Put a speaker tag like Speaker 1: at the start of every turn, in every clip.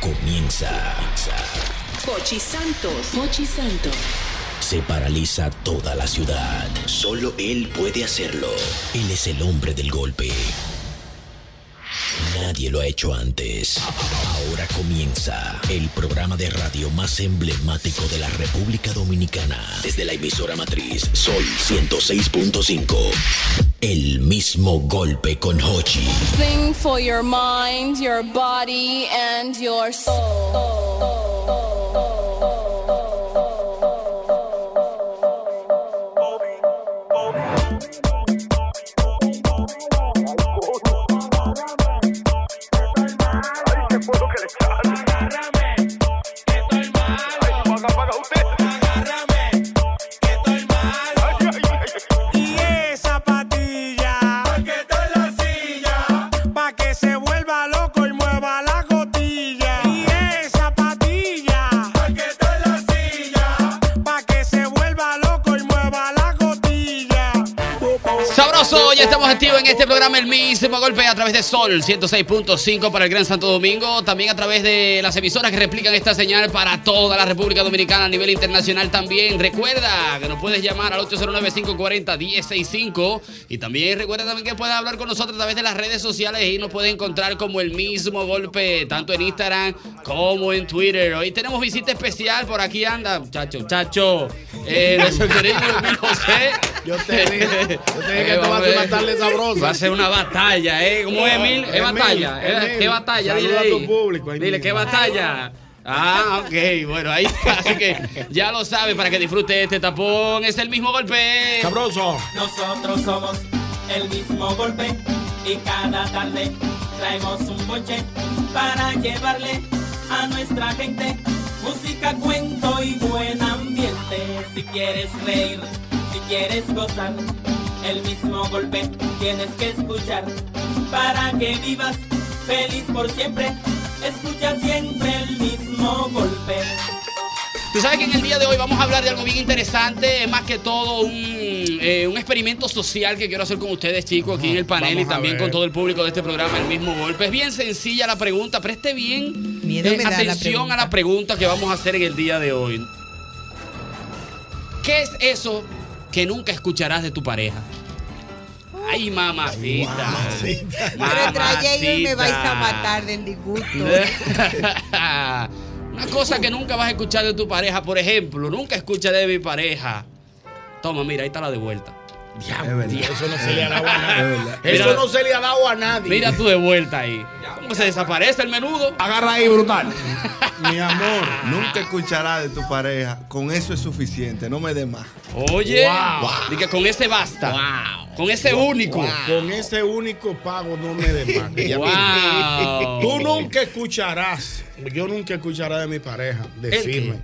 Speaker 1: paraliza.
Speaker 2: Pochi Santos. Pochi Santos.
Speaker 1: Se paraliza toda la ciudad. Solo él puede hacerlo. Él es el hombre del golpe. Nadie lo ha hecho antes. Ahora comienza el programa de radio más emblemático de la República Dominicana. Desde la emisora matriz Sol 106.5. El mismo golpe con Hochi.
Speaker 3: Sing for your mind, your body and your soul.
Speaker 4: Hoy estamos activos en este programa El mismo golpe a través de Sol 106.5 para el Gran Santo Domingo, también a través de las emisoras que replican esta señal para toda la República Dominicana a nivel internacional también. Recuerda que nos puedes llamar al 809-540-1065 y también recuerda también que puedes hablar con nosotros a través de las redes sociales y nos puedes encontrar como El mismo golpe tanto en Instagram como en Twitter. Hoy tenemos visita especial, por aquí anda, chacho, chacho, eh, Luis José.
Speaker 5: Yo te dije, yo te dije eh, que esto va a ser una tarde sabrosa.
Speaker 4: Va a ser una batalla, ¿eh? ¿Cómo es, Emil? ¿Es batalla? Emil. ¿Qué batalla?
Speaker 5: Saluda
Speaker 4: Dile
Speaker 5: a tu público. Ahí
Speaker 4: Dile, ¿qué batalla? Ah, ok, bueno, ahí está. Así que ya lo sabes para que disfrute este tapón. Es el mismo golpe.
Speaker 5: Sabroso.
Speaker 6: Nosotros somos el mismo golpe y cada tarde traemos un boche para llevarle a nuestra gente música, cuento y buen ambiente. Si quieres reír si quieres gozar, el mismo golpe tienes que escuchar para que vivas feliz por siempre. Escucha siempre el mismo golpe.
Speaker 4: Tú sabes que en el día de hoy vamos a hablar de algo bien interesante, más que todo un, eh, un experimento social que quiero hacer con ustedes, chicos, aquí en el panel y también con todo el público de este programa, el mismo golpe. Es bien sencilla la pregunta, preste bien eh, atención
Speaker 7: la
Speaker 4: a la pregunta que vamos a hacer en el día de hoy. ¿Qué es eso que nunca escucharás de tu pareja. Ay, mamacita.
Speaker 5: Mamacita.
Speaker 7: Pero trayendo y me vais a matar del disgusto.
Speaker 4: Una cosa que nunca vas a escuchar de tu pareja, por ejemplo, nunca escucharé de mi pareja. Toma, mira, ahí está la de vuelta.
Speaker 5: Eso no se le ha dado a nadie.
Speaker 4: Mira-
Speaker 5: Eso no se le ha dado a nadie.
Speaker 4: Mira tú de vuelta ahí. ¿Cómo se desaparece el menudo?
Speaker 5: agarra ahí brutal.
Speaker 8: Mi amor, nunca escuchará de tu pareja. Con eso es suficiente, no me dé más.
Speaker 4: Oye,
Speaker 5: Wow.
Speaker 4: di que con ese basta. Con ese único.
Speaker 5: Con ese único pago no me demande. Ya
Speaker 4: Wow.
Speaker 5: me- Tú nunca escucharás, yo nunca escucharé de mi pareja decirme,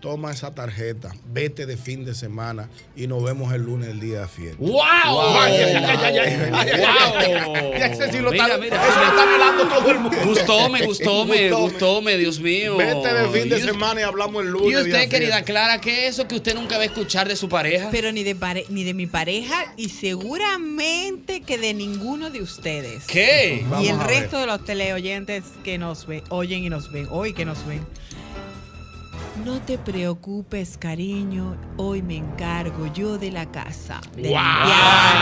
Speaker 5: toma esa tarjeta, vete de fin de semana y nos vemos el lunes el día de fiesta.
Speaker 4: ¡Wow!
Speaker 5: Ay, ay, ay, ay, ay, ay, ay, ay,
Speaker 4: ¡Wow!
Speaker 5: Ya ese sí lo
Speaker 4: Mira,
Speaker 5: está,
Speaker 4: mira.
Speaker 5: ese lo está velando todo el mundo.
Speaker 4: Gustóme, gustóme,
Speaker 5: Gustóme.
Speaker 4: gustóme, Dios mío.
Speaker 5: Vete de fin de
Speaker 4: Y us-
Speaker 5: semana y hablamos el lunes.
Speaker 4: Y
Speaker 5: día de
Speaker 4: usted, querida
Speaker 5: fiesta.
Speaker 4: Clara, ¿qué es eso que usted nunca va a escuchar de su pareja?
Speaker 7: Pero ni de, pare- ni de mi pareja y seguramente que de ninguno de ustedes.
Speaker 4: ¿Qué?
Speaker 5: Vamos
Speaker 7: y el
Speaker 5: a ver.
Speaker 7: resto de los teleoyentes que nos ven, oyen y nos ven, hoy que nos ven. No te preocupes, cariño. Hoy me encargo yo de la casa. De
Speaker 4: ¡Guau!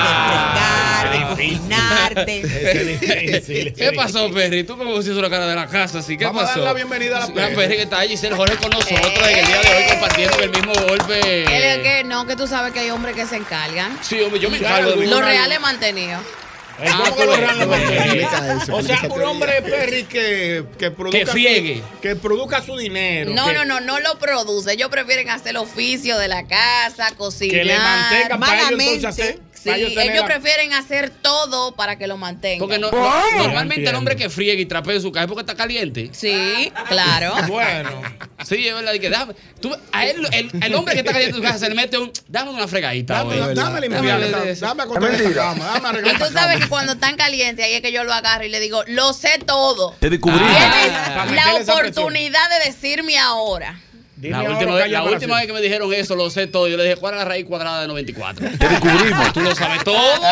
Speaker 7: limpiar, de fregar, de
Speaker 4: Qué difícil.
Speaker 5: Eh,
Speaker 7: cocinarte.
Speaker 5: Ese difícil.
Speaker 4: ¿Qué pasó, Perry? Tú como pusiste la cara de la casa, así. ¿Qué
Speaker 5: Vamos a
Speaker 4: pasó?
Speaker 5: darle la bienvenida a la Perry.
Speaker 4: que está ahí, Giselle Jorge con nosotros en el día de hoy compartiendo el mismo golpe.
Speaker 5: Eh,
Speaker 9: Creo que no, que tú sabes que hay hombres que se encargan.
Speaker 4: Sí, hombre, yo me encargo de mi
Speaker 9: Los reales mantenidos.
Speaker 5: Eh, ¿cómo
Speaker 4: Ah,
Speaker 5: que los
Speaker 4: bueno,
Speaker 5: reales
Speaker 4: bueno,
Speaker 5: mantienen?
Speaker 8: explica eso,
Speaker 5: O sea,
Speaker 8: explica
Speaker 5: un
Speaker 8: teoría.
Speaker 5: hombre Perry que, que produzca
Speaker 4: Que
Speaker 5: su-
Speaker 4: friegue.
Speaker 5: que produzca su dinero.
Speaker 9: No,
Speaker 5: que-
Speaker 9: no, no, no lo produce. Ellos prefieren hacer el oficio de la casa, cocinar.
Speaker 5: Que le mantenga para ellos entonces
Speaker 7: malamente.
Speaker 5: hacer.
Speaker 9: Sí,
Speaker 5: para tener
Speaker 9: ellos
Speaker 5: la-
Speaker 9: prefieren hacer todo para que lo mantengan.
Speaker 4: Porque no- no- normalmente el hombre que friega y trapea en su casa es porque está caliente.
Speaker 9: Sí, claro.
Speaker 5: Bueno,
Speaker 4: Sí, es verdad. y que déjame- tú- a él, el, el hombre que está caliente en su casa se le mete un. Dame una fregadita.
Speaker 5: dame,
Speaker 4: hoy".
Speaker 5: dame, limpiar,
Speaker 4: Dame-
Speaker 5: dame, dame acostar esta cama, dame
Speaker 9: Y
Speaker 5: arreglar
Speaker 9: tú
Speaker 5: esta
Speaker 9: sabes que
Speaker 5: cama.
Speaker 9: cuando están calientes, ahí es que yo lo agarro y le digo, lo sé todo.
Speaker 4: Ah,
Speaker 9: Tienes
Speaker 5: Ah, Para
Speaker 9: la
Speaker 5: meterle esa presión.
Speaker 9: oportunidad de decirme ahora.
Speaker 4: La última, vez, la última vez que me dijeron eso, lo sé todo. Yo le dije, ¿cuál es la raíz cuadrada de 94?
Speaker 10: Te descubrimos.
Speaker 4: Tú lo sabes todo.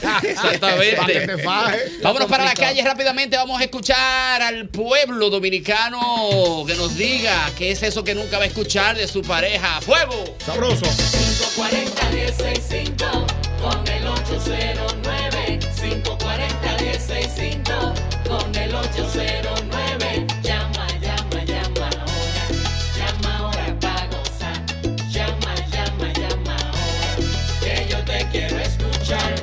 Speaker 5: Para que te
Speaker 4: Exactamente.
Speaker 5: faje.
Speaker 4: Vámonos para la
Speaker 5: Complicado.
Speaker 4: calle rápidamente. Vamos a escuchar al pueblo dominicano que nos diga qué es eso que nunca va a escuchar de su pareja. ¡Fuego!
Speaker 5: Sabroso.
Speaker 11: 540-1065 con el 809. 540-1065 con el 809. Llama, llama, llama ahora. Llama ahora para gozar. Llama, llama, llama ahora. Que yo te quiero escuchar.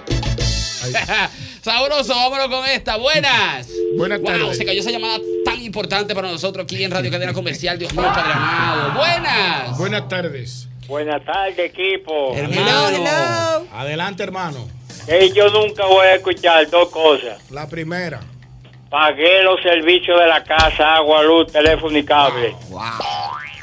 Speaker 4: Sabroso, vámonos con esta. Buenas.
Speaker 5: Buenas
Speaker 4: Wow,
Speaker 5: tardes.
Speaker 4: se cayó esa llamada tan importante para nosotros aquí en Radio Cadena Comercial. Dios mío, Padre amado. Buenas.
Speaker 5: Buenas tardes.
Speaker 12: Buenas tardes, equipo.
Speaker 4: Hermano.
Speaker 5: Adelante, hermano.
Speaker 12: Que yo nunca voy a escuchar dos cosas.
Speaker 5: La primera.
Speaker 12: Pagué los servicios de la casa, agua, luz, teléfono y cable.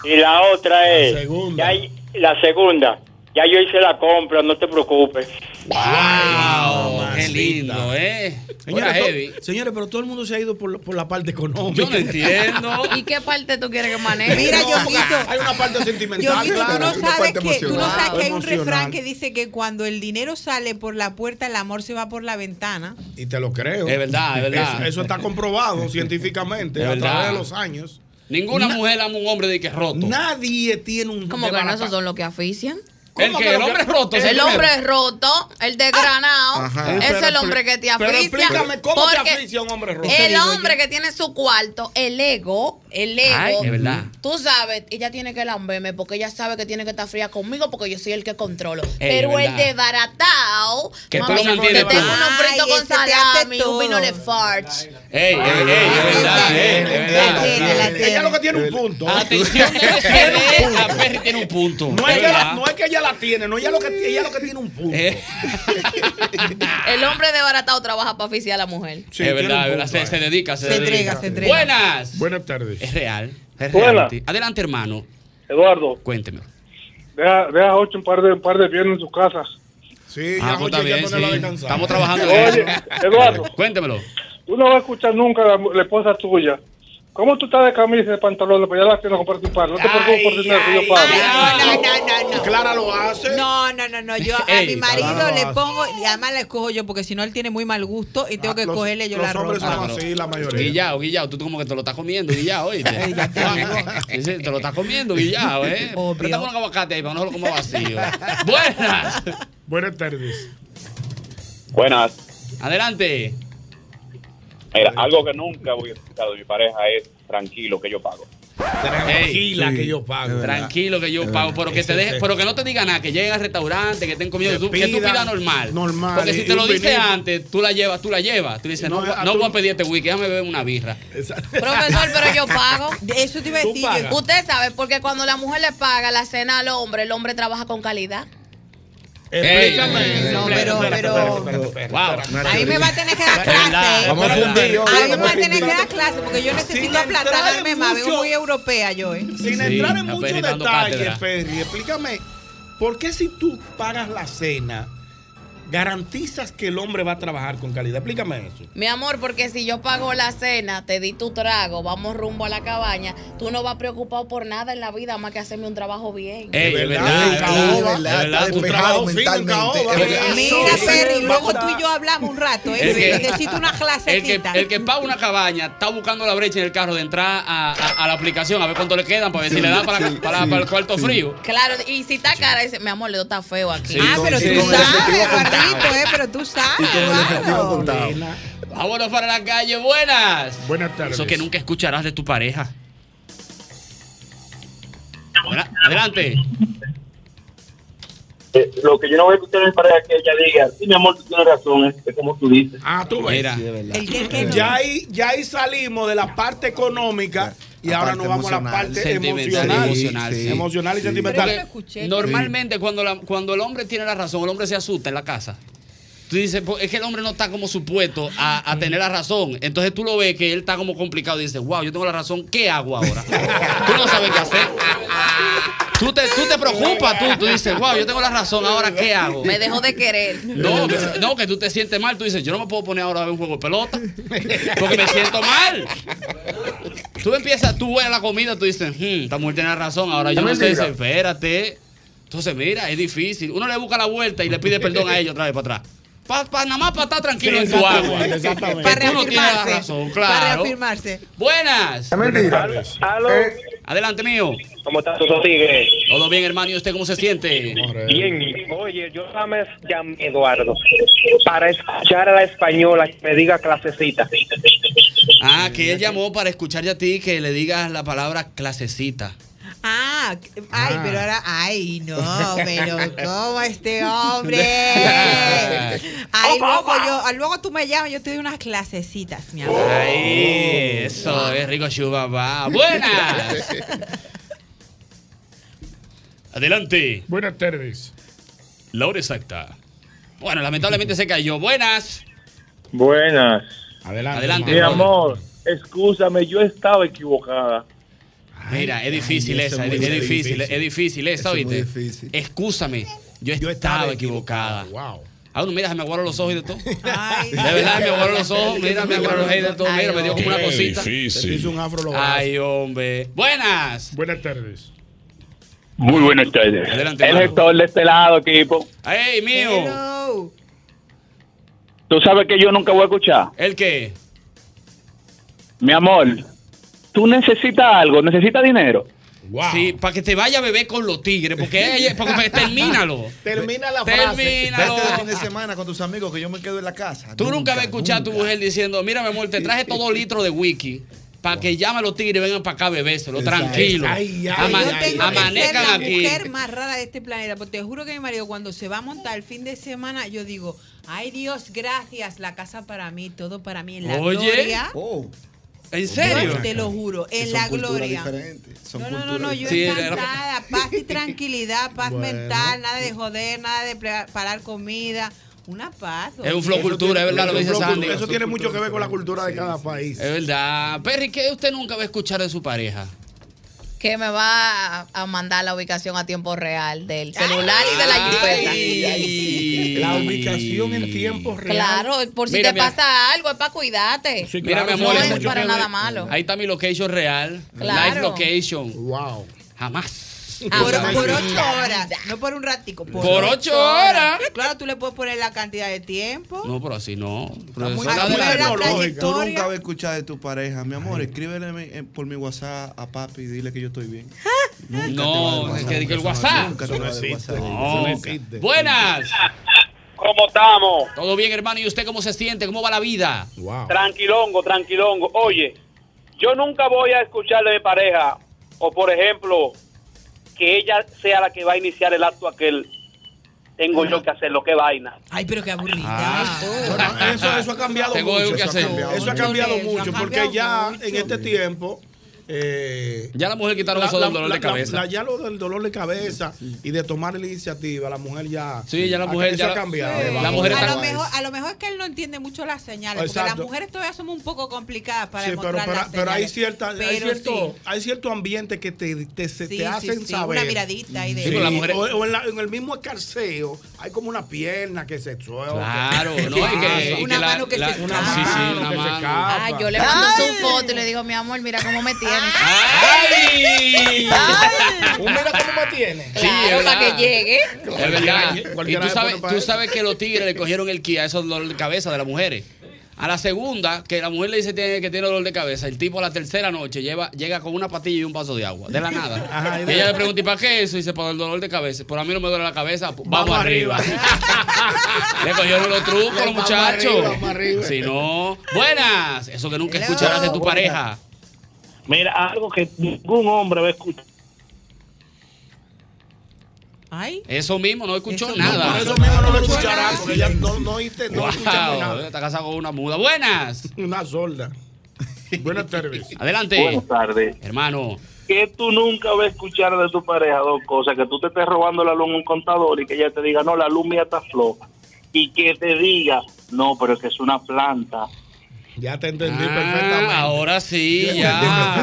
Speaker 12: Y la otra es...
Speaker 5: La segunda.
Speaker 12: ya hay- la segunda. Ya yo hice la compra, no te preocupes.
Speaker 4: Wow, qué
Speaker 5: mamacita.
Speaker 4: lindo, ¿eh? Buena
Speaker 5: Señores, to-
Speaker 4: heavy.
Speaker 5: señores, pero todo el mundo se ha ido por, lo- por la parte económica.
Speaker 4: Yo no entiendo.
Speaker 9: ¿Y qué parte tú quieres que maneje?
Speaker 13: Mira,
Speaker 5: No, porque
Speaker 13: Yoguito.
Speaker 5: hay una parte sentimental.
Speaker 13: Yoguito, tú
Speaker 5: claro,
Speaker 13: no
Speaker 5: hay una
Speaker 13: sabes,
Speaker 5: parte
Speaker 13: que, tú no
Speaker 5: emocional.
Speaker 13: sabes que hay un
Speaker 5: Emocional.
Speaker 13: refrán que dice que cuando el dinero sale por la puerta, el amor se va por la ventana.
Speaker 5: Y te lo creo.
Speaker 4: Es verdad, es verdad.
Speaker 5: Eso, eso está comprobado científicamente
Speaker 4: Es
Speaker 5: a
Speaker 4: verdad.
Speaker 5: través de los años.
Speaker 4: Ninguna
Speaker 5: Na-
Speaker 4: mujer ama a un hombre de que es roto.
Speaker 5: Nadie tiene un.
Speaker 9: Como que no,
Speaker 5: desbarata-
Speaker 9: esos son los que asfixian.
Speaker 4: El
Speaker 5: ¿Cómo
Speaker 4: que
Speaker 5: que
Speaker 4: el
Speaker 5: lo
Speaker 4: hombre
Speaker 5: que-
Speaker 4: es roto. Ah.
Speaker 5: el
Speaker 4: ese
Speaker 9: El
Speaker 4: primero.
Speaker 9: hombre es roto, el desgranado,
Speaker 14: Ajá.
Speaker 9: es
Speaker 5: Pero
Speaker 9: el hombre que te
Speaker 5: Pero
Speaker 9: asfixia.
Speaker 5: explícame, ¿cómo te
Speaker 9: porque
Speaker 5: asfixia un hombre roto?
Speaker 9: El hombre que tiene su cuarto, el ego, el ego.
Speaker 4: Ay, de verdad.
Speaker 9: Tú sabes, ella tiene que lamberme porque ella sabe que tiene que estar fría conmigo porque yo soy el que controlo. Pero
Speaker 4: de
Speaker 9: el
Speaker 4: verdad.
Speaker 9: desbaratado,
Speaker 4: Que tú
Speaker 9: mami,
Speaker 4: lo mantienes
Speaker 9: te tengo
Speaker 4: tú.
Speaker 9: unos fritos
Speaker 13: Ay,
Speaker 9: con
Speaker 13: ese te hace
Speaker 9: salami,
Speaker 13: todo.
Speaker 9: un vino de farch.
Speaker 4: Ey, ey, ey, es
Speaker 13: Ah,
Speaker 4: verdad, eh, es verdad.
Speaker 13: Entiende, la
Speaker 5: Ella ella lo que tiene un punto.
Speaker 4: Atención, DCD, la Perry tiene un punto.
Speaker 5: No es, que
Speaker 4: ¿verdad?
Speaker 5: la- no es que ella la tiene, no, ella lo que, ella lo que tiene un punto.
Speaker 4: Eh,
Speaker 9: El hombre desbaratado trabaja para oficiar a la mujer.
Speaker 5: Sí,
Speaker 4: es
Speaker 5: tiene
Speaker 4: verdad,
Speaker 5: un
Speaker 4: es verdad,
Speaker 5: punto,
Speaker 4: se,
Speaker 5: eh.
Speaker 4: se dedica, se,
Speaker 13: Se
Speaker 4: dedica.
Speaker 13: entrega, se entrega.
Speaker 4: Buenas.
Speaker 5: Buenas tardes.
Speaker 4: Es real. Es
Speaker 15: Buenas.
Speaker 4: reality. Adelante, hermano.
Speaker 15: Eduardo,
Speaker 4: Cuénteme.
Speaker 15: deja, deja ocho un par de un par de viernes en su casa.
Speaker 5: Sí,
Speaker 4: Ah,
Speaker 5: ya
Speaker 4: pues
Speaker 5: Jochi,
Speaker 4: está
Speaker 5: ya
Speaker 4: bien,
Speaker 5: ponerla a
Speaker 4: sí.
Speaker 5: descansar.
Speaker 4: Estamos trabajando en
Speaker 15: Oye,
Speaker 4: eso.
Speaker 15: Eduardo,
Speaker 4: Cuéntemelo.
Speaker 15: tú no vas a escuchar nunca a la, mu- la esposa tuya. ¿Cómo tú estás de camisa y de pantalones? Pues ya las tienes que comprar tu par. No te preocupes por dinero, que yo pago.
Speaker 13: Ay, no, no, no, Ah, no, no.
Speaker 5: Clara lo hace.
Speaker 13: No, no, no, no. Yo a
Speaker 4: Ey,
Speaker 13: mi marido
Speaker 5: claro,
Speaker 13: le
Speaker 5: vas.
Speaker 13: pongo, y además le escojo yo, porque si no él tiene muy mal gusto y tengo que
Speaker 5: Ah, los-
Speaker 13: cogerle yo
Speaker 5: los
Speaker 13: la
Speaker 5: hombres
Speaker 13: ropa.
Speaker 5: son así, la mayoría.
Speaker 4: Guillao, Guillao, tú como que te lo estás comiendo, Guillao, oíste. Dice, te lo estás comiendo, Guillao, eh.
Speaker 13: Obvio.
Speaker 4: Préstame un aguacate ahí para no se lo coma vacío. Buenas.
Speaker 5: Buenas tardes.
Speaker 12: Buenas.
Speaker 4: Adelante.
Speaker 12: Mira, algo que nunca voy a escuchar de mi pareja es tranquilo que yo pago.
Speaker 5: Tranquila
Speaker 14: sí,
Speaker 5: que yo pago.
Speaker 4: Tranquilo que yo pago, pero que, te deje, pero que no te diga nada, que lleguen al restaurante, que estén comiendo,
Speaker 5: Que
Speaker 4: tú- que tú
Speaker 5: pidan
Speaker 4: pidas normal.
Speaker 5: normal,
Speaker 4: Porque si
Speaker 5: y
Speaker 4: te lo
Speaker 5: un
Speaker 4: dice
Speaker 5: vinito.
Speaker 4: antes, tú la llevas, tú la llevas. Tú dices, no,
Speaker 5: No,
Speaker 4: voy-
Speaker 5: a
Speaker 4: no
Speaker 5: tú-
Speaker 4: voy a pedir este wiki, déjame beber una birra.
Speaker 9: Profesor, pero yo pago.
Speaker 13: De Eso te iba a
Speaker 5: Tú
Speaker 13: decir.
Speaker 5: pagas.
Speaker 13: yo-
Speaker 9: Usted sabe, porque cuando la mujer le paga la cena al hombre, el hombre trabaja con calidad.
Speaker 5: Explícame.
Speaker 13: eh, No, pero-
Speaker 4: Wow.
Speaker 13: A mí me va a tener que dar
Speaker 4: verdad.
Speaker 13: clase.
Speaker 14: Vamos a
Speaker 13: A
Speaker 14: fundir.
Speaker 13: mí me va a tener que dar clase porque yo necesito
Speaker 5: entrar
Speaker 13: aplatanarme
Speaker 5: en
Speaker 13: más.
Speaker 5: mucho-
Speaker 13: Vengo muy europea yo, ¿eh?
Speaker 5: Sin
Speaker 4: Sí,
Speaker 5: entrar en
Speaker 4: está
Speaker 5: muchos
Speaker 4: Perry dando
Speaker 5: detalles,
Speaker 4: cátedra.
Speaker 5: Perry, explícame, ¿por qué si tú pagas la cena, garantizas que el hombre va a trabajar con calidad? Explícame eso.
Speaker 9: Mi amor, porque si yo pago la cena, te di tu trago, vamos rumbo a la cabaña, tú no vas preocupado por nada en la vida más que hacerme un trabajo bien.
Speaker 4: Ey, es
Speaker 5: De
Speaker 4: verdad, es
Speaker 5: verdad,
Speaker 4: verdad,
Speaker 5: de
Speaker 4: es verdad.
Speaker 5: verdad, un trabajo fino en caoba.
Speaker 14: Es verdad.
Speaker 13: Mira,
Speaker 5: Sí,
Speaker 13: Perry,
Speaker 5: sí,
Speaker 13: luego
Speaker 5: basta.
Speaker 13: tú y yo hablamos un rato, ¿eh?
Speaker 4: El que-
Speaker 13: Necesito una
Speaker 4: El que,
Speaker 13: clasecita.
Speaker 4: el que paga una cabaña está buscando la brecha en el carro de entrar a, a- a la aplicación a ver cuánto le quedan para ver si le dan para,
Speaker 14: sí,
Speaker 4: para-
Speaker 14: sí,
Speaker 4: para el cuarto
Speaker 14: sí.
Speaker 4: frío.
Speaker 9: Claro, y si está cara, dice, mi amor, le está feo aquí.
Speaker 13: Ah,
Speaker 14: con-
Speaker 13: pero
Speaker 14: y
Speaker 13: tú
Speaker 14: con el efectivo
Speaker 13: sabes,
Speaker 14: contado.
Speaker 13: Barrito, ¿eh? Pero tú
Speaker 14: Y
Speaker 13: sabes.
Speaker 14: con el efectivo
Speaker 13: claro.
Speaker 14: contado.
Speaker 4: Vámonos para la calle, buenas.
Speaker 5: Buenas tardes.
Speaker 4: Eso que nunca escucharás de tu pareja. Hola, Adelante.
Speaker 12: Eh, lo que yo no voy a escuchar de mi pareja es que ella diga, sí, mi amor, tú tienes razón, es, es como tú dices.
Speaker 5: Ah, tú ves.
Speaker 4: Mira.
Speaker 13: El que, el que no.
Speaker 5: Ya ahí, ya ahí salimos de la parte económica y
Speaker 14: La
Speaker 5: ahora
Speaker 14: parte
Speaker 5: nos vamos a la
Speaker 14: emocional.
Speaker 5: parte
Speaker 4: Sentimental,
Speaker 5: emocional.
Speaker 4: emocional, sí.
Speaker 5: Emocional y
Speaker 14: Sí.
Speaker 5: sentimental.
Speaker 13: Pero yo lo escuché.
Speaker 4: Normalmente cuando, la- cuando el hombre tiene la razón, el hombre se asusta en la casa. Tú dices, "Po- es que el hombre no está como supuesto a, a tener la razón. Entonces tú lo ves que él está como complicado y dices, wow, yo tengo la razón, ¿qué hago ahora? tú no sabes qué hacer. Tú te, tú te preocupas, tú, tú dices, wow, yo tengo la razón, ahora ¿qué hago?
Speaker 9: Me dejó de querer.
Speaker 4: No, que- no, que tú te sientes mal, tú dices, yo no me puedo poner ahora a ver un juego de pelota, porque me siento mal. Tú empiezas, tú ves la comida, tú dices, hmm, esta mujer tiene razón, ahora yo
Speaker 16: No
Speaker 4: no
Speaker 16: me
Speaker 4: sé,
Speaker 16: diga.
Speaker 4: espérate. Entonces, mira, es difícil. Uno le busca la vuelta y le pide perdón a ellos otra vez para atrás. Pa, pa- nada más para estar tranquilo
Speaker 7: Sí,
Speaker 4: en tu agua.
Speaker 7: exactamente, exactamente.
Speaker 4: Que tú no tienes la
Speaker 7: Para
Speaker 4: razón,
Speaker 7: reafirmarse, Para
Speaker 4: claro.
Speaker 7: reafirmarse.
Speaker 4: Buenas. Eh, Adelante, mío.
Speaker 12: ¿Cómo estás, Soso Tigre?
Speaker 4: Todo bien, hermano. ¿Y usted cómo se siente?
Speaker 12: Bien, oye, yo nada más llamé a Eduardo para escuchar a la española que me diga clasecita.
Speaker 4: Ah, que él llamó para escucharte a ti que le digas la palabra clasecita.
Speaker 7: Ah, ay, pero ahora, ay, no, pero ¿cómo este hombre? Ay, luego, yo, ah, luego tú me llamas, yo te doy unas clasecitas, mi amor.
Speaker 4: Ahí, eso es rico chubaba. Buenas. Adelante.
Speaker 17: Buenas tardes.
Speaker 4: La hora exacta. Bueno, lamentablemente se cayó. Buenas.
Speaker 16: Buenas.
Speaker 5: Adelante.
Speaker 4: Adelante,
Speaker 16: Mi
Speaker 4: hermano.
Speaker 16: amor, excúsame, yo estaba equivocada.
Speaker 4: Mira, es difícil
Speaker 16: Ay, eso
Speaker 4: esa,
Speaker 16: es
Speaker 4: es,
Speaker 16: muy
Speaker 4: es difícil,
Speaker 16: difícil.
Speaker 4: es difícil esa,
Speaker 16: Eso es muy
Speaker 4: ¿oíste? Excúsame, yo, estaba equivocada. Wow. Ah, no, mira, se me aguaron los ojos y de todo. de verdad, se me aguaron los ojos, mira, me aguaron los ojos y de todo, mira, me dio como una
Speaker 17: Qué
Speaker 4: cosita.
Speaker 17: difícil. Te hizo un afro, lo
Speaker 4: Ay, hombre. Buenas. Buenas tardes.
Speaker 12: Muy buenas tardes.
Speaker 4: Adelante,
Speaker 12: El
Speaker 4: hermano.
Speaker 12: gestor de este lado, equipo.
Speaker 4: Ay, mío.
Speaker 12: Tú sabes que yo nunca voy a escuchar.
Speaker 4: ¿El qué?
Speaker 12: Mi amor, tú necesitas algo, necesitas dinero.
Speaker 4: Sí, para que te vaya a beber con los tigres, porque ella, porque, porque- termínalo.
Speaker 6: Termina la
Speaker 4: Termínalo.
Speaker 6: frase. Vete de fin de semana con tus amigos que yo me quedo en la casa.
Speaker 4: Tú nunca vas a escuchar a tu mujer diciendo, mira, mi amor, te traje todo litros de wiki para que llame a los tigres y vengan para acá a bebérselo,
Speaker 6: Exacto.
Speaker 4: tranquilo.
Speaker 6: Ay, ay,
Speaker 4: Ama-
Speaker 6: ay, ay.
Speaker 4: amanezcan
Speaker 7: la
Speaker 4: aquí.
Speaker 7: mujer más rara de este planeta. Porque te juro que mi marido, cuando se va a montar el fin de semana, yo digo, ay Dios, gracias, la casa para mí, todo para mí, en la
Speaker 4: Oye. Oh,
Speaker 7: gloria.
Speaker 4: ¿En
Speaker 7: Yo
Speaker 4: serio?
Speaker 7: te lo juro, en
Speaker 6: Que son
Speaker 7: la
Speaker 6: culturas
Speaker 7: gloria.
Speaker 6: diferentes, son
Speaker 7: No, no,
Speaker 6: culturas
Speaker 7: no, yo
Speaker 6: diferentes.
Speaker 7: encantada, paz y tranquilidad, paz
Speaker 6: Bueno.
Speaker 7: mental, nada de joder, nada de preparar comida, una paz.
Speaker 4: Es un flow cultura, es verdad lo que dice
Speaker 5: Eso tiene-
Speaker 4: Sandy.
Speaker 5: Eso tiene mucho que ver con la cultura de cada país.
Speaker 4: Es verdad. Perry, ¿qué usted nunca va a escuchar de su pareja?
Speaker 9: Que me va a, a mandar la ubicación a tiempo real del
Speaker 13: Ah,
Speaker 9: celular y de la
Speaker 4: Ay, ay.
Speaker 9: jipeta.
Speaker 5: La ubicación en tiempo real.
Speaker 9: Claro, por si
Speaker 4: Mira,
Speaker 9: te
Speaker 4: mira.
Speaker 9: pasa algo, es para cuidarte.
Speaker 4: Mira, mi amor,
Speaker 9: no
Speaker 4: esa-
Speaker 9: es para nada malo.
Speaker 4: Ahí está mi location real.
Speaker 9: Claro. Ah,
Speaker 4: Live location. Wow. Jamás.
Speaker 7: Por,
Speaker 4: Jamás.
Speaker 7: por ocho horas, no por un ratico. Por,
Speaker 4: Por ocho horas.
Speaker 7: Claro, tú le puedes poner la cantidad de tiempo.
Speaker 4: No, pero así no. Profesora
Speaker 6: muy-
Speaker 4: de la-
Speaker 6: Tú nunca vas a escuchar de tu pareja. Mi amor, escríbele mi- eh, por mi WhatsApp a papi y dile que yo estoy bien. Nunca te va
Speaker 4: No,
Speaker 6: del
Speaker 4: es que que el
Speaker 6: WhatsApp.
Speaker 4: WhatsApp.
Speaker 6: Nunca te va del WhatsApp.
Speaker 4: No.
Speaker 6: Nunca.
Speaker 4: Buenas.
Speaker 18: ¿Cómo estamos?
Speaker 4: Todo bien, hermano. ¿Y usted cómo se siente? ¿Cómo va la vida?
Speaker 18: Tranquilongo, tranquilongo. Oye, yo nunca voy a escuchar de mi pareja, o por ejemplo, que ella sea la que va a iniciar el acto aquel. Tengo yo que hacerlo, qué vaina.
Speaker 7: Ay, pero qué aburrida.
Speaker 5: Bueno, eso, eso ha cambiado
Speaker 4: Tengo
Speaker 5: mucho.
Speaker 4: algo que
Speaker 5: eso,
Speaker 4: hacer.
Speaker 5: Ha cambiado, eso ha
Speaker 4: Mucho
Speaker 5: cambiado
Speaker 4: que eso,
Speaker 5: mucho,
Speaker 4: ha
Speaker 5: porque
Speaker 4: cambiado
Speaker 5: ya
Speaker 4: mucho.
Speaker 5: en este tiempo.
Speaker 4: eh, Ya la mujer quitaron eso del dolor de cabeza.
Speaker 5: la- ya lo del dolor de cabeza y de tomar la iniciativa, la mujer ya.
Speaker 4: Sí, ya la mujer
Speaker 5: Eso
Speaker 4: ya
Speaker 5: ha
Speaker 4: la-
Speaker 5: cambiado.
Speaker 4: Sí.
Speaker 5: va.
Speaker 4: La mujer
Speaker 7: a,
Speaker 4: está-
Speaker 7: lo mejor, ah, a lo mejor es que él no entiende mucho las señales, porque
Speaker 5: Exacto.
Speaker 7: las mujeres todavía somos un poco complicadas para
Speaker 5: Sí, pero,
Speaker 7: demostrar
Speaker 5: pero-
Speaker 7: las
Speaker 5: pero hay,
Speaker 7: señales.
Speaker 5: cierta, hay,
Speaker 7: Pero
Speaker 5: cierto,
Speaker 7: sí.
Speaker 5: hay cierto ambiente que te, te, se-
Speaker 7: Sí,
Speaker 5: te
Speaker 7: sí,
Speaker 5: hacen
Speaker 7: sí,
Speaker 5: saber.
Speaker 7: una miradita ahí de-
Speaker 5: Sí,
Speaker 7: Sí, pero las
Speaker 5: o-
Speaker 7: mujeres-
Speaker 5: O, en, la- en el mismo escarceo hay como una pierna que se suelta.
Speaker 4: Claro,
Speaker 5: ¿Qué
Speaker 4: no, y que-
Speaker 5: pasa?
Speaker 4: y que la- la-
Speaker 5: una
Speaker 4: sí, sí,
Speaker 5: mano
Speaker 4: una
Speaker 5: que se
Speaker 4: mano.
Speaker 5: escapa.
Speaker 9: Ah, yo le mando su foto y le digo, mi amor, mira cómo me tienes.
Speaker 4: ¡Ay!
Speaker 5: mira cómo me tienes.
Speaker 4: Sí, es
Speaker 9: Claro,
Speaker 4: verdad.
Speaker 9: para que llegue.
Speaker 4: Es verdad. Y
Speaker 5: Cualquiera
Speaker 4: tú
Speaker 5: le pone
Speaker 4: sabes,
Speaker 5: para
Speaker 4: tú
Speaker 5: eso.
Speaker 4: sabes que los tigres le cogieron el Kia, esos dolor de cabeza de las mujeres. A la segunda, que la mujer le dice tiene- que tiene dolor de cabeza, el tipo a la tercera noche lleva, llega con una patilla y un vaso de agua, de la nada.
Speaker 5: Ajá, y
Speaker 4: y
Speaker 5: de-
Speaker 4: ella le pregunta, ¿y para qué eso? Y dice, para el dolor de cabeza. Por a mí no me duele la cabeza, pues, vamos,
Speaker 5: Vamos
Speaker 4: arriba. le cogieron los trucos, los
Speaker 5: Vamos
Speaker 4: muchachos.
Speaker 5: arriba, vamos arriba.
Speaker 4: Si no, buenas. Eso que nunca escucharás de tu
Speaker 12: Buenas.
Speaker 4: pareja.
Speaker 12: Mira, algo que ningún hombre va a escuchar.
Speaker 7: Ay.
Speaker 4: Eso mismo, no escuchó
Speaker 5: Eso
Speaker 4: nada.
Speaker 5: mismo, eso mismo no lo escuchará, porque ella no, no oíste, no
Speaker 4: Wow,
Speaker 5: escuchamos nada.
Speaker 4: Está casado con una muda. Buenas.
Speaker 5: Una sorda. Buenas tardes.
Speaker 4: Adelante.
Speaker 12: Buenas tardes.
Speaker 4: Hermano.
Speaker 12: Que tú nunca vas a escuchar de tu pareja dos cosas, que tú te estés robando la luz a un contador y que ella te diga, no, la luz mía está floja. Y que te diga, no, pero es que es una planta.
Speaker 5: Ya te entendí
Speaker 4: Ah,
Speaker 5: perfectamente.
Speaker 4: Ahora sí,
Speaker 5: Yo
Speaker 4: ya.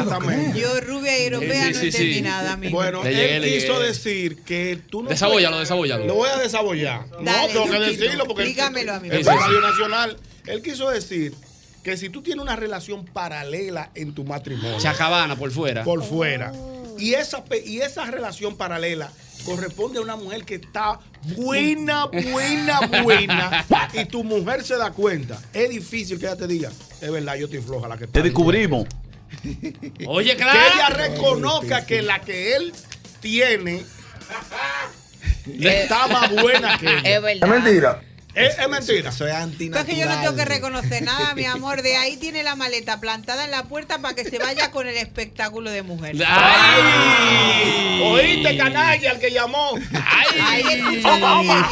Speaker 5: entendí perfectamente.
Speaker 7: Yo, rubia y europea,
Speaker 4: Sí, sí,
Speaker 7: no
Speaker 4: sí,
Speaker 7: entendí
Speaker 4: sí.
Speaker 7: nada, amigo.
Speaker 5: Bueno,
Speaker 4: Le llegué,
Speaker 5: él
Speaker 4: le
Speaker 5: quiso
Speaker 4: llegué.
Speaker 5: decir que tú no.
Speaker 4: Desabóllalo, desabóllalo.
Speaker 5: Lo voy a desabollar.
Speaker 7: Dale,
Speaker 5: no, tengo que
Speaker 7: Luchito,
Speaker 5: decirlo porque.
Speaker 7: explícamelo, amigo.
Speaker 5: Es
Speaker 4: Sí, sí,
Speaker 5: Radio Nacional. Él quiso decir que si tú tienes una relación paralela en tu matrimonio.
Speaker 4: Chacabana, por fuera.
Speaker 5: Por fuera. Y esa, pe- y esa relación paralela corresponde a una mujer que está buena, buena, buena. y tu mujer se da cuenta. Es difícil que ella te diga, es verdad, yo estoy floja la que
Speaker 19: Te descubrimos.
Speaker 4: Oye,
Speaker 5: Que
Speaker 4: Clara.
Speaker 5: ella reconozca que la que él tiene está más buena que ella.
Speaker 9: Eh, Es verdad.
Speaker 5: mentira. Es, es mentira.
Speaker 20: Soy anti
Speaker 7: Entonces yo no tengo que reconocer nada, mi amor. De ahí tiene la maleta plantada en la puerta para que se vaya con el espectáculo de mujer.
Speaker 5: ¡Ay! Oíste, canalla, el que llamó.
Speaker 9: Ay,
Speaker 5: Opa, opa.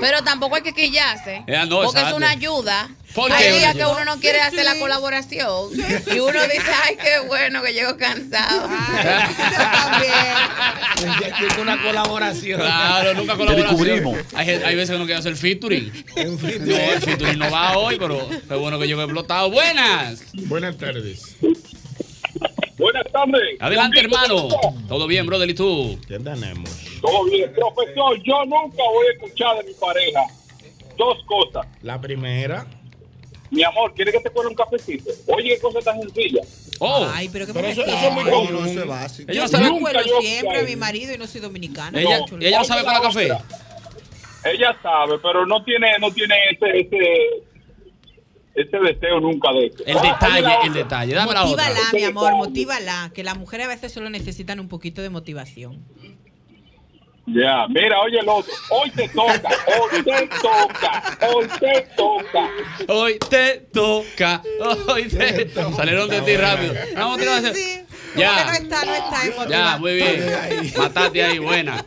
Speaker 9: Pero tampoco hay que quillarse.
Speaker 4: Ya, no,
Speaker 9: porque es
Speaker 4: exacto.
Speaker 9: una ayuda.
Speaker 4: ¿Por
Speaker 9: Hay
Speaker 4: qué?
Speaker 9: días que uno no
Speaker 4: Sí,
Speaker 9: quiere
Speaker 4: sí.
Speaker 9: hacer la colaboración. Y uno dice, ay, qué bueno que llego cansado.
Speaker 5: pues
Speaker 20: Es una colaboración.
Speaker 4: Claro, nunca colaboramos. Hay, gen- hay veces que uno quiere hacer featuring. No, el featuring no va hoy, pero qué bueno que yo he explotado. Buenas.
Speaker 5: Buenas tardes.
Speaker 16: Buenas tardes.
Speaker 4: Adelante,
Speaker 16: Bendito,
Speaker 4: hermano.
Speaker 16: ¿cómo
Speaker 4: Todo bien, brother, ¿y tú?
Speaker 5: ¿Qué tenemos?
Speaker 16: está? Todo bien. Profesor, yo nunca voy a escuchar de mi pareja dos cosas.
Speaker 5: La primera.
Speaker 16: Mi amor, ¿quiere que te cuele un cafecito? Oye, qué cosa tan sencilla.
Speaker 4: Oh.
Speaker 7: Ay, pero qué
Speaker 16: Pero eso-
Speaker 7: molestia.
Speaker 16: eso es muy
Speaker 7: Ay,
Speaker 16: común.
Speaker 7: no, no, eso es
Speaker 16: básico.
Speaker 7: Yo
Speaker 16: Ella
Speaker 7: se
Speaker 16: sabe-
Speaker 7: lo cuelo
Speaker 16: Nunca yo
Speaker 7: siempre a
Speaker 16: caí.
Speaker 7: mi marido y no soy dominicana.
Speaker 16: Ella-
Speaker 7: Chulo.
Speaker 16: ella no sabe para café. Ella sabe, pero no tiene, no tiene ese, ese, ese deseo nunca de eso.
Speaker 4: El detalle, el detalle. Dame la otra.
Speaker 7: Motívala, mi amor, motívala. Que las mujeres a veces solo necesitan un poquito de motivación.
Speaker 16: Ya, mira, oye el otro. Hoy te toca, hoy te toca, hoy te toca.
Speaker 4: Hoy te toca. Hoy te toca. Salieron de ti rápido. Vamos a tirar ese-
Speaker 7: Porque
Speaker 4: Ya.
Speaker 7: no está, no está en
Speaker 4: Ya,
Speaker 7: motivación.
Speaker 4: muy bien. Matate ahí, buena.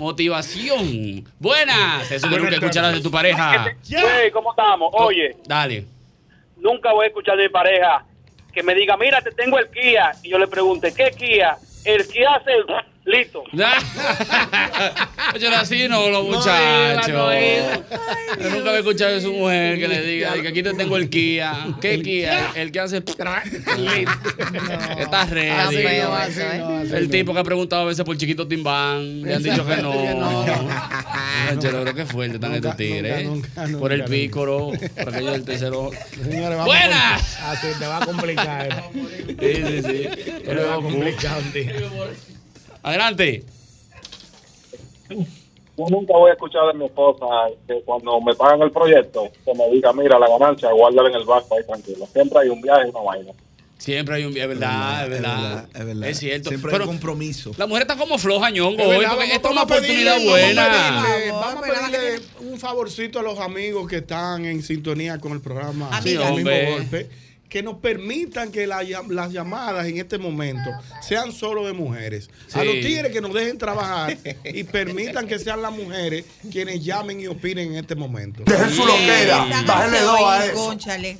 Speaker 4: Motivación. Buenas.
Speaker 16: Ah,
Speaker 4: Eso que nunca escucharás de tu pareja.
Speaker 12: Güey, ¿cómo estamos? Oye,
Speaker 4: Dale.
Speaker 12: nunca voy a escuchar de mi pareja que me diga, mira, te tengo el Kia. Y yo le pregunte, ¿qué Kia? El Kia hace el... Listo.
Speaker 4: Yo era así, no, los
Speaker 12: No
Speaker 4: muchachos.
Speaker 12: era, no era.
Speaker 4: Yo nunca había escuchado de su mujer que le diga, que aquí te tengo el Kia. ¿Qué Kia? El que hace. Estás ready.
Speaker 21: Ah,
Speaker 9: Está feo eso, ¿eh?
Speaker 4: El tipo que ha preguntado a veces por chiquito Timbán, le han dicho que no. Ranchero, creo que fuerte están estos tigres. ¿eh? Por el pícoro, por aquello del tercer ojo.
Speaker 5: Señores, vamos
Speaker 4: ¡Buenas!
Speaker 5: con- Así te va a complicar.
Speaker 4: Sí, sí, sí.
Speaker 5: Te va a complicar un día.
Speaker 4: Adelante.
Speaker 16: Yo nunca voy a escuchar de mi esposa que cuando me pagan el proyecto, que me diga, mira, la ganancia, guárdala en el banco ahí tranquilo. Siempre hay un viaje y una vaina.
Speaker 4: Siempre hay un es verdad, es verdad, es verdad. Es cierto.
Speaker 19: Siempre
Speaker 4: Pero
Speaker 19: hay compromiso.
Speaker 4: la mujer está como floja, ñongo,
Speaker 5: Es verdad,
Speaker 4: hoy, porque
Speaker 5: vamos-
Speaker 4: esta es una
Speaker 5: vamos a pedirle-
Speaker 4: oportunidad buena.
Speaker 5: Vamos a pedirle, vamos a pedirle un favorcito a los amigos que están en sintonía con el programa
Speaker 4: Amigas. Sí,
Speaker 5: del mismo
Speaker 4: hombre.
Speaker 5: golpe. Que nos permitan que la llam- las llamadas en este momento sean solo de mujeres. A
Speaker 4: Sí.
Speaker 5: los tigres que nos dejen trabajar y permitan que sean las mujeres quienes llamen y opinen en este momento.
Speaker 22: Dejen su loquera, bájenle dos a eso.
Speaker 7: Cónchale.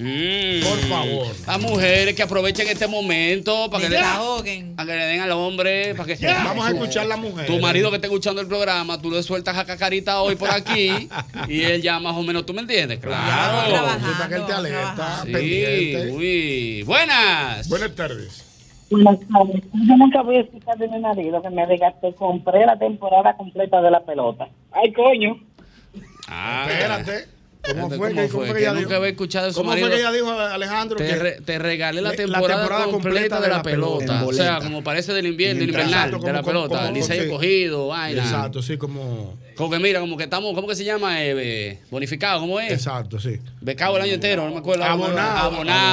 Speaker 5: Por favor.
Speaker 4: Las Mm. mujeres que aprovechen este momento para que, le,
Speaker 7: Desahoguen.
Speaker 4: para que le den al hombre. Para que,
Speaker 5: Vamos a escuchar las mujeres.
Speaker 4: Tu marido que está escuchando el programa, tú le sueltas a Cacarita hoy por aquí y él ya más o menos, ¿tú me entiendes? Claro.
Speaker 5: Sí, para que él te alerta,
Speaker 4: Sí,
Speaker 5: pendiente.
Speaker 4: uy. Buenas.
Speaker 5: Buenas tardes.
Speaker 23: Buenas tardes. Yo nunca voy a escuchar de mi marido que me diga que compré la temporada completa de la pelota. Ay, coño.
Speaker 4: Ah.
Speaker 5: Espérate. ¿Cómo
Speaker 4: Espérate,
Speaker 5: fue?
Speaker 4: ¿cómo
Speaker 5: ¿Qué-
Speaker 4: fue?
Speaker 5: cómo fue
Speaker 4: Que
Speaker 5: que ella
Speaker 4: nunca
Speaker 5: dijo?
Speaker 4: había escuchado de su
Speaker 5: ¿Cómo fue
Speaker 4: marido.
Speaker 5: que ella dijo, Alejandro?
Speaker 4: Te,
Speaker 5: que-
Speaker 4: re- te regalé la
Speaker 5: Le-
Speaker 4: temporada, completa, de la pelota.
Speaker 5: En
Speaker 4: O sea,
Speaker 5: boleta.
Speaker 4: como parece del invierno, del
Speaker 5: Exacto,
Speaker 4: invernal,
Speaker 5: como-
Speaker 4: de la
Speaker 5: como-
Speaker 4: pelota.
Speaker 5: como-
Speaker 4: Ni se haya
Speaker 5: sí.
Speaker 4: cogido, vaina.
Speaker 5: Exacto, sí, como.
Speaker 4: Como que mira, como que estamos, ¿cómo que se llama? Eh, eh, bonificado, ¿cómo es?
Speaker 5: Exacto, sí.
Speaker 4: Becado el año entero, no me acuerdo.
Speaker 5: Abonado.
Speaker 4: Abonado,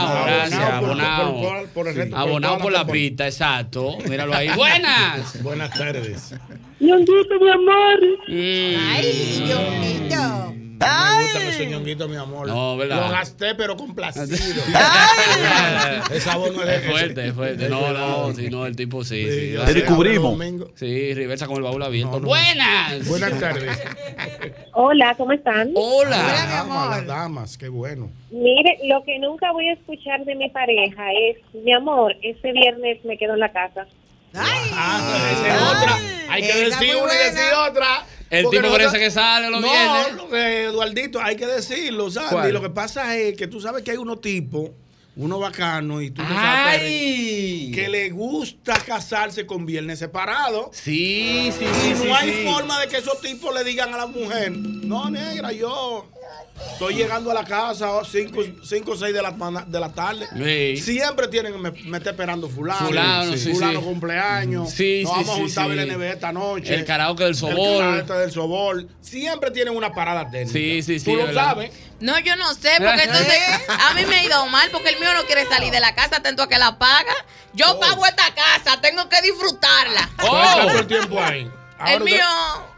Speaker 5: Abonado,
Speaker 4: gracias,
Speaker 5: abonado
Speaker 4: abonado.
Speaker 5: por- por- por el resto- por
Speaker 4: abonado
Speaker 5: toda la
Speaker 4: por la
Speaker 5: temporada.
Speaker 4: pista, exacto. Míralo ahí. ¡Buenas!
Speaker 5: Buenas tardes.
Speaker 23: Ñonguito, mi amor.
Speaker 7: Ay, Diosito.
Speaker 5: Me gusta que soy ñonguito, mi amor.
Speaker 4: No, ¿verdad?
Speaker 5: Lo gasté, pero complacido. Ese abono es-
Speaker 4: es fuerte, es fuerte. No, no, sí, no, el tipo sí. sí.
Speaker 19: Te descubrimos.
Speaker 4: Sí, Riversa con el baúl abierto. ¡Buenas!
Speaker 5: Buenas tardes.
Speaker 23: Hola, ¿cómo están?
Speaker 5: Las
Speaker 4: Hola.
Speaker 5: damas, las damas, qué bueno.
Speaker 23: Mire, lo que nunca voy a escuchar de mi pareja es, mi amor, este viernes me quedo en la casa.
Speaker 5: Ah,
Speaker 4: Ah.
Speaker 5: pues, Hay
Speaker 4: que Esa decir eh, muy una y buena. decir
Speaker 5: otra.
Speaker 4: El
Speaker 5: Porque
Speaker 4: tipo
Speaker 5: nosotros-
Speaker 4: parece que sale los
Speaker 5: no,
Speaker 4: viernes.
Speaker 5: lo que, Eduardito, hay que decirlo, Sandy.
Speaker 4: ¿Cuál?
Speaker 5: Lo que pasa es que tú sabes que hay unos tipos, unos bacanos, y tú no sabes
Speaker 4: ¡Ay!
Speaker 5: que le gusta casarse con viernes separados.
Speaker 4: Sí, sí,
Speaker 5: Y
Speaker 4: sí.
Speaker 5: no
Speaker 4: sí,
Speaker 5: hay
Speaker 4: sí.
Speaker 5: forma de que esos tipos le digan a la mujer, no, negra, yo Estoy llegando a la casa a 5 o 6 de la, mana- de la tarde.
Speaker 4: Sí.
Speaker 5: Siempre tienen, me, me está esperando fulano.
Speaker 4: Fulano, sí,
Speaker 5: fulano
Speaker 4: sí.
Speaker 5: cumpleaños.
Speaker 4: Sí,
Speaker 5: Nos
Speaker 4: sí,
Speaker 5: vamos
Speaker 4: sí,
Speaker 5: a juntar
Speaker 4: sí.
Speaker 5: a ver la NBA esta noche.
Speaker 4: El karaoke del
Speaker 5: El
Speaker 4: Sobol.
Speaker 5: karaoke del sobol. Siempre tienen una parada técnica.
Speaker 4: Sí, sí, sí,
Speaker 5: Tú
Speaker 4: de
Speaker 5: lo
Speaker 4: verdad.
Speaker 5: sabes.
Speaker 9: No, yo no sé, porque entonces a mí me ha ido mal, porque el mío no quiere salir de la casa, tanto a que la paga. Yo
Speaker 4: Oh.
Speaker 9: pago esta casa, tengo que disfrutarla.
Speaker 5: Todo está todo el tiempo ahí.
Speaker 9: El mío,
Speaker 5: Usted,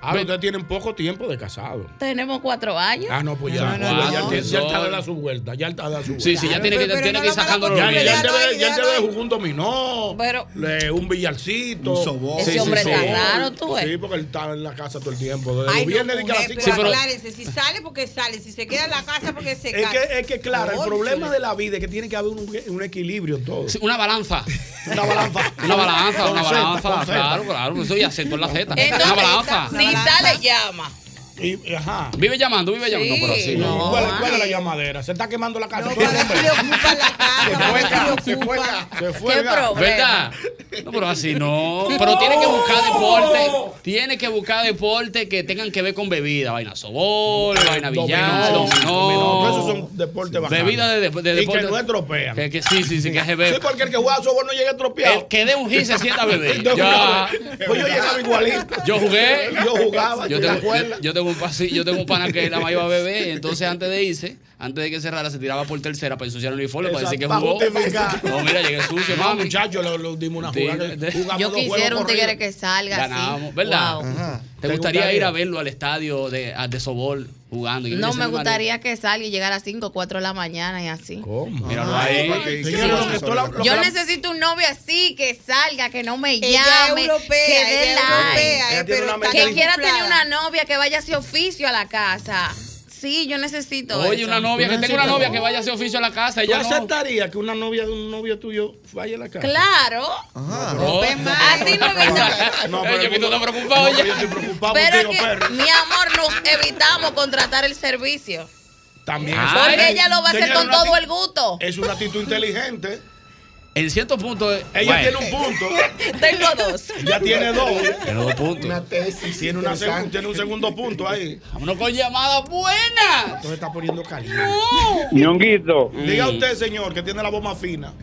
Speaker 5: ahora ustedes tienen poco tiempo de casado.
Speaker 9: tenemos cuatro años.
Speaker 5: Ah, no, pues ya.
Speaker 4: No, no,
Speaker 5: ya,
Speaker 4: no.
Speaker 5: ya- ya él está de la su vuelta. Ya él está de la su vuelta.
Speaker 4: Sí, sí, ya tiene que- Pero- tiene pero que ir no lo sacándolo
Speaker 5: Ya,
Speaker 4: van a
Speaker 5: ya,
Speaker 4: los
Speaker 5: ya él
Speaker 4: niños.
Speaker 5: debe, ya él
Speaker 4: Ya no
Speaker 5: debe
Speaker 4: hay-
Speaker 5: jugar un dominó.
Speaker 9: Pero-
Speaker 5: le- un villarcito.
Speaker 4: Un
Speaker 5: sobor.
Speaker 4: Ese hombre está raro,
Speaker 7: tú ves.
Speaker 5: Sí, porque él está en la casa todo el tiempo. Desde los
Speaker 7: Ay, no,
Speaker 5: viernes de que a las
Speaker 7: mujer,
Speaker 5: cinco.
Speaker 4: este
Speaker 7: pero aclárese, si sale porque sale, si se queda en la casa porque se
Speaker 5: Es
Speaker 7: casa.
Speaker 5: que, es que, claro, el
Speaker 7: Oye.
Speaker 5: problema de la vida es que tiene que haber un, un equilibrio en todo.
Speaker 4: Una balanza.
Speaker 5: Una balanza.
Speaker 4: Una balanza, una
Speaker 5: Con Z,
Speaker 4: balanza.
Speaker 5: con Z.
Speaker 4: Claro, claro, pues eso ya acepto en la Z.
Speaker 9: Entonces,
Speaker 4: Una balanza.
Speaker 9: si sale, llama.
Speaker 5: Y- ajá.
Speaker 4: Vive llamando, vive llamando. No, pero así no.
Speaker 5: ¿Y ¿Cuál, cuál es la llamadera? Se está quemando la casa. Se fue la casa. Se fue, se fue, se fue.
Speaker 4: Juega. ¿Verdad? No, pero así no. Pero tiene que buscar deporte. Tiene que buscar deporte que tengan que ver con bebida. Vaina sobol, vaina billar,
Speaker 5: Dominó, dominó.
Speaker 4: dominó.
Speaker 5: Esos son deportes bacanos.
Speaker 4: Bebida de, de, de
Speaker 5: Y que
Speaker 4: deporte.
Speaker 5: no estropean.
Speaker 4: Que, que sí, sí, sí, que es
Speaker 5: Sí,
Speaker 4: beber.
Speaker 5: porque el que juega a softball no llega estropeado.
Speaker 4: El que dé un hit se sienta a beber.
Speaker 5: De una
Speaker 4: Ya.
Speaker 5: vez. Pues yo llegaba igualito.
Speaker 4: Yo jugué.
Speaker 5: Yo jugaba,
Speaker 4: Yo
Speaker 5: ¿te
Speaker 4: tengo,
Speaker 5: acuerdas?
Speaker 4: yo- yo tengo un pasillo, yo tengo un pana que la más iba a beber. y Entonces, antes de irse, antes de que cerrara, se tiraba por tercera para ensuciar el uniforme, para decir que
Speaker 5: Exacto,
Speaker 4: jugó.
Speaker 5: para justificar.
Speaker 4: No, mira, llegué sucio,
Speaker 5: No,
Speaker 4: mami.
Speaker 5: muchachos, le, le dimos una jugada.
Speaker 4: De- de-
Speaker 5: Jugamos
Speaker 9: Yo
Speaker 5: dos juegos
Speaker 9: quisiera un
Speaker 5: corridos.
Speaker 9: tigre que salga
Speaker 4: Ganábamos,
Speaker 9: así.
Speaker 4: ¿verdad?
Speaker 9: Wow.
Speaker 4: ¿Te,
Speaker 5: ¿Te
Speaker 4: gustaría,
Speaker 5: gustaría?
Speaker 4: ir a verlo al estadio de, a- de Sobol jugando? Yo creo
Speaker 9: No
Speaker 4: que
Speaker 9: me
Speaker 4: ese
Speaker 9: gustaría que salga y llegara a 5 o 4 de la mañana y así.
Speaker 4: animal- Míralo ahí.
Speaker 5: Señores, lo que toda la- lo que
Speaker 9: Yo
Speaker 5: la-
Speaker 9: necesito un novio así, que salga, que no me llame,
Speaker 7: Ella es europea,
Speaker 9: que dé
Speaker 7: ella es
Speaker 9: like.
Speaker 7: europea, eh,
Speaker 5: Ella tiene
Speaker 7: pero
Speaker 5: una
Speaker 7: está
Speaker 9: Que quiera
Speaker 7: camuflada.
Speaker 9: tener una novia que vaya a hacer oficio a la casa. Sí, yo necesito
Speaker 4: Oye,
Speaker 9: eso.
Speaker 4: una novia, que tenga una novia que vaya a hacer oficio a la casa.
Speaker 5: ¿Tú
Speaker 4: Ella no.
Speaker 5: aceptarías que una novia de un novio tuyo vaya a la casa?
Speaker 9: Claro.
Speaker 5: No,
Speaker 9: Así no
Speaker 5: No,
Speaker 4: Eh, yo
Speaker 5: pero
Speaker 4: que tú estás preocupado
Speaker 5: No, pero
Speaker 4: ya.
Speaker 5: yo estoy preocupado
Speaker 9: Pero
Speaker 5: contigo,
Speaker 9: que,
Speaker 5: perro.
Speaker 9: mi amor, nos evitamos contratar el servicio.
Speaker 5: También.
Speaker 4: Ay.
Speaker 9: Porque ella lo va a hacer
Speaker 5: Ah, eh, Señora,
Speaker 9: con
Speaker 5: una
Speaker 9: todo
Speaker 5: ti-
Speaker 9: el gusto.
Speaker 5: Es una actitud inteligente.
Speaker 4: En cierto punto. eh, Ella
Speaker 5: Ella tiene un punto.
Speaker 9: Tengo dos.
Speaker 5: Ella tiene dos.
Speaker 4: Tiene dos puntos.
Speaker 5: Una tesis. Tiene, una segun- tiene un segundo punto ahí.
Speaker 4: Vámonos con llamadas buenas.
Speaker 5: Entonces está poniendo caliente.
Speaker 4: Uh.
Speaker 12: Ñonguito,
Speaker 4: Mm.
Speaker 5: Diga usted, señor, que tiene la voz más fina.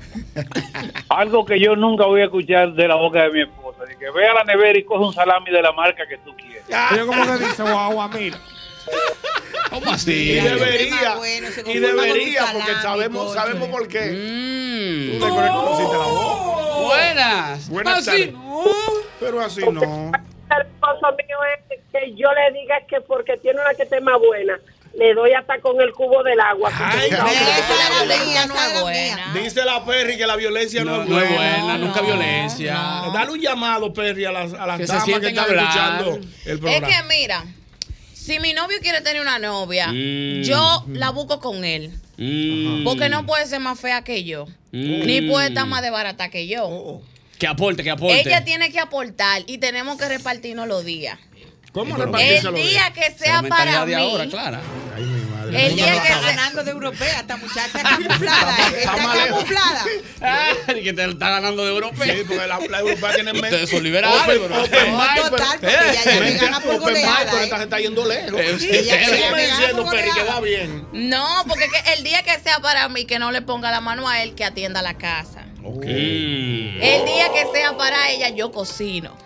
Speaker 12: algo que yo nunca voy a escuchar de la boca de mi esposa. De que ve a la nevera y coge un salami de la marca que tú quieres.
Speaker 6: Yo como que dice, guau, mira.
Speaker 4: ¿Cómo así?
Speaker 5: Y debería.
Speaker 7: bueno, se
Speaker 5: y
Speaker 7: conforma con un
Speaker 5: debería, porque
Speaker 7: salami,
Speaker 5: sabemos,
Speaker 7: coche.
Speaker 5: sabemos por qué.
Speaker 4: Mm. Oh.
Speaker 5: Tú le conociste la voz.
Speaker 4: Buenas.
Speaker 5: Buenas
Speaker 4: Así
Speaker 5: tardes.
Speaker 4: no.
Speaker 5: Pero así no.
Speaker 8: El esposo mío es que yo le diga que porque tiene una que esté más buena, le doy hasta con el cubo del agua.
Speaker 5: Ay,
Speaker 9: La violencia no es buena.
Speaker 5: Dice la Perry que la violencia no,
Speaker 4: No,
Speaker 5: es
Speaker 4: no
Speaker 5: buena.
Speaker 4: es buena, nunca violencia.
Speaker 5: Dale un llamado, Perry, a las, a las
Speaker 4: Que se
Speaker 5: damas que
Speaker 4: sienten a
Speaker 5: están
Speaker 4: hablar.
Speaker 5: escuchando el
Speaker 9: Es
Speaker 5: programa.
Speaker 9: que mira, si mi novio quiere tener una novia,
Speaker 4: Mm.
Speaker 9: yo la busco con él.
Speaker 4: Mm.
Speaker 9: Porque no puede ser más fea que yo.
Speaker 4: Mm.
Speaker 9: Ni puede estar más de barata que yo.
Speaker 5: Oh,
Speaker 4: Que aporte, que aporte.
Speaker 9: Ella tiene que aportar y tenemos que repartirnos los días.
Speaker 5: ¿Cómo
Speaker 4: Pero-
Speaker 5: repartirse
Speaker 9: el
Speaker 5: los
Speaker 9: día
Speaker 5: días?
Speaker 9: que
Speaker 4: la
Speaker 9: sea
Speaker 4: mentalidad
Speaker 9: para
Speaker 4: de
Speaker 9: mí.
Speaker 4: ahora, Clara.
Speaker 5: Ay, mi madre.
Speaker 9: El
Speaker 5: No,
Speaker 9: día
Speaker 5: no,
Speaker 9: que
Speaker 5: no,
Speaker 9: se-
Speaker 7: ganando de europea, esta muchacha está camuflada. eh, Está
Speaker 5: está mal.
Speaker 7: camuflada.
Speaker 4: Ah, que te está ganando de europeo.
Speaker 5: Sí, porque la, la europea tiene
Speaker 4: Ustedes son liberales,
Speaker 5: Open-
Speaker 4: bro.
Speaker 5: open
Speaker 4: No,
Speaker 5: mic,
Speaker 7: total,
Speaker 5: pero-
Speaker 7: porque ya- ya
Speaker 5: Vente,
Speaker 7: me gana por
Speaker 5: open mic,
Speaker 7: goleada,
Speaker 5: pero
Speaker 7: ¿eh?
Speaker 5: esta se está yendo lejos.
Speaker 4: Eh, sí,
Speaker 5: Ella-
Speaker 4: sí,
Speaker 5: Sígueme
Speaker 7: me gana
Speaker 5: diciendo,
Speaker 7: por
Speaker 5: Perry, que va
Speaker 7: goleada.
Speaker 5: bien.
Speaker 9: No, porque es que el día que sea para mí, que no le ponga la mano a él, que atienda la casa.
Speaker 4: Mm.
Speaker 9: El día que sea para ella, yo cocino.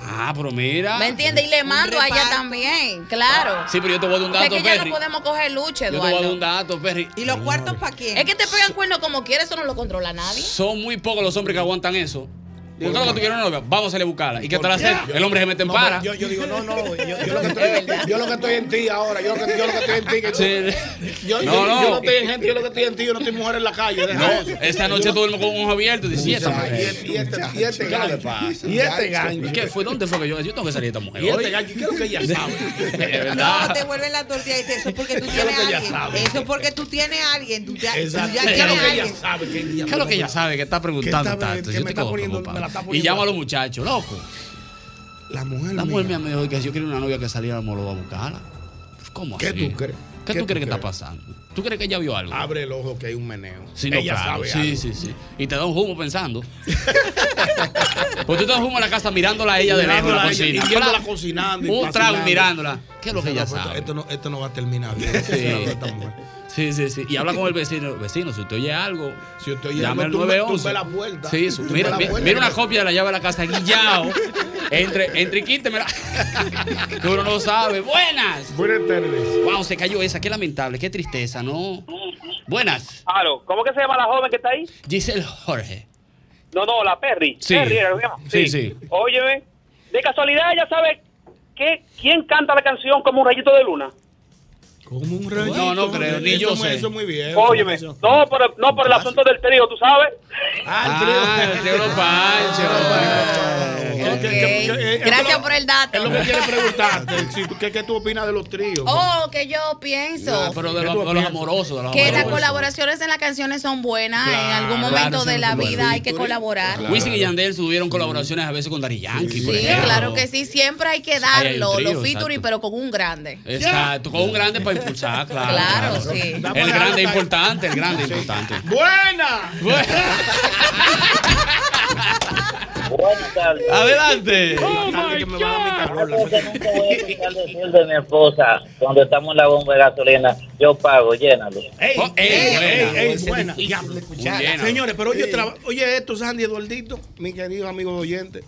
Speaker 4: Ah, pero mira.
Speaker 9: ¿Me entiendes? Y le mando a ella también, claro.
Speaker 4: Sí, pero yo te voy a dar Ah. un
Speaker 9: es
Speaker 4: dato,
Speaker 9: que ya no
Speaker 4: Perry.
Speaker 9: podemos coger lucha,
Speaker 4: yo te voy a dar un
Speaker 9: Eduardo.
Speaker 4: dato, Perry.
Speaker 7: ¿Y los cuartos para quién?
Speaker 9: Es que te pegan cuernos como quieres, eso no lo controla nadie.
Speaker 4: Son muy pocos los hombres que aguantan eso. Digo, claro que tú quieres una novia, vamos a le buscarla. ¿Y qué
Speaker 5: ¿Por
Speaker 4: tal hacer?
Speaker 5: qué?
Speaker 4: El hombre se mete en
Speaker 5: No,
Speaker 4: para.
Speaker 5: Yo, yo digo, no, no, yo, yo lo que estoy, yo lo que estoy en ti ahora, yo lo que, yo lo que estoy en ti. que-
Speaker 4: Sí.
Speaker 5: Yo,
Speaker 4: No,
Speaker 5: yo-
Speaker 4: no.
Speaker 5: yo no estoy en gente, yo lo que estoy en ti, yo no estoy mujer en la calle. deja
Speaker 4: No,
Speaker 5: eso.
Speaker 4: esta noche duermo con un ojo abierto y dice, ¿y esta
Speaker 5: Y
Speaker 4: mujer?
Speaker 5: este- y este- y este
Speaker 4: ¿Qué es lo que
Speaker 5: gancho,
Speaker 4: pasa?
Speaker 5: Y este gancho.
Speaker 4: ¿Y qué fue? ¿Dónde fue que yo? Yo tengo que salir de esta mujer.
Speaker 5: Y este
Speaker 4: hoy.
Speaker 5: gancho, ¿y qué es lo que ella sabe?
Speaker 4: Es
Speaker 7: No,
Speaker 4: verdad.
Speaker 7: te vuelven la tortilla y dices, eso es porque tú
Speaker 5: Eso es lo
Speaker 7: tienes
Speaker 5: que ella
Speaker 7: a
Speaker 5: sabe.
Speaker 7: alguien. Eso es porque tú tienes a alguien. Tú ya, tú ya
Speaker 5: Exacto.
Speaker 7: tienes
Speaker 5: ¿Qué es lo
Speaker 7: a
Speaker 5: que ella
Speaker 7: alguien.
Speaker 5: sabe? Que
Speaker 4: ¿Qué es lo que ella sabe que está preguntando tanto? Yo estoy como preocupado. Y llama a los muchachos, loco.
Speaker 5: La mujer
Speaker 4: La mujer mía me dijo que si yo quería una novia que saliera, me lo va a buscarla. Pues, ¿Cómo
Speaker 5: ¿Qué
Speaker 4: así?
Speaker 5: tú crees?
Speaker 4: ¿Qué, tú crees que está pasando? ¿Tú crees que ella vio algo?
Speaker 5: Abre el ojo que hay un meneo.
Speaker 4: Sí, no,
Speaker 5: ella
Speaker 4: claro.
Speaker 5: sabe
Speaker 4: sí,
Speaker 5: algo.
Speaker 4: sí, sí. Y te da un humo pensando. Porque tú te das un humo en la casa mirándola a ella de lejos. en
Speaker 5: Mirándola
Speaker 4: La
Speaker 5: a ella,
Speaker 4: cocina.
Speaker 5: y viéndola cocinando. y
Speaker 4: Un trago y
Speaker 5: cocinando.
Speaker 4: mirándola. ¿Qué es lo que
Speaker 5: Dice,
Speaker 4: ella
Speaker 5: no, pues,
Speaker 4: sabe?
Speaker 5: Esto no, esto no va a terminar bien.
Speaker 4: Sí. Sí, sí, sí. Y habla con el vecino. Vecino, si usted oye algo, si usted
Speaker 5: oye
Speaker 4: llame
Speaker 5: algo,
Speaker 4: al
Speaker 5: tumbe-
Speaker 4: 911.
Speaker 5: tumbe la puerta.
Speaker 4: Sí, su-
Speaker 5: Tumbe
Speaker 4: mira,
Speaker 5: la
Speaker 4: mi-
Speaker 5: puerta.
Speaker 4: mira una copia de la llave de la casa guillao. Entre, entre y quítemela. Que uno no sabe. Buenas.
Speaker 5: Buenas tardes.
Speaker 4: Wow, se cayó esa. Qué lamentable, qué tristeza, ¿no? Buenas.
Speaker 12: Claro, ¿cómo que se llama la joven que está ahí?
Speaker 4: Giselle Jorge.
Speaker 12: No, no, la Perry.
Speaker 4: Sí.
Speaker 12: Perry era, ¿verdad?
Speaker 4: Sí, sí.
Speaker 12: Óyeme, de casualidad ella sabe que, quién canta la canción como un rayito de luna.
Speaker 5: Como un rayito.
Speaker 4: No, no creo, ni yo
Speaker 5: Eso es muy-
Speaker 4: sé.
Speaker 5: Eso es muy bien.
Speaker 12: Óyeme,
Speaker 5: Eso-
Speaker 12: no por, no por el asunto del trío, ¿tú sabes?
Speaker 4: Ah, el Teodoro Pancho.
Speaker 5: Ok, que- que- eh, esto
Speaker 9: Gracias
Speaker 5: lo-
Speaker 9: por el dato.
Speaker 5: Es lo que quiere preguntarte. si tú- ¿Qué, ¿Qué tú opinas de los tríos?
Speaker 9: Oh, que yo pienso.
Speaker 4: Ah, pero de los, de los amorosos, de los
Speaker 9: Que las
Speaker 4: amorosos.
Speaker 9: colaboraciones en las canciones son buenas. en
Speaker 4: Claro,
Speaker 9: algún momento
Speaker 4: claro,
Speaker 9: de
Speaker 4: sí,
Speaker 9: la
Speaker 4: sí, sí.
Speaker 9: vida hay que colaborar.
Speaker 4: Wisin y Yandel tuvieron colaboraciones a veces con Dari Yankee. por
Speaker 9: Sí,
Speaker 4: ejemplo.
Speaker 9: claro que sí. Siempre hay que
Speaker 4: Ahí hay un
Speaker 9: darlo,
Speaker 4: trío,
Speaker 9: los featuring,
Speaker 4: exacto.
Speaker 9: pero con un grande.
Speaker 4: Exacto, con un grande para impulsar, claro.
Speaker 9: Claro, sí.
Speaker 4: El grande es importante, el grande es importante.
Speaker 5: ¡Buena!
Speaker 1: Buenas tardes.
Speaker 4: Adelante.
Speaker 5: que me va a dar mi calor. la-
Speaker 4: ¿eh?
Speaker 1: Nunca voy a dejar de decir de mi esposa cuando estamos en la bomba de gasolina, yo pago, llénalo.
Speaker 5: ¡Ey!
Speaker 1: Oh,
Speaker 5: ¡Ey!
Speaker 1: ey,
Speaker 5: ¡Ey!
Speaker 1: buena.
Speaker 5: ey,
Speaker 1: Ese
Speaker 5: buena.
Speaker 1: difícil
Speaker 5: Diablo,
Speaker 1: de
Speaker 5: escuchar.
Speaker 1: escuchar.
Speaker 5: Señores, pero oye,
Speaker 1: Sí.
Speaker 5: traba- oye esto, Sandy Eduardito, mi querido amigo oyente.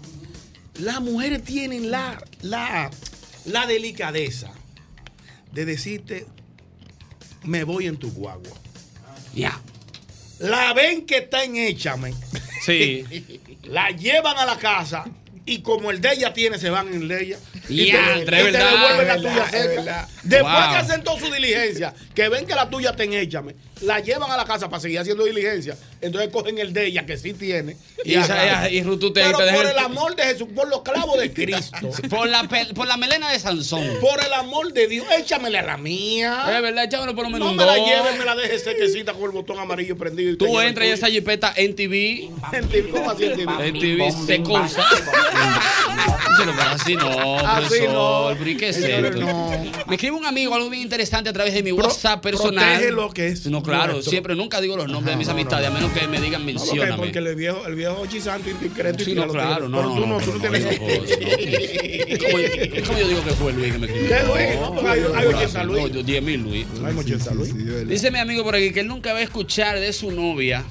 Speaker 5: Las mujeres tienen la, la, la delicadeza de decirte, me voy en tu guagua.
Speaker 4: Ya.
Speaker 5: La ven que está en échame.
Speaker 4: Sí.
Speaker 5: la llevan a la casa y como el de ella tiene, se van en el de ella. Y
Speaker 4: Ya,
Speaker 5: te,
Speaker 4: es
Speaker 5: y te
Speaker 4: verdad,
Speaker 5: devuelven
Speaker 4: es
Speaker 5: la tuya
Speaker 4: verdad,
Speaker 5: seca.
Speaker 4: es verdad.
Speaker 5: Después
Speaker 4: Wow.
Speaker 5: que hacen toda su diligencia, que ven que la tuya está en échame, la llevan a la casa para seguir haciendo diligencia. Entonces cogen el de ella que sí tiene.
Speaker 4: Y esa-
Speaker 5: agarran.
Speaker 4: y Ruth, tú te-
Speaker 5: Pero
Speaker 4: te deja
Speaker 5: por
Speaker 4: el-
Speaker 5: el amor de Jesús, por los clavos de Cristo.
Speaker 4: Por la, pel- por la melena de Sansón.
Speaker 5: Por el amor de Dios, échamele a la mía.
Speaker 4: Es verdad, échamelo por lo menos
Speaker 5: No
Speaker 4: un
Speaker 5: me la
Speaker 4: dos.
Speaker 5: lleves, me la dejes sequecita con el botón amarillo prendido. y te
Speaker 4: Tú
Speaker 5: llevas
Speaker 4: entras y
Speaker 5: tuyo.
Speaker 4: esa jipeta en TV.
Speaker 5: En TV, ¿cómo así en TV?
Speaker 4: En TV se cosa. Pero así no,
Speaker 5: Así
Speaker 4: profesor.
Speaker 5: Ah, no.
Speaker 4: pero ¿y ¿Qué es
Speaker 5: Señores,
Speaker 4: esto? Me escribe un amigo algo bien interesante a través de mi WhatsApp personal.
Speaker 5: Protege lo que es.
Speaker 4: No, claro,
Speaker 5: nuestro.
Speaker 4: siempre, nunca digo los nombres de mis
Speaker 5: no, no,
Speaker 4: amistades, a menos que me digan
Speaker 5: No, porque-
Speaker 4: mencióname.
Speaker 5: Porque el viejo, el viejo Chisanto indiscreto
Speaker 4: Sí,
Speaker 5: y tira
Speaker 4: no,
Speaker 5: los
Speaker 4: claro,
Speaker 5: tigres.
Speaker 4: no,
Speaker 5: Pero
Speaker 4: no,
Speaker 5: tú
Speaker 4: no,
Speaker 5: no, tú no
Speaker 4: pero no,
Speaker 5: tienes
Speaker 4: yo ¿Cómo, cómo yo digo que fue Luis que me escribió?
Speaker 5: ¿Qué Luis? No, porque hay- hay 80 Luis.
Speaker 4: No, yo 10 mil Luis.
Speaker 5: Hay 80 Luis.
Speaker 4: Dice mi amigo por aquí que él nunca va a escuchar de su novia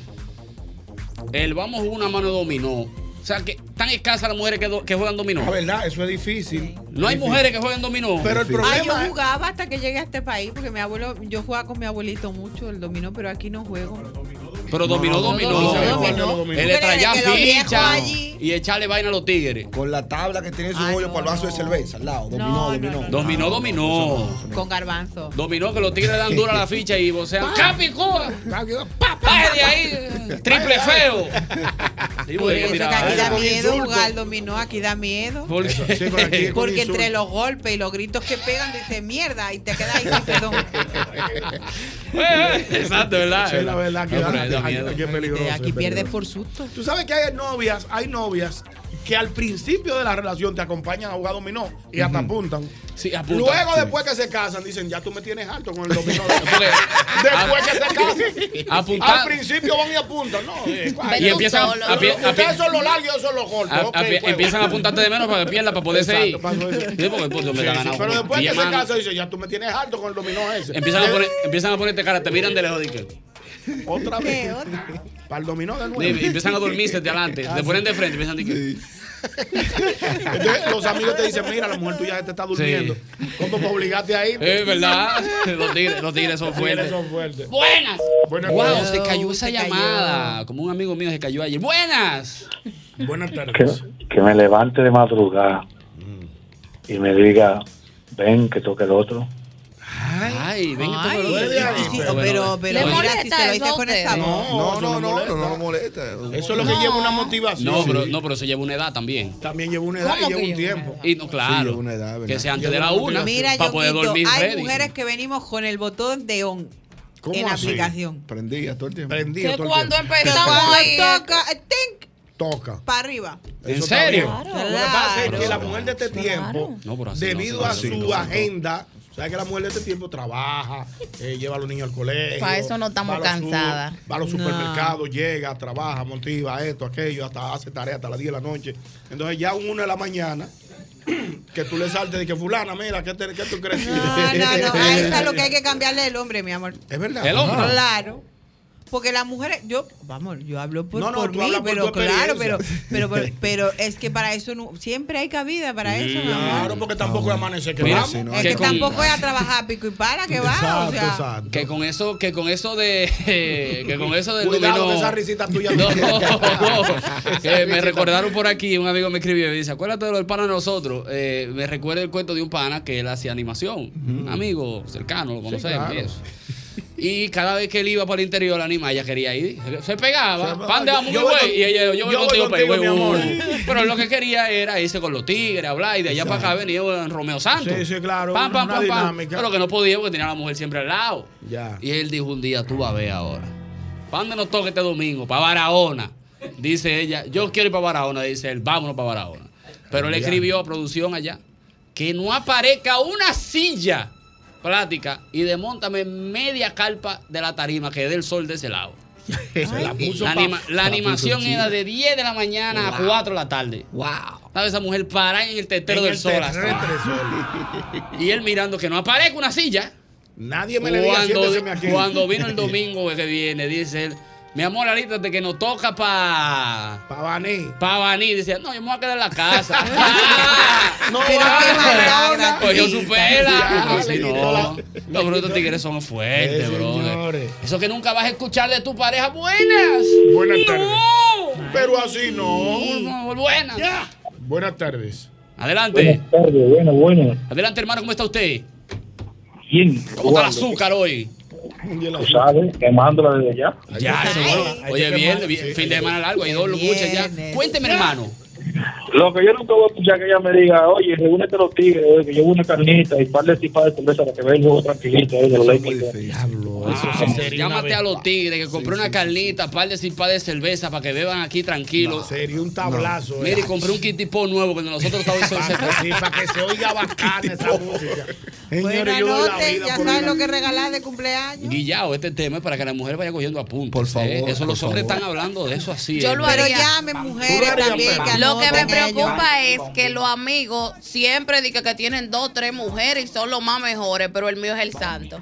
Speaker 4: el vamos una mano dominó. O sea, que tan escasas las mujeres que, do- que juegan dominó.
Speaker 5: La verdad, eso es difícil.
Speaker 4: No hay mujeres que jueguen dominó.
Speaker 5: Pero el
Speaker 7: Ay, Ah, yo jugaba hasta que llegué a este país porque mi abuelo, yo jugaba con mi abuelito mucho el dominó, pero aquí no juego.
Speaker 4: Pero dominó,
Speaker 5: No, no,
Speaker 4: dominó.
Speaker 5: dominó, dominó.
Speaker 4: El de traer
Speaker 7: ¿Tú crees que los viejos
Speaker 4: ficha
Speaker 7: allí?
Speaker 4: y echarle vaina a los tigres.
Speaker 24: Con la tabla que tiene su hoyo para el vaso de cerveza al lado. Dominó, dominó.
Speaker 4: Dominó, dominó.
Speaker 7: Con garbanzo.
Speaker 4: Dominó que los tigres dan dura la ficha y vocean. ¡Capi, Cuba! ¡Baje de ahí! ¡Triple feo! Sí,
Speaker 7: Por
Speaker 4: porque
Speaker 7: eso que
Speaker 4: mira,
Speaker 7: aquí da
Speaker 4: con
Speaker 7: miedo
Speaker 4: insulto.
Speaker 7: jugar al dominó, aquí da miedo.
Speaker 4: ¿Por qué? Eso, sí, pero aquí es con
Speaker 7: Porque entre
Speaker 4: insulto.
Speaker 7: los golpes y los gritos que pegan, dices mierda y te quedas ahí sin perdón.
Speaker 4: Eh, eh, Exacto,
Speaker 7: Ah,
Speaker 4: ¿verdad?
Speaker 5: Sí, la verdad que
Speaker 4: No,
Speaker 5: da-
Speaker 4: pero da
Speaker 5: ay,
Speaker 4: miedo.
Speaker 5: oye, es peligroso.
Speaker 7: Aquí
Speaker 5: es
Speaker 7: pierdes
Speaker 5: peligroso.
Speaker 7: por susto.
Speaker 5: Tú sabes que hay novias, hay novias que al principio de la relación te acompañan a jugar dominó y hasta
Speaker 4: Ujú.
Speaker 5: apuntan.
Speaker 4: Sí, apuntan.
Speaker 5: Luego,
Speaker 4: Sí.
Speaker 5: después que se casan, dicen, ya tú me tienes harto con el dominó.
Speaker 4: Porque- Ah,
Speaker 5: después que se casan.
Speaker 4: Apuntar-
Speaker 5: Al principio van y apuntan. No, eh,
Speaker 4: Y
Speaker 5: yo-
Speaker 4: empiezan a- a-
Speaker 5: Ustedes
Speaker 4: a-
Speaker 5: son los largos y yo son los cortos.
Speaker 4: A-
Speaker 5: Ok,
Speaker 4: a-
Speaker 5: pues.
Speaker 4: empiezan a apuntarte de menos para que pierdas, para poder
Speaker 5: Exacto,
Speaker 4: seguir.
Speaker 5: para poder
Speaker 4: Sí, porque pues, me
Speaker 5: Sí,
Speaker 4: la
Speaker 5: sí,
Speaker 4: ganaron.
Speaker 5: pero después
Speaker 4: Y
Speaker 5: que se
Speaker 4: hermano,
Speaker 5: casa, dice, ya tú me tienes harto con el dominó ese.
Speaker 4: empiezan, a
Speaker 5: Eh,
Speaker 4: poner, empiezan a ponerte cara, te miran de lejos. dicen,
Speaker 5: Otra
Speaker 7: Eh,
Speaker 5: vez. Para el dominó de nuevo.
Speaker 4: y- y empiezan a dormirse de adelante, te ponen de frente, empiezan a decir.
Speaker 5: Entonces, los amigos te dicen, mira, la mujer tuya te está durmiendo. ¿Cómo para obligarte a ir?
Speaker 4: Es verdad, los tigres, los tigres son
Speaker 5: Los tigres
Speaker 4: fuertes.
Speaker 5: son fuertes.
Speaker 4: Buenas.
Speaker 5: Buenas
Speaker 4: Wow,
Speaker 5: tardes.
Speaker 4: se cayó esa
Speaker 5: Se cayó.
Speaker 4: llamada. Como un amigo mío se cayó ayer. Buenas.
Speaker 5: Buenas
Speaker 25: que, que me levante de madrugada
Speaker 5: Mm.
Speaker 25: y me diga, ven, que toque el otro.
Speaker 4: Ay, ven
Speaker 7: Ay,
Speaker 4: que te
Speaker 7: y si- pero, pero,
Speaker 4: Le
Speaker 7: mira, si
Speaker 9: molesta
Speaker 7: se lo
Speaker 9: eso
Speaker 7: dices
Speaker 9: a
Speaker 7: con
Speaker 9: usted.
Speaker 7: esa voz.
Speaker 5: No, no, no, no, no, lo molesta. Eso es lo que
Speaker 4: No.
Speaker 5: lleva una motivación.
Speaker 4: No, pero, no, pero eso lleva una edad también.
Speaker 5: También lleva una edad y
Speaker 4: ¿Cómo
Speaker 5: lleva
Speaker 4: que
Speaker 5: un tiempo.
Speaker 4: Y no, claro. que sea antes de
Speaker 5: Lleva
Speaker 4: la
Speaker 5: una
Speaker 4: una
Speaker 7: Mira,
Speaker 4: para poder
Speaker 7: Yoquito,
Speaker 4: dormir
Speaker 7: hay
Speaker 4: ready.
Speaker 7: mujeres que venimos con el botón de on en la aplicación.
Speaker 24: Prendía todo el tiempo.
Speaker 5: Prendía
Speaker 7: Que cuando
Speaker 9: empezamos
Speaker 7: Cuando
Speaker 9: ahí,
Speaker 7: toca, eh, ¡ting!
Speaker 5: Toca.
Speaker 7: para arriba.
Speaker 5: Eso
Speaker 4: ¿En
Speaker 5: está
Speaker 4: serio?
Speaker 5: bien. Lo que pasa es que la mujer de este tiempo,
Speaker 4: No, pero así no,
Speaker 5: debido
Speaker 4: así
Speaker 5: a
Speaker 4: no,
Speaker 5: su
Speaker 4: así no.
Speaker 5: agenda, ¿Sabes que la mujer de este tiempo trabaja, eh, lleva a los niños al colegio?
Speaker 9: Pa' eso no estamos
Speaker 5: va a los su-
Speaker 9: cansadas.
Speaker 5: Va a los
Speaker 9: No.
Speaker 5: supermercados, llega, trabaja, motiva esto, aquello, hasta hace tarea hasta las 10 de la noche. Entonces ya una de la mañana, que tú le saltes de que fulana, mira, ¿qué, te- qué tú crees?
Speaker 7: No, no, no. Ahí está lo que hay que cambiarle el hombre, mi amor.
Speaker 5: Es verdad.
Speaker 7: El
Speaker 5: El
Speaker 7: hombre.
Speaker 5: hombre.
Speaker 7: Claro. Porque las mujeres, yo, vamos, yo hablo por,
Speaker 5: No, no,
Speaker 7: por
Speaker 5: tú
Speaker 7: mí,
Speaker 5: hablas por
Speaker 7: pero
Speaker 5: tu
Speaker 7: claro, pero,
Speaker 5: experiencia.
Speaker 7: pero, pero, pero es que para eso no, siempre hay cabida para eso. mi amor.
Speaker 5: Claro, porque tampoco es amanecer que
Speaker 4: Ah. Mira,
Speaker 5: vamos.
Speaker 4: si no,
Speaker 7: Es
Speaker 4: Que
Speaker 7: que
Speaker 4: con-
Speaker 7: tampoco es a trabajar pico y para, que va, o sea.
Speaker 4: Que con eso, que con eso de, que con eso del
Speaker 5: Cuidado
Speaker 4: dominó-
Speaker 5: que esa risita tuya.
Speaker 4: No,
Speaker 5: Esa
Speaker 4: Eh, me
Speaker 5: risita-
Speaker 4: recordaron por aquí, un amigo me escribió y dice, acuérdate de lo del pana de nosotros. Eh, me recuerda el cuento de un pana que él hacía animación. Un amigo cercano, lo
Speaker 5: Sí,
Speaker 4: conocemos.
Speaker 5: claro.
Speaker 4: y eso. Y cada vez que él iba para el interior, la anima, ella quería ir. Se pegaba,
Speaker 5: Se-
Speaker 4: pan de
Speaker 5: yo-
Speaker 4: amo,
Speaker 5: yo
Speaker 4: mi
Speaker 5: voy
Speaker 4: güey",
Speaker 5: con-
Speaker 4: Y ella, yo voy
Speaker 5: yo voy contigo,
Speaker 4: contigo, pero,
Speaker 5: mi
Speaker 4: güey,
Speaker 5: amor.
Speaker 4: "Uh". Pero lo que quería era irse con los tigres, hablar. Y de allá para acá venía bueno, Romeo Santos.
Speaker 5: Sí, sí, claro,
Speaker 4: Pam, pam,
Speaker 5: una
Speaker 4: pam, pam.
Speaker 5: dinámica.
Speaker 4: Pero que no podía porque tenía a la mujer siempre al lado.
Speaker 5: Ya.
Speaker 4: Y él dijo un día, tú vas a ver ahora. ¿Para dónde nos toca este domingo? Para Barahona. Dice ella, yo quiero ir para Barahona. Dice él, vámonos para Barahona. Pero le
Speaker 5: Ya.
Speaker 4: escribió a producción allá que no aparezca una silla plática y desmontame media calpa de la tarima que dé el sol de ese lado.
Speaker 5: la puso
Speaker 4: La,
Speaker 5: pa-
Speaker 4: anima-
Speaker 5: la
Speaker 4: la
Speaker 5: puso
Speaker 4: animación
Speaker 5: chida.
Speaker 4: era de 10 de la
Speaker 5: Wow.
Speaker 4: mañana a 4 de la tarde. Wow. Estaba esa mujer parada en el tetero
Speaker 5: En
Speaker 4: del
Speaker 5: el
Speaker 4: sol. así.
Speaker 5: terrestre
Speaker 4: y él mirando que no aparezca una silla.
Speaker 5: Nadie me le diga, siénteseme aquí.
Speaker 4: cuando vino el domingo que viene, dice él, mi amor, alístate que nos toca pa...
Speaker 5: Pa' Baní.
Speaker 4: Pa' Baní. Dice, no, yo me voy a quedar en la casa. pues,
Speaker 5: No,
Speaker 4: Pero
Speaker 5: va,
Speaker 4: qué
Speaker 5: Barahona.
Speaker 4: malandra. Cogió su
Speaker 5: Ya,
Speaker 4: pela. No, sí,
Speaker 5: le quitó
Speaker 4: no.
Speaker 5: la-
Speaker 4: Los brutos tigres son fuertes, bro. Eso que nunca vas a escuchar de tu pareja. Buenas.
Speaker 5: Buenas tardes. Pero así no.
Speaker 4: No, Buenas.
Speaker 5: Buenas tardes.
Speaker 4: Adelante.
Speaker 16: tardes, bueno, bueno.
Speaker 4: Adelante, hermano, ¿cómo está usted?
Speaker 16: Bien.
Speaker 4: ¿Cómo está el azúcar hoy?
Speaker 16: Tú sabes, quemándola desde ya.
Speaker 4: Ya, eso es bueno.
Speaker 16: hay
Speaker 4: Oye,
Speaker 16: que
Speaker 4: bien,
Speaker 16: quemar,
Speaker 4: bien,
Speaker 16: sí.
Speaker 4: fin de semana largo, hay dos luchas ya. Cuénteme, hermano.
Speaker 16: Lo que yo nunca voy a escuchar que ella me diga, oye, reúnete a los tigres, oye, que llevo una carnita y par de tipas de cerveza para que vea el juego tranquilito. Oye, lo
Speaker 4: Ah, Llámate a los tigres que compré una carnita, par de cipas de cerveza para que beban aquí tranquilo.
Speaker 5: sería un tablazo. eh.
Speaker 4: Mire, compré un kitipó nuevo que nosotros estamos
Speaker 5: para que se oiga bacana esa música.
Speaker 7: Buenas
Speaker 4: yo doy la
Speaker 7: noches,
Speaker 4: vida
Speaker 7: ya
Speaker 4: por
Speaker 7: sabes
Speaker 4: el-
Speaker 7: lo que regalar de cumpleaños.
Speaker 4: Guillao, este tema es para que la mujer vaya cogiendo apuntes. Por favor. Eso los hombres están hablando de eso así.
Speaker 9: Yo
Speaker 4: ¿eh?
Speaker 9: lo
Speaker 4: Pero
Speaker 9: haría.
Speaker 7: Llamen mujeres
Speaker 4: harías,
Speaker 7: también.
Speaker 4: Pam?
Speaker 9: Lo que me
Speaker 4: anoten ellos.
Speaker 9: preocupa es que los amigos siempre dicen que tienen dos, tres mujeres y son los más mejores, pero el mío es el santo.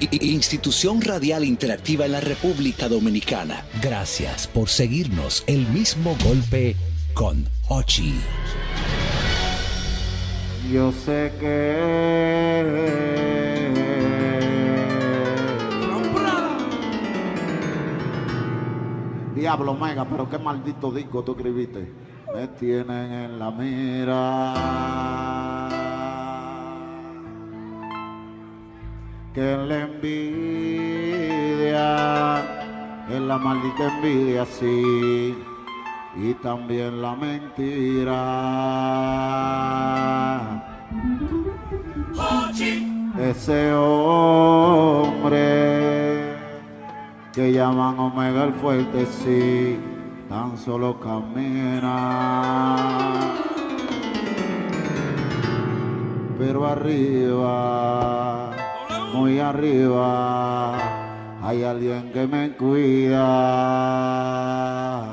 Speaker 26: I- I- Institución Radial Interactiva en la República Dominicana. Gracias por seguirnos, El Mismo Golpe con Ochi.
Speaker 27: Yo sé que. Diablo Mega, pero qué maldito disco tú escribiste. Me tienen en la mira. Que la envidia, es la maldita envidia, sí. Y también la mentira. Ese hombre que llaman Omega el Fuerte, sí, tan solo camina. Pero arriba, muy arriba, hay alguien que me cuida.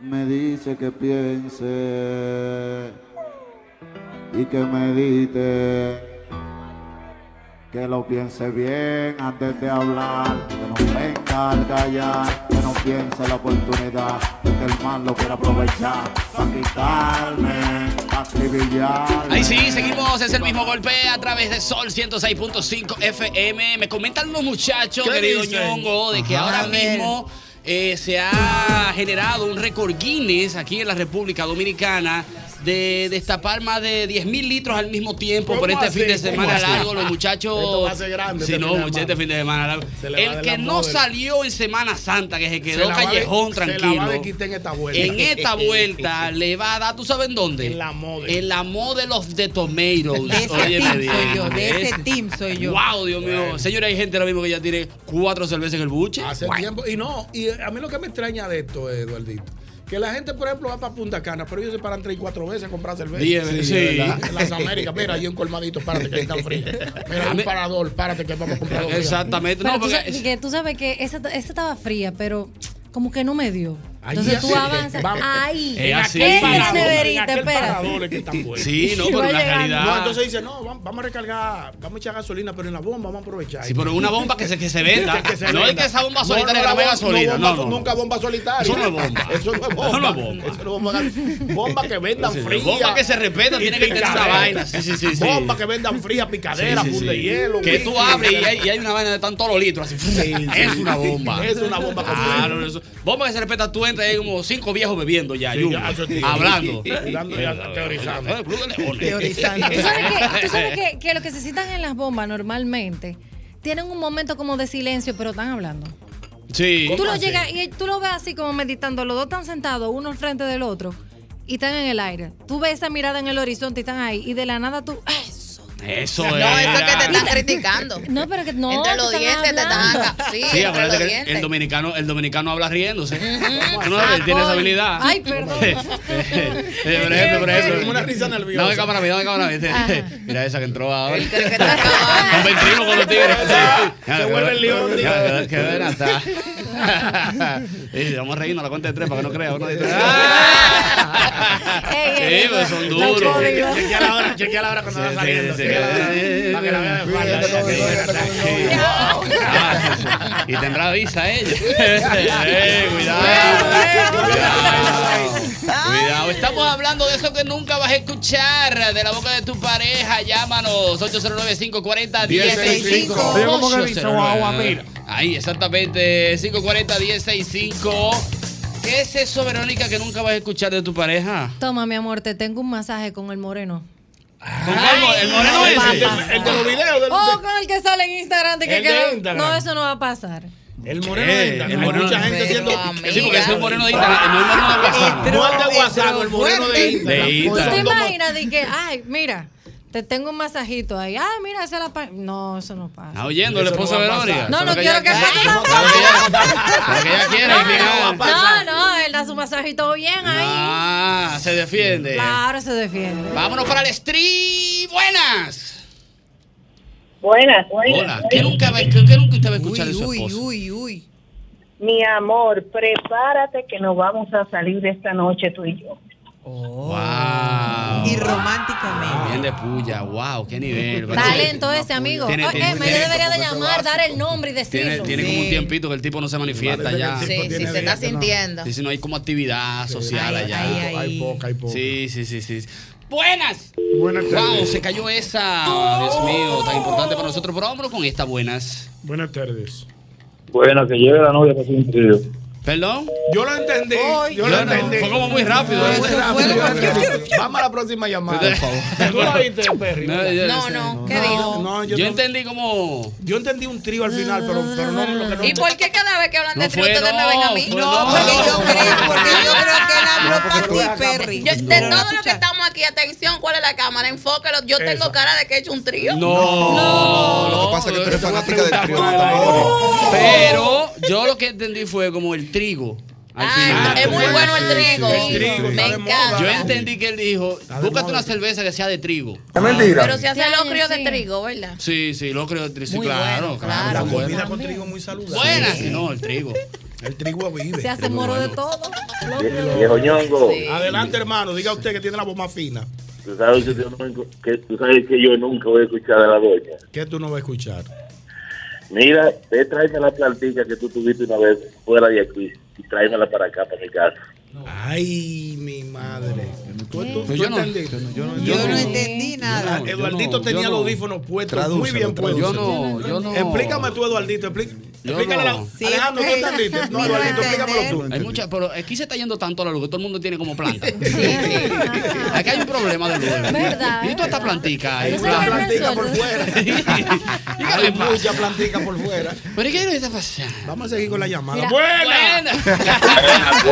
Speaker 27: Me dice que piense y que medite, que lo piense bien antes de hablar, que no venga al callar, que no piense la oportunidad, que el mal lo quiera aprovechar, para quitarme, para acribillarme.
Speaker 4: Ahí sí, seguimos, es el mismo golpe a través de Sol 106.5 FM. Me comentan los muchachos,
Speaker 5: ¿Qué
Speaker 4: querido
Speaker 5: dicen?
Speaker 4: Ñongo, de que
Speaker 5: Ajá.
Speaker 4: ahora
Speaker 5: A ver.
Speaker 4: mismo eh, se ha generado un récord Guinness aquí en la República Dominicana de destapar más de 10 mil litros al mismo tiempo
Speaker 5: ¿Cómo
Speaker 4: por este
Speaker 5: así?
Speaker 4: fin de
Speaker 5: ¿Cómo
Speaker 4: semana
Speaker 5: así?
Speaker 4: largo. Los muchachos.
Speaker 5: Esto va a ser grande
Speaker 4: Sí,
Speaker 5: este
Speaker 4: no,
Speaker 5: fin de
Speaker 4: muchachos, este fin de semana largo.
Speaker 5: Se le va a
Speaker 4: El
Speaker 5: dar
Speaker 4: que
Speaker 5: la Eh,
Speaker 4: no
Speaker 5: moda.
Speaker 4: salió en Semana Santa, que se
Speaker 5: Se
Speaker 4: quedó
Speaker 5: la va de-
Speaker 4: callejón
Speaker 5: Se la va
Speaker 4: tranquilo.
Speaker 5: de quitar en esta vuelta.
Speaker 4: En esta vuelta le va a dar, ¿tú sabes en dónde? En la moda. En la moda de los de Tomatoes.
Speaker 7: De ese
Speaker 4: Óyeme
Speaker 7: team
Speaker 4: bien.
Speaker 7: soy yo, de ese
Speaker 4: Ese-
Speaker 7: Este team soy yo.
Speaker 4: Wow, Dios mío. Señores, hay gente ahora mismo que ya tiene cuatro cervezas en el buche.
Speaker 5: Hace tiempo. Y no, y a mí lo que me extraña de esto, Eduardito, que la gente, por ejemplo, va para Punta Cana, pero ellos se paran tres y cuatro veces a comprar cerveza.
Speaker 4: Diez veces, sí.
Speaker 5: En las Américas, mira, hay un colmadito, párate que ahí están fríos. Mira, hay un parador, párate que vamos a comprar dos frías.
Speaker 4: Exactamente.
Speaker 28: Pero
Speaker 4: No,
Speaker 28: tú,
Speaker 4: porque.
Speaker 28: sabes, que tú sabes que esa, esa estaba fría, pero como que no me dio.
Speaker 4: Ay,
Speaker 28: Entonces
Speaker 4: ya
Speaker 28: tú
Speaker 4: sé.
Speaker 28: avanzas.
Speaker 4: Vamos.
Speaker 28: Ahí.
Speaker 4: Es así.
Speaker 28: En la
Speaker 4: Parador, en
Speaker 28: neverita,
Speaker 5: aquel parador
Speaker 28: espérate.
Speaker 5: es que están buenos.
Speaker 4: Sí, no, pero
Speaker 5: Va
Speaker 4: en la
Speaker 5: llegando.
Speaker 4: realidad-
Speaker 5: No, entonces dice, no, vam- vamos a recargar, vamos a echar gasolina, pero en la bomba vamos a aprovechar.
Speaker 4: Sí, pero una bomba que se- que se venda. No es que esa bomba solitaria
Speaker 5: la
Speaker 4: no es
Speaker 5: bomba-
Speaker 4: gasolina,
Speaker 5: bomba-
Speaker 4: no, no, no.
Speaker 5: Nunca bomba solitaria.
Speaker 4: Eso no es bomba.
Speaker 5: Eso no es bomba.
Speaker 4: Eso no es bomba.
Speaker 5: Eso no es bomba. Bomba que vendan
Speaker 4: Sí,
Speaker 5: fría.
Speaker 4: bomba que se respeta, tiene que tener esa
Speaker 5: picadera.
Speaker 4: vaina. Sí, sí, sí, sí.
Speaker 5: Bomba que vendan fría, picadera,
Speaker 4: Sí, sí,
Speaker 5: punta de
Speaker 4: sí.
Speaker 5: hielo.
Speaker 4: Que tú
Speaker 5: whisky,
Speaker 4: abres y
Speaker 5: etcétera.
Speaker 4: hay, y hay una vaina de tanto los litros. Así, es una bomba.
Speaker 5: Es una bomba con
Speaker 4: Claro, eso. Bomba que se respeta, tú entras y hay como cinco viejos bebiendo ya,
Speaker 5: Sí,
Speaker 4: yunga,
Speaker 5: ya, eso sí.
Speaker 4: hablando.
Speaker 5: Hablando ya, teorizando.
Speaker 4: El Club de Leones.
Speaker 5: Teorizando.
Speaker 28: Tú sabes que, tú sabes que, que lo que se citan en las bombas normalmente tienen un momento como de silencio, pero están hablando.
Speaker 4: Sí.
Speaker 28: Tú lo llegas y tú lo ves así como meditando, los dos están sentados, uno al frente del otro, y están en el aire. Tú ves esa mirada en el horizonte y están ahí, y de la nada tú. ¡ay!
Speaker 4: Eso
Speaker 9: No,
Speaker 4: es.
Speaker 9: eso es que te
Speaker 4: mira.
Speaker 9: están criticando.
Speaker 28: No, pero que no.
Speaker 9: Entre los
Speaker 28: te están
Speaker 9: dientes te están
Speaker 28: hablando.
Speaker 9: acá. Sí,
Speaker 4: Sí,
Speaker 9: entre los
Speaker 4: acuérdate que el
Speaker 9: dientes.
Speaker 4: dominicano, el dominicano habla riéndose.
Speaker 9: Ujú.
Speaker 4: Tú no sabes, tiene esa habilidad.
Speaker 28: Ay, perdón.
Speaker 4: Eh, eh, por ejemplo, por ejemplo.
Speaker 5: Como una risa nerviosa.
Speaker 4: Dame cámara a mí, dame cámara a mí. Mira esa que entró ahora.
Speaker 9: Un
Speaker 4: ventrilo con los tigres.
Speaker 5: Se vuelve el libro un día.
Speaker 4: Qué buena está. Y Vamos a reírnos a la cuenta de tres para que no crea. uno de tres.
Speaker 5: ey,
Speaker 4: Sí, pues son
Speaker 5: no
Speaker 4: duros.
Speaker 5: código. Chequea la hora, chequea la hora cuando va saliendo, chequea la hora, para que la vea de espalda.
Speaker 4: Y tendrá visa ella. Eh, Cuidado. Cuidado. Cuidado. Estamos hablando de eso que nunca vas a escuchar de la boca de tu pareja. Llámanos 809-540-1065.
Speaker 6: Oye, ¿cómo que dice guagua? Mira.
Speaker 4: Ahí, exactamente. 540-1065. ¿Qué es eso, Verónica, que nunca vas a escuchar de tu pareja?
Speaker 28: Toma, mi amor, te tengo un masaje con el moreno.
Speaker 4: el moreno
Speaker 28: no va
Speaker 4: ese.
Speaker 28: a pasar.
Speaker 5: El de los videos. del-
Speaker 28: Oh, con el que sale en Instagram. de que
Speaker 5: El de
Speaker 28: queda-
Speaker 5: Instagram.
Speaker 28: No, eso no va a pasar.
Speaker 5: El moreno de Instagram. Hay mucha gente siendo.
Speaker 4: Sí, porque ese es un moreno de Instagram, no es moreno de WhatsApp.
Speaker 5: No
Speaker 28: eh,
Speaker 5: es de WhatsApp, el moreno de Instagram.
Speaker 4: De Instagram.
Speaker 28: ¿Te
Speaker 4: Son dos
Speaker 28: imaginas de que, ay, mira, te tengo un masajito ahí? Ah, mira, esa es la pa- No, eso no pasa.
Speaker 4: Está oyendo la
Speaker 28: Eso
Speaker 4: esposa
Speaker 28: va a
Speaker 4: Verónica.
Speaker 28: pasar. No, no quiero que pase
Speaker 4: Lo
Speaker 28: nada.
Speaker 4: que ella quiere al final.
Speaker 28: No, no, él da su masajito bien ahí.
Speaker 4: Ah, se defiende.
Speaker 28: Claro, se defiende.
Speaker 4: Vámonos para el stream. Buenas.
Speaker 8: Buenas.
Speaker 4: Hola. ¿Qué nunca va, qué, qué nunca usted va a escuchar de su
Speaker 8: Uy,
Speaker 4: esposo?
Speaker 8: uy, uy. Mi amor, prepárate que nos vamos a salir de esta noche tú y yo.
Speaker 4: Wow.
Speaker 8: Y
Speaker 4: románticamente. Bien de puya. Wow, qué nivel.
Speaker 28: Talento ese, amigo.
Speaker 4: Tiene-
Speaker 28: Oh,
Speaker 4: tiene-
Speaker 28: eh, me
Speaker 4: tiene-
Speaker 28: debería de llamar, dar el nombre y
Speaker 4: Tiene,
Speaker 28: decirlo.
Speaker 4: tiene como un tiempito que el tipo no se manifiesta
Speaker 5: Parece que
Speaker 4: ya.
Speaker 5: el tipo Sí, tiene sí, se está días que no. sintiendo.
Speaker 4: Sí, sí, no hay como actividad social allá.
Speaker 5: Hay poca, hay poca.
Speaker 4: Sí, sí, sí, sí. Buenas. Buenas Wow, se cayó esa. Dios mío, tan importante para nosotros. Pero vámonos con esta buenas.
Speaker 5: Buenas tardes.
Speaker 27: Bueno, que lleve la novia para un trío.
Speaker 4: ¿Perdón?
Speaker 5: Yo lo entendí. yo lo
Speaker 4: Yo no,
Speaker 5: entendí.
Speaker 4: fue como muy rápido,
Speaker 5: Fue
Speaker 4: ¿eh?
Speaker 5: muy
Speaker 4: Eso
Speaker 5: rápido, muy
Speaker 4: fue
Speaker 5: rápido. Vamos a la próxima llamada.
Speaker 4: Por favor.
Speaker 5: ¿Tú la viste, Perry?
Speaker 4: No, yo- No,
Speaker 9: no,
Speaker 5: ¿qué dijo? yo,
Speaker 4: entendí como.
Speaker 5: Yo entendí un trío al final, pero, pero no lo que no.
Speaker 9: ¿Y por qué cada vez que hablan de
Speaker 5: No
Speaker 9: tri
Speaker 5: fue,
Speaker 9: ustedes me ven a mí?
Speaker 5: no, No, fue, porque no. yo creo- porque yo creo que él habló No, porque tú- pa' ti,
Speaker 9: Perry. de todo lo que estamos aquí, atención, ¿cuál es la cámara? Enfócalo. Yo tengo cara de que he hecho un trío.
Speaker 4: No, lo que pasa es que tú eres fanática del trigo. Pero yo lo que entendí fue como el trigo. al final.
Speaker 9: Ah, es muy bueno el trigo.
Speaker 4: El trigo,
Speaker 9: Me encanta.
Speaker 4: Yo entendí que él dijo, búscate una cerveza que sea de trigo.
Speaker 9: Es
Speaker 4: mentira.
Speaker 9: Pero se hace los críos de trigo, ¿verdad?
Speaker 4: Sí, sí, lo creo. Sí, claro, claro.
Speaker 5: La
Speaker 4: bueno.
Speaker 5: comida con trigo es muy saludable.
Speaker 4: Buena. Sí, no, el trigo.
Speaker 5: El trigo vive.
Speaker 28: Se hace moro de todo.
Speaker 10: Viejo ñongo.
Speaker 5: Adelante, hermano. Diga usted que tiene la voz más fina.
Speaker 10: Tú sabes que yo nunca- que, tú sabes que yo nunca voy a escuchar a la doña.
Speaker 5: ¿Qué tú no vas a escuchar?
Speaker 10: Mira, ve, tráeme la plantilla que tú tuviste una vez fuera de aquí y tráemela para acá, para mi casa.
Speaker 5: Ay, mi madre. ¿Tú, tú-
Speaker 10: No,
Speaker 5: tú
Speaker 10: yo no.
Speaker 5: entendiste? Yo no,
Speaker 7: entendí
Speaker 5: nada. Eduardito tenía los audífonos puestos, muy bien puestos.
Speaker 4: Yo no, yo no.
Speaker 5: Explícame tú, Eduardito. explí-
Speaker 4: Yo
Speaker 5: Explícale
Speaker 4: no.
Speaker 5: la- Sí, Alejandro, ¿tú porque- entendiste? No, Ni lo Alberto, explícamelo tú. entendí.
Speaker 4: Hay mucha, pero aquí se está yendo tanto a la luz que todo el mundo tiene como planta. Aquí hay un problema de luz.
Speaker 28: Verdad,
Speaker 5: eh.
Speaker 4: Y toda esta plantica. ahí.
Speaker 5: Hay una plantica por fuera. Hay
Speaker 4: más.
Speaker 5: mucha plantica por fuera.
Speaker 4: ¿Pero qué está pasando?
Speaker 5: Vamos a seguir con la llamada.
Speaker 4: Mira.
Speaker 5: ¡Buena!
Speaker 21: Ah, Nos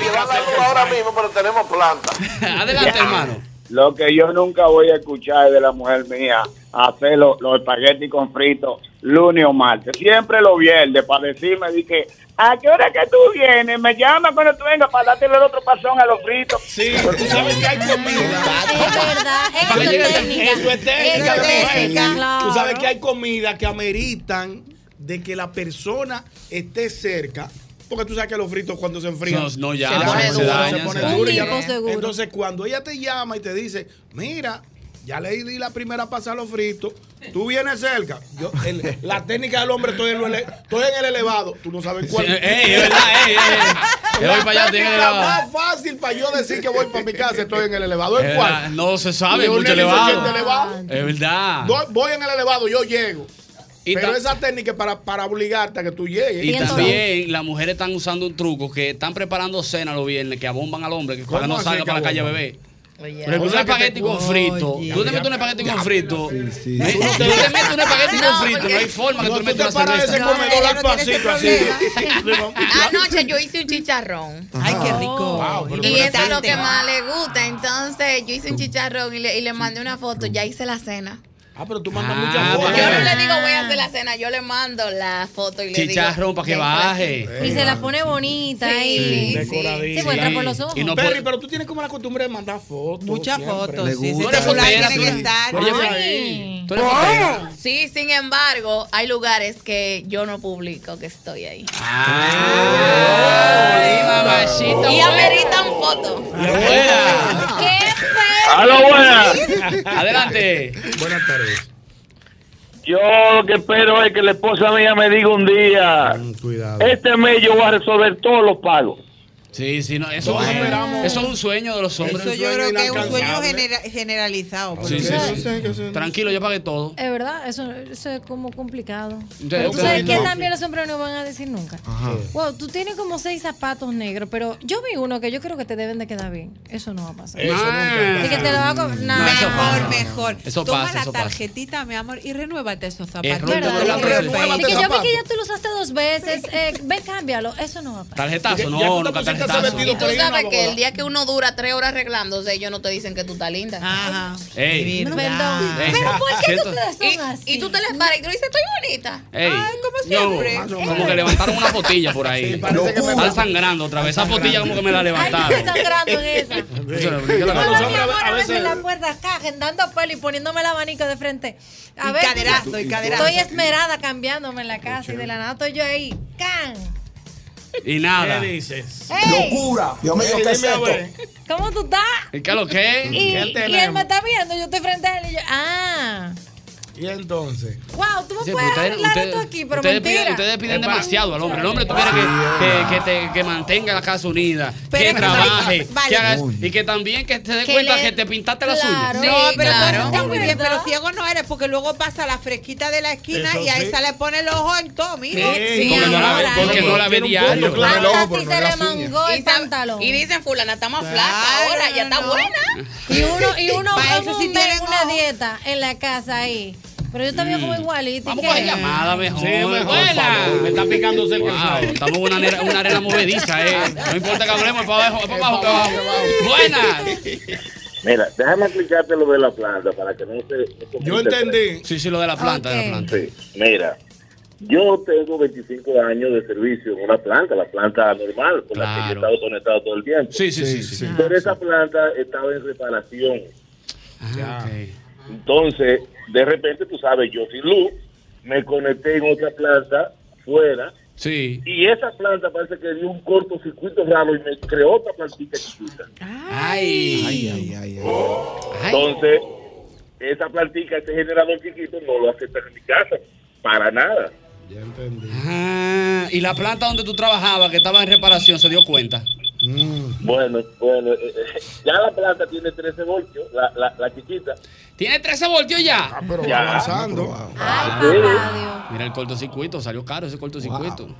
Speaker 21: llevan la luz ahora mismo, pero tenemos planta.
Speaker 4: Adelante, hermano.
Speaker 21: Lo que yo nunca voy a escuchar de la mujer mía, hacer los, los espaguetis con frito lunes o martes. Siempre lo viernes, para decirme, dije, ¿a qué hora que tú vienes? Me llama cuando tú vengas para darte el otro pasón a los fritos.
Speaker 5: Sí, tú sabes que hay
Speaker 28: verdad,
Speaker 5: Para que
Speaker 28: eso
Speaker 5: llegue-
Speaker 28: es técnica.
Speaker 5: Eso es técnica,
Speaker 28: Eso es
Speaker 5: mujer.
Speaker 28: técnica, claro.
Speaker 5: Tú sabes que hay comida que ameritan de que la persona esté cerca. Porque tú sabes que los fritos cuando se enfrían.
Speaker 4: No, no, ya,
Speaker 5: se,
Speaker 4: se
Speaker 5: pone
Speaker 4: se
Speaker 5: duro,
Speaker 4: dañan,
Speaker 5: se pone
Speaker 4: se
Speaker 5: duro y ya
Speaker 4: dañan.
Speaker 5: no.
Speaker 4: Un tipo seguro.
Speaker 5: Entonces, cuando ella te llama y te dice, mira, ya le di la primera pasada a los fritos, tú vienes cerca. Yo, el- la técnica del hombre, estoy en, lo ele- estoy en el elevado, tú no sabes cuál.
Speaker 4: Sí, ey, es verdad, ey, ey, ey. Yo voy para allá, estoy en el
Speaker 5: La
Speaker 4: elevado.
Speaker 5: más fácil para yo decir que voy para mi casa, estoy en el elevado. ¿En
Speaker 4: Es
Speaker 5: cuál?
Speaker 4: verdad, No se sabe,
Speaker 5: Leonel
Speaker 4: mucho
Speaker 5: dice
Speaker 4: elevado.
Speaker 5: que es elevado.
Speaker 4: Es verdad.
Speaker 5: Do- Voy en el elevado, yo llego.
Speaker 4: Y
Speaker 5: Pero
Speaker 4: ta-
Speaker 5: esa técnica es para, para obligarte a que tú llegues.
Speaker 4: Y también las mujeres están usando un truco que están preparando cena los viernes, que abomban al hombre, que
Speaker 5: ¿Cómo
Speaker 4: para no
Speaker 5: así
Speaker 4: salga
Speaker 5: que
Speaker 4: para la calle a
Speaker 5: abomban?
Speaker 4: beber. Pero tú un espagueti con frito. Tú te metes un espagueti con frito.
Speaker 5: Sí,
Speaker 4: Tú no te metes un espagueti con frito. No hay forma que tú le
Speaker 5: tú te
Speaker 4: metas una
Speaker 5: paras de ese
Speaker 4: cerveza.
Speaker 5: comedor al pasito así.
Speaker 9: Anoche yo hice un chicharrón.
Speaker 5: Ay, qué
Speaker 13: rico.
Speaker 9: Y eso es lo que más le gusta. Entonces, yo hice un chicharrón y le, y le mandé una foto. Ya hice la cena.
Speaker 5: Ah, pero tú mandas muchas cosas.
Speaker 9: Yo no le digo voy a hacer
Speaker 28: Ah.
Speaker 9: la cena, yo le mando la foto y le digo.
Speaker 4: Chicharrón para que baje.
Speaker 28: Y se la pone bonita
Speaker 9: eh".
Speaker 28: y se encuentra por los ojos.
Speaker 4: Y no
Speaker 5: Perry,
Speaker 4: por-
Speaker 5: pero tú tienes como la costumbre de mandar fotos.
Speaker 4: Muchas fotos, Le sí,
Speaker 5: Tú
Speaker 4: gusta.
Speaker 5: eres
Speaker 4: ese celular
Speaker 5: fotera,
Speaker 4: tiene
Speaker 5: tú
Speaker 4: que
Speaker 5: eres-
Speaker 4: estar.
Speaker 5: Oye,
Speaker 4: Ay.
Speaker 5: Freddy, tú eres fotera.
Speaker 9: ¿Cómo? Sí, sin embargo, hay lugares que yo no publico que estoy ahí. y ameritan fotos.
Speaker 4: Ah,
Speaker 25: ¡Aló, buenas!
Speaker 4: Adelante.
Speaker 5: Buenas tardes.
Speaker 25: Yo lo que espero es que la esposa mía me diga un día,
Speaker 5: Mm,
Speaker 25: este mes yo voy a resolver todos los pagos.
Speaker 4: Sí, sí, no, eso,
Speaker 5: pues
Speaker 4: es- eso es un sueño de los hombres.
Speaker 13: Eso yo creo que es un sueño genera- generalizado.
Speaker 4: Sí, sí,
Speaker 13: porque-
Speaker 4: sí. Tranquilo, yo pagué todo.
Speaker 28: Es verdad, eso, eso es como complicado.
Speaker 4: Entonces,
Speaker 28: ¿Tú sabes
Speaker 4: entonces,
Speaker 28: qué
Speaker 4: no.
Speaker 28: también los hombres no van a decir nunca? Wow, tú tienes como seis zapatos negros, pero yo vi uno que yo creo que te deben de quedar bien. Eso no va a pasar.
Speaker 4: Eso nunca va a
Speaker 28: Y que te lo va a co-
Speaker 4: No,
Speaker 28: Nah.
Speaker 4: Ah. eso pasa.
Speaker 28: Mejor,
Speaker 13: Mejor.
Speaker 4: Eso
Speaker 13: Toma
Speaker 4: pasa,
Speaker 13: la
Speaker 4: eso pasa.
Speaker 13: tarjetita, mi amor, y renuévate esos
Speaker 4: Es
Speaker 13: zapatos. ¿verdad?
Speaker 4: verdad, renuévate,
Speaker 13: Perfecto.
Speaker 4: renuévate
Speaker 28: Y que yo vi que ya tú lo usaste dos veces. Eh, ven, cámbialo. Eso no va a pasar.
Speaker 4: Tarjetazo,
Speaker 5: Ya
Speaker 4: no,
Speaker 5: tú te
Speaker 4: nunca
Speaker 5: pusiste ese
Speaker 4: tarjetazo.
Speaker 5: vestido
Speaker 9: Tú sabes que el día que uno dura tres horas arreglándose, ellos no te dicen que tú estás linda. Ajá.
Speaker 4: Ey.
Speaker 9: Perdón.
Speaker 4: Ey.
Speaker 9: Pero ¿por qué
Speaker 4: Siento-
Speaker 9: tú te y, y tú te les paras y tú dices, estoy bonita.
Speaker 4: Ey.
Speaker 9: como siempre.
Speaker 4: No, como que levantaron una potilla por ahí. Están sangrando otra vez. Esa potilla como que me la levantaron.
Speaker 28: Están sangrando en esa.
Speaker 4: Eso le brinqué la
Speaker 28: Hola,
Speaker 4: cabeza.
Speaker 28: mi amor, a veces en la puerta acá, agendando pelo y poniéndome el abanico de frente. A
Speaker 13: Y
Speaker 28: ver,
Speaker 13: caderazo,
Speaker 28: mira,
Speaker 13: y caderazo.
Speaker 28: Estoy esmerada cambiándome en la casa y de la nada estoy yo ahí. ¡Can!
Speaker 4: Y nada.
Speaker 5: ¿Qué dices?
Speaker 28: ¡Ey!
Speaker 24: Dios mío,
Speaker 4: Ey,
Speaker 24: ¿qué es
Speaker 4: dime, a
Speaker 24: esto?
Speaker 4: ver.
Speaker 28: ¿Cómo tú estás?
Speaker 4: ¿Y ¿Qué lo que?
Speaker 28: Y, y él me está viendo, yo estoy frente a él y yo, ¡ah!
Speaker 5: Y entonces.
Speaker 28: ¡Wow! Tú me
Speaker 4: Sí,
Speaker 28: puedes
Speaker 4: ustedes-
Speaker 28: arreglar
Speaker 4: ustedes-
Speaker 28: esto aquí, pero
Speaker 4: ustedes
Speaker 28: mentira.
Speaker 4: piden, ustedes piden
Speaker 5: Epa.
Speaker 4: demasiado al hombre. El hombre tuviera que, que, que te- que mantenga la casa unida,
Speaker 13: Pero
Speaker 4: que
Speaker 13: es que-
Speaker 4: trabaje,
Speaker 13: vale.
Speaker 4: que hagas, y que también que te des
Speaker 13: Que
Speaker 4: cuenta
Speaker 13: le-
Speaker 4: que te pintaste la suya.
Speaker 13: no, pero tú está muy bien, pero ciego no eres, porque luego pasa la fresquita de la esquina
Speaker 4: Eso
Speaker 13: y a
Speaker 4: sí.
Speaker 13: esa le pone el ojo en todo, mira.
Speaker 4: Sí, porque no la ve- porque no la ve diario.
Speaker 28: el pantalón.
Speaker 9: Y dicen, fulana, está más flaca ahora, ya está buena.
Speaker 28: Y uno, y uno,
Speaker 9: Pa'
Speaker 28: uno
Speaker 9: eso sí
Speaker 28: un mes,
Speaker 9: tienen
Speaker 28: una dieta en la casa ahí. Pero yo también como igualito.
Speaker 4: Mm. Vamos
Speaker 28: ¿y
Speaker 4: con la
Speaker 28: qué?
Speaker 4: llamada mejor.
Speaker 5: Sí, mejor, por
Speaker 4: Buena.
Speaker 5: favor. Me está picando cerca el
Speaker 4: Wow,
Speaker 5: sábado.
Speaker 4: Estamos en una arena, una arena movediza, eh. No importa que hablemos, es para abajo, es para abajo, para abajo. Buena.
Speaker 10: Mira, déjame explicarte lo de la planta para que no se...
Speaker 4: Yo entendí. Sí, sí, lo de la planta, de la planta.
Speaker 10: Sí, mira, yo tengo 25 años de servicio en una planta, la planta normal, con la que yo he estado conectado todo el tiempo.
Speaker 4: Sí, sí, sí. sí, sí.
Speaker 10: Pero esa planta estaba en reparación. Entonces, de repente, tú sabes, yo sin luz, me conecté en otra planta fuera.
Speaker 4: Sí.
Speaker 10: Y esa planta parece que dio un cortocircuito raro y me creó otra plantita chiquita.
Speaker 4: Ay.
Speaker 24: Ay, ay, ay.
Speaker 10: Entonces, esa plantica, ese generador chiquito, no lo aceptan en mi casa, para nada.
Speaker 4: Ah, y la planta donde tú trabajabas, que estaba en reparación, se dio cuenta.
Speaker 16: Bueno, bueno, eh, eh, ya la planta tiene 13 voltios, la, la, la chiquita.
Speaker 4: ¿Tiene 13 voltios ya? Ah,
Speaker 5: pero
Speaker 16: Ya.
Speaker 5: avanzando. Ah,
Speaker 4: Mira el cortocircuito, salió caro ese cortocircuito.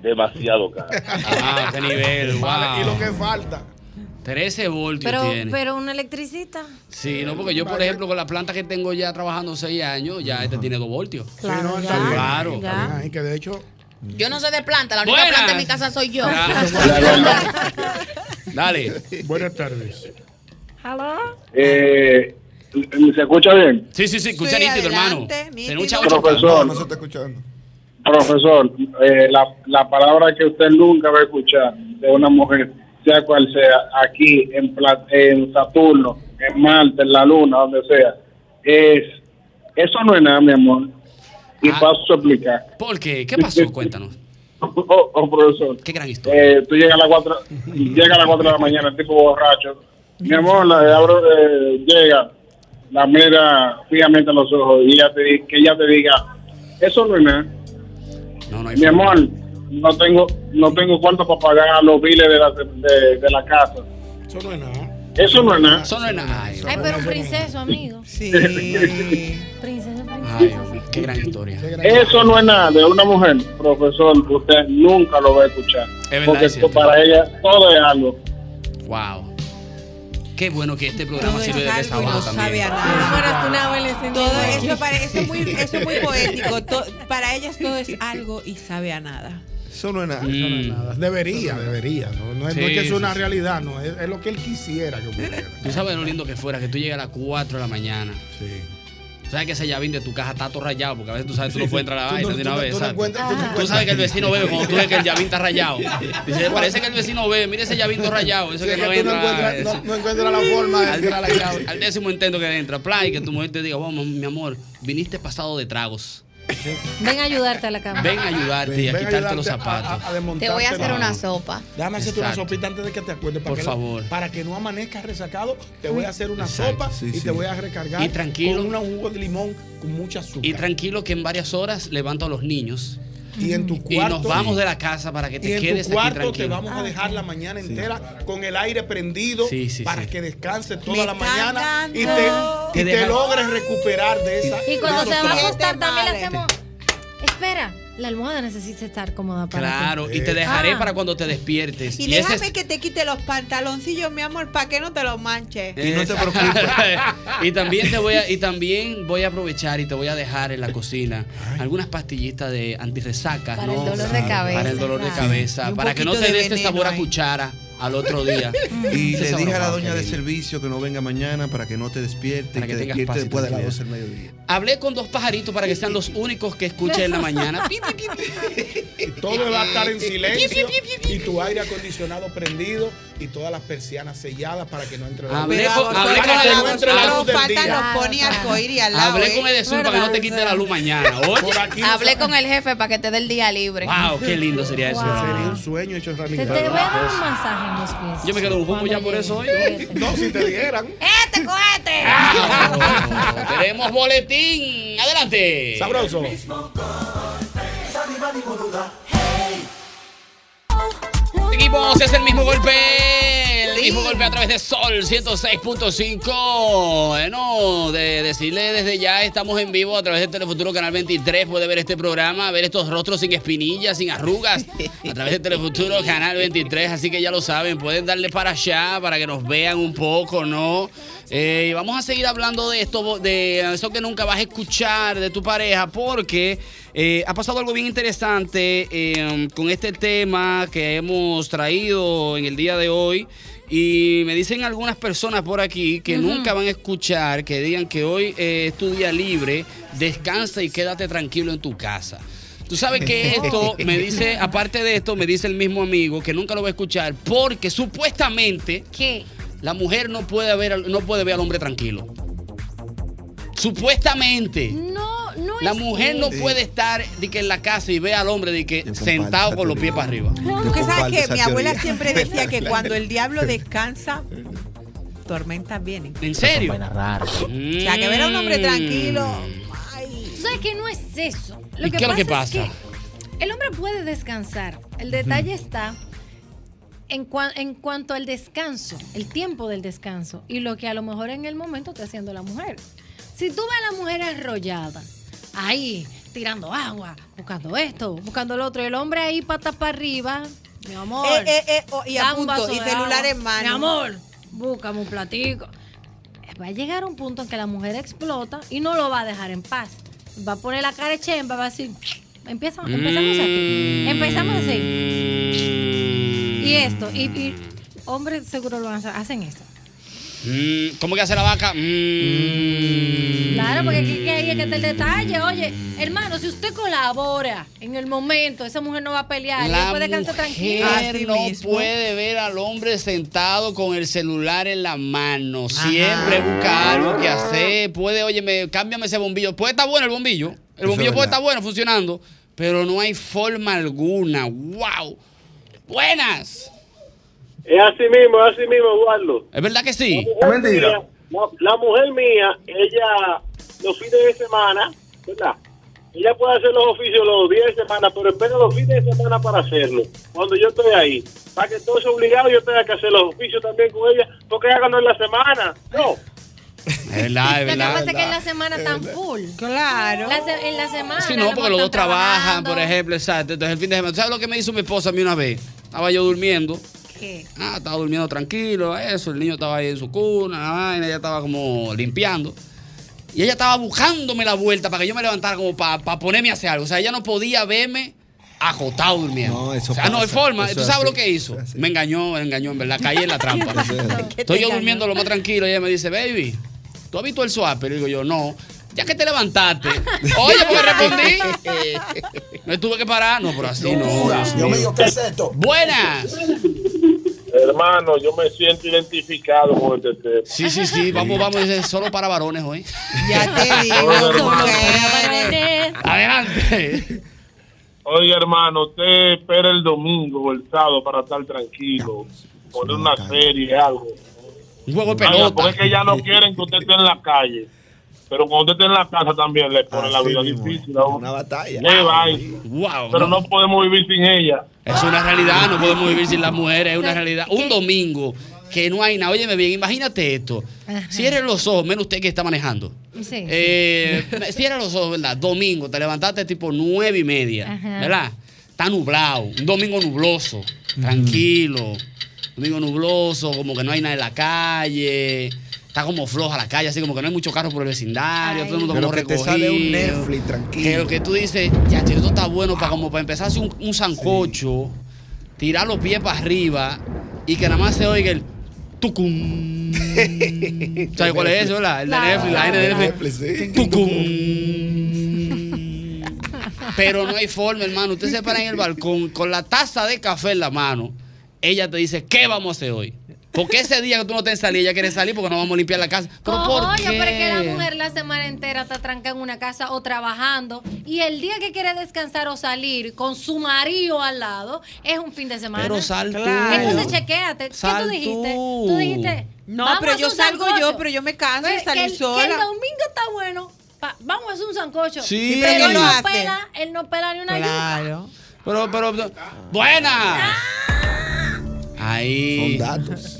Speaker 16: Demasiado caro.
Speaker 4: Ah, qué nivel, wow.
Speaker 5: Vale, y lo que falta.
Speaker 4: 13 voltios
Speaker 28: Pero,
Speaker 4: Ah. tiene.
Speaker 28: pero una electricista.
Speaker 4: Sí, no, porque yo, por ejemplo, con la planta que tengo ya trabajando 6 años, ya este tiene 2 voltios.
Speaker 28: Claro,
Speaker 5: no,
Speaker 28: está bien.
Speaker 4: Claro.
Speaker 28: Ya. Está bien,
Speaker 5: que de hecho.
Speaker 9: Yo no soy de planta, la única
Speaker 4: Buenas.
Speaker 9: planta en mi casa soy yo.
Speaker 4: Dale.
Speaker 5: Buenas tardes.
Speaker 28: ¿Aló?
Speaker 16: Eh, ¿Se escucha bien?
Speaker 4: Sí, sí, sí, escucha
Speaker 16: Sí,
Speaker 4: nítido, hermano. Tiene un chavo
Speaker 16: Profesor.
Speaker 4: chocado.
Speaker 16: está escuchando. Profesor, eh, la, la palabra que usted nunca va a escuchar de una mujer, sea cual sea, aquí en, Pla- en Saturno, en Marte, en la Luna, donde sea, es, eso no es nada, mi amor. Y paso a explicar.
Speaker 4: Ah. ¿Por qué? ¿Qué pasó? Cuéntanos.
Speaker 16: Oh, oh, profesor.
Speaker 4: Qué gran
Speaker 16: historia. tú llegas a las 4, llega a las 4 de la mañana, el tipo borracho. Mi amor, la, abro, eh, llega, la mira fijamente a los ojos y ella te, di- que ella te diga, eso no es nada. Mi amor, no tengo, no tengo cuarto para pagar los biles de la, de, de la casa.
Speaker 5: Eso no es nada.
Speaker 16: Eso no es nada.
Speaker 4: Eso no es nada. Ay,
Speaker 28: Ay, pero un princeso, amigo.
Speaker 7: Sí.
Speaker 28: Princeso,
Speaker 4: Ay, qué gran historia.
Speaker 16: Eso no es nada de una mujer, profesor, usted nunca lo va a escuchar.
Speaker 4: verdad,
Speaker 16: porque
Speaker 4: es cierto.
Speaker 16: para ella todo es algo.
Speaker 4: Wow. Qué bueno que este programa sirve de desahogo también.
Speaker 7: Todo eso, para, eso, es muy, eso es muy poético. To- para ellas todo es algo y sabe a nada.
Speaker 5: Eso no es nada. Eso no es nada. Debería, debería. No, no es,
Speaker 4: Sí,
Speaker 5: no es que es
Speaker 4: Mm. sí,
Speaker 5: una
Speaker 4: sí.
Speaker 5: realidad, no. Es, es lo que él quisiera que ocurriera.
Speaker 4: Tú sabes lo lindo que fuera, que tú llegas a las 4 de la mañana.
Speaker 5: Sí.
Speaker 4: ¿Sabes que ese llavín de tu caja está todo rayado? Porque a veces tú sabes, tú
Speaker 5: Sí,
Speaker 4: no
Speaker 5: sí.
Speaker 4: puedes entrar a la
Speaker 5: Tú
Speaker 4: vaina
Speaker 5: no-
Speaker 4: de
Speaker 5: tú
Speaker 4: una
Speaker 5: no-
Speaker 4: vez.
Speaker 5: tú no
Speaker 4: ¿sabes?
Speaker 5: encuentras- tú no
Speaker 4: Tú sabes
Speaker 5: encuentras.
Speaker 4: que el vecino ve cuando tú ves que el llavín está rayado. Dice, parece que el vecino ve, mire ese llavín todo rayado. Eso
Speaker 5: Sí, que
Speaker 4: que no
Speaker 5: tú no
Speaker 4: entra.
Speaker 5: encuentras- no-
Speaker 4: eso.
Speaker 5: no encuentras la forma de
Speaker 4: Al-
Speaker 5: entrar a la llave.
Speaker 4: Al décimo intento que entra, plan, y que tu mujer te diga, vamos, mi amor, viniste pasado de tragos.
Speaker 28: Ven a ayudarte a la cama.
Speaker 4: Ven a ayudarte
Speaker 5: Ven,
Speaker 4: y a
Speaker 5: ven a
Speaker 4: quitarte
Speaker 5: ayudarte
Speaker 4: los
Speaker 5: a-
Speaker 4: zapatos.
Speaker 5: a- a desmontar-
Speaker 9: Te voy a hacer una sopa.
Speaker 5: Déjame hacerte una
Speaker 4: Exacto.
Speaker 5: sopita antes de que te acuerdes. Para
Speaker 4: Por
Speaker 5: que
Speaker 4: favor.
Speaker 5: para que no amanezcas resacado, te voy a hacer una
Speaker 4: Exacto,
Speaker 5: sopa
Speaker 4: sí,
Speaker 5: y
Speaker 4: sí.
Speaker 5: te voy a recargar
Speaker 4: Y tranquilo.
Speaker 5: con una- un jugo de limón con mucha azúcar.
Speaker 4: Y tranquilo que en varias horas levanto a los niños.
Speaker 5: Y en tu
Speaker 4: Y nos
Speaker 5: cuarto-
Speaker 4: vamos de la casa para que te
Speaker 5: y en
Speaker 4: quedes
Speaker 5: tu
Speaker 4: aquí
Speaker 5: cuarto te
Speaker 4: tranquilo.
Speaker 5: vamos
Speaker 9: Ah,
Speaker 5: a dejar la mañana entera con el aire prendido
Speaker 4: Sí, sí,
Speaker 5: para
Speaker 4: sí.
Speaker 5: que descanses toda
Speaker 4: Me
Speaker 5: la mañana y te,
Speaker 4: encanta.
Speaker 5: y
Speaker 4: Te
Speaker 5: te
Speaker 4: deja-
Speaker 5: logres recuperar de esa.
Speaker 28: Y cuando
Speaker 5: de
Speaker 28: se
Speaker 5: esos
Speaker 28: va a
Speaker 5: tragos.
Speaker 28: acostar también le hacemos. Espera, la almohada necesita estar cómoda para ti.
Speaker 4: Ah. Claro, y te dejaré
Speaker 28: Ah.
Speaker 4: para cuando te despiertes.
Speaker 7: Y,
Speaker 4: ese
Speaker 7: déjame
Speaker 4: es-
Speaker 7: que te quite los pantaloncillos, mi amor, para que no te los manches.
Speaker 4: Y no te preocupes. y también te voy a, y también voy a aprovechar y te voy a dejar en la cocina algunas pastillitas de antirresacas,
Speaker 9: Para
Speaker 4: ¿no?
Speaker 9: el dolor de cabeza.
Speaker 4: Para el dolor de
Speaker 9: Sí.
Speaker 4: cabeza,
Speaker 9: Y un
Speaker 4: para que no
Speaker 9: poquito
Speaker 4: te
Speaker 9: de
Speaker 4: dé este
Speaker 9: veneno
Speaker 4: sabor a
Speaker 9: ahí. Mm.
Speaker 4: cuchara al otro día.
Speaker 12: Y
Speaker 4: Ese
Speaker 12: le
Speaker 4: sabor
Speaker 12: dije a la
Speaker 4: amargo,
Speaker 12: doña de
Speaker 4: querido.
Speaker 12: servicio que no venga mañana para que no te despierte
Speaker 4: Para
Speaker 12: y
Speaker 4: que
Speaker 12: que,
Speaker 4: tengas
Speaker 12: despierte
Speaker 4: paz y
Speaker 12: después de las 12
Speaker 4: tranquilidad.
Speaker 12: del mediodía.
Speaker 4: Hablé con dos pajaritos para que sean los únicos que escuchen en la mañana.
Speaker 5: Todo va a estar en silencio y tu aire acondicionado prendido y todas las persianas selladas para que no entre la
Speaker 4: Hablé
Speaker 5: luz.
Speaker 4: con- hablé
Speaker 5: Para
Speaker 4: con
Speaker 5: que
Speaker 4: la
Speaker 5: no
Speaker 4: luz.
Speaker 5: entre la
Speaker 4: Claro,
Speaker 5: luz del
Speaker 4: falta
Speaker 5: día.
Speaker 4: nos
Speaker 7: pone arcoíris al lado.
Speaker 4: Hablé
Speaker 7: ¿eh?
Speaker 4: con Edesur para que no te quite la luz mañana. Oye,
Speaker 9: Hablé con el jefe para que te dé el día libre.
Speaker 4: Wow, qué lindo sería eso.
Speaker 28: Wow.
Speaker 4: Sería un
Speaker 5: sueño hecho
Speaker 28: Te, te voy a dar un masaje en los pies.
Speaker 4: Yo me quedo un fumo ya por eso hoy.
Speaker 5: No, si te dieran.
Speaker 28: ¡Este cohete!
Speaker 4: Tenemos boletín. Adelante.
Speaker 5: Sabroso.
Speaker 4: Seguimos, es el mismo golpe. El mismo golpe a través de Sol 106.5. Bueno, de decirle desde ya, estamos en vivo a través de Telefuturo Canal 23. Puede ver este programa, ver estos rostros sin espinillas, sin arrugas, a través de Telefuturo Canal 23. Así que ya lo saben, pueden darle para allá para que nos vean un poco, ¿no? Eh, y vamos a seguir hablando de esto, de eso que nunca vas a escuchar de tu pareja, porque eh, ha pasado algo bien interesante eh, con este tema que hemos traído en el día de hoy. Y me dicen algunas personas por aquí que nunca van a escuchar que digan que hoy eh, es tu día libre, descansa y quédate tranquilo en tu casa. Tú sabes que esto me dice, aparte de esto, me dice el mismo amigo que nunca lo va a escuchar porque supuestamente
Speaker 28: ¿Qué?
Speaker 4: la mujer no puede ver, al- no puede ver al hombre tranquilo. Supuestamente.
Speaker 28: No, no
Speaker 4: La
Speaker 28: es
Speaker 4: mujer no
Speaker 28: eso.
Speaker 4: puede estar de que en la casa y ve al hombre de que sentado con los pies para arriba.
Speaker 7: Porque sabes que mi abuela siempre decía que cuando el diablo descansa, tormentas vienen.
Speaker 4: ¿En serio? Mm.
Speaker 7: O sea, que ver a un hombre tranquilo.
Speaker 28: Tú sabes que no es eso.
Speaker 4: ¿Y qué es lo que
Speaker 28: es
Speaker 4: pasa?
Speaker 28: que el hombre puede descansar. El detalle está en, cua- en cuanto al descanso, el tiempo del descanso y lo que a lo mejor en el momento está haciendo la mujer. Si tú ves a la mujer arrollada, ahí, tirando agua, buscando esto, buscando lo otro, y el hombre ahí pata para arriba, mi amor.
Speaker 7: Eh, eh, eh, oh, y a
Speaker 28: da un
Speaker 7: punto,
Speaker 28: vaso
Speaker 7: y
Speaker 28: de
Speaker 7: celular
Speaker 28: agua.
Speaker 7: en mano.
Speaker 28: Mi amor, búscame un platico. Va a llegar un punto en que la mujer explota y no lo va a dejar en paz. Va a poner la cara de chemba, va a decir, empieza, empezamos
Speaker 4: Mm.
Speaker 28: así. Empezamos así. Mm. Y esto, y, y hombres seguro lo hacen, hacen esto.
Speaker 4: Mm, ¿Cómo que hace la vaca? Mm.
Speaker 28: Claro, porque que- que ahí es que está el detalle. Oye, hermano, si usted colabora en el momento, esa mujer no va a pelear.
Speaker 4: La
Speaker 28: ella puede cantar
Speaker 4: mujer
Speaker 28: tranquila.
Speaker 4: no puede ver al hombre sentado con el celular en la mano. Siempre busca algo que hacer. Puede, oye, me, cámbiame ese bombillo. Puede estar bueno el bombillo. El
Speaker 14: es
Speaker 4: bombillo
Speaker 14: verdad.
Speaker 4: puede estar bueno funcionando, pero no hay forma alguna. ¡Wow! ¡Buenas!
Speaker 16: Es así mismo, es así mismo, Eduardo.
Speaker 4: ¿Es verdad que sí?
Speaker 16: La mujer mía- La, la mujer mía, ella, los fines de semana, ¿verdad? Ella puede hacer los oficios los días de semana, pero espera los fines de semana para hacerlo. Cuando yo estoy ahí, para que entonces obligado yo tenga que hacer los oficios también con ella, porque ella ganó en la semana. No.
Speaker 4: Es verdad, es
Speaker 28: Lo que
Speaker 4: verdad.
Speaker 28: pasa es que en la semana tan full.
Speaker 7: Claro.
Speaker 28: en la semana.
Speaker 4: Sí,
Speaker 28: a
Speaker 4: no,
Speaker 28: lo
Speaker 4: porque los
Speaker 28: mejor
Speaker 4: dos
Speaker 28: están
Speaker 4: trabajan,
Speaker 28: trabajando.
Speaker 4: por ejemplo, exacto. Entonces el fin de semana. ¿Sabes lo que me hizo mi esposa a mí una vez? Estaba yo durmiendo.
Speaker 28: ¿Qué?
Speaker 4: Ah, estaba durmiendo tranquilo, eso. El niño estaba ahí en su cuna, la vaina, ella estaba como limpiando. Y ella estaba buscándome la vuelta para que yo me levantara como para ponerme a hacer algo. O sea, ella no podía verme acotado durmiendo. No, eso o sea, no hay
Speaker 14: pasa,
Speaker 4: forma.
Speaker 14: eso
Speaker 4: ¿Tú
Speaker 14: es
Speaker 4: sabes lo
Speaker 14: así,
Speaker 4: que hizo? Me engañó, me engañó, en verdad. Caí en la trampa. Estoy yo durmiendo lo más tranquilo y ella me dice, baby, ¿tú has visto el swap? Y digo yo, no. Ya que te levantaste. Oye, pues respondí. Me tuve que parar. No, pero así no. Yo me digo, ¿qué es esto? Buenas.
Speaker 16: Hermano, yo me siento identificado con este tema.
Speaker 4: Sí, sí, sí. Vamos, vamos. Es solo para varones hoy.
Speaker 7: Ya te
Speaker 4: Adelante.
Speaker 16: Oye, hermano, usted espera el domingo o el sábado para estar tranquilo, poner una serie, algo.
Speaker 4: Un juego
Speaker 16: de pelota. Porque es que ya no quieren que usted esté en la calle. Pero cuando usted esté en la casa también le ponen la vida difícil. Una batalla. Pero no. podemos vivir sin ella.
Speaker 4: Es una realidad, no podemos vivir sin las mujeres, es una realidad. Un domingo que no hay nada. Óyeme bien, imagínate esto. Cierren los ojos, menos usted que está manejando.
Speaker 28: Sí.
Speaker 4: Eh, cierra los ojos, ¿verdad? Domingo, te levantaste tipo nueve y media,
Speaker 28: Ajá.
Speaker 4: ¿verdad? Está nublado, un domingo nubloso, tranquilo, domingo nubloso, como que no hay nada en la calle, está como floja la calle, así como que no hay muchos carros por el vecindario, todo el mundo
Speaker 24: Pero
Speaker 4: como
Speaker 24: que te sale un
Speaker 4: recogido.
Speaker 24: Netflix,
Speaker 4: Que lo
Speaker 24: tranquilo.
Speaker 4: que tú dices, ya, tío, esto está bueno para como para empezar a hacer un, un sancocho, tirar los pies para arriba y que nada más se oiga el tucum. ¿Sabes cuál es eso, verdad? El de
Speaker 14: Claro,
Speaker 4: Netflix, la vaina de
Speaker 14: claro.
Speaker 4: Netflix. Pero no hay forma, hermano. Usted se para en el balcón con la taza de café en la mano. Ella te dice, ¿qué vamos a hacer hoy? Porque ese día que tú no te salir, ella quiere salir porque no vamos a limpiar la casa. ¿Pero por
Speaker 28: Coño,
Speaker 4: qué?
Speaker 28: pero es que la mujer la semana entera está trancada en una casa o trabajando. Y el día que quiere descansar o salir con su marido al lado es un fin de semana.
Speaker 4: Pero sal tú.
Speaker 28: Entonces chequéate. ¿Qué
Speaker 4: Sal
Speaker 28: tú dijiste?
Speaker 4: tú.
Speaker 28: Tú, dijiste.
Speaker 7: No,
Speaker 28: "Vamos
Speaker 7: pero
Speaker 28: a hacer
Speaker 7: yo
Speaker 28: un
Speaker 7: salgo
Speaker 28: sancocho".
Speaker 7: yo, pero yo me canso de
Speaker 28: Pues,
Speaker 7: salir
Speaker 28: que el,
Speaker 7: sola.
Speaker 28: Que el domingo está bueno. Pa- vamos a hacer un sancocho.
Speaker 4: Sí.
Speaker 28: pero él
Speaker 4: Lo
Speaker 28: no
Speaker 4: hace.
Speaker 28: pela, él no pela ni una yuca.
Speaker 4: Claro. Pero, pero, pero- ¡Buena! Ahí.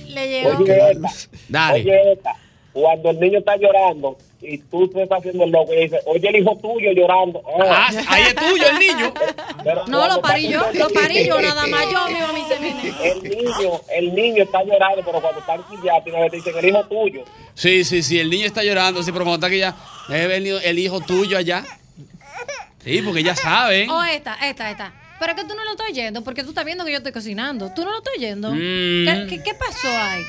Speaker 28: Le
Speaker 16: Oye,
Speaker 28: llegó.
Speaker 16: esta,
Speaker 4: Dale.
Speaker 16: oye, esta, cuando el niño está llorando y tú te estás haciendo el loco y dices, oye, el hijo tuyo llorando. Oh.
Speaker 4: Ah, ahí es tuyo el niño.
Speaker 28: No, lo parí yo, lo parí yo, nada más. Yo me iba a mi
Speaker 16: El niño, el niño está llorando, pero cuando está quillado, una vez te dicen, el hijo tuyo.
Speaker 4: Sí, sí, sí, el niño está llorando, sí, pero cuando está aquí ya, debe venir el hijo tuyo allá. Sí, porque ya saben.
Speaker 28: O Oh, esta, esta, esta. Pero es que tú no lo estás oyendo, porque tú estás viendo que yo estoy cocinando. Tú no lo estás oyendo.
Speaker 4: Mm.
Speaker 28: ¿Qué, qué, qué pasó ahí?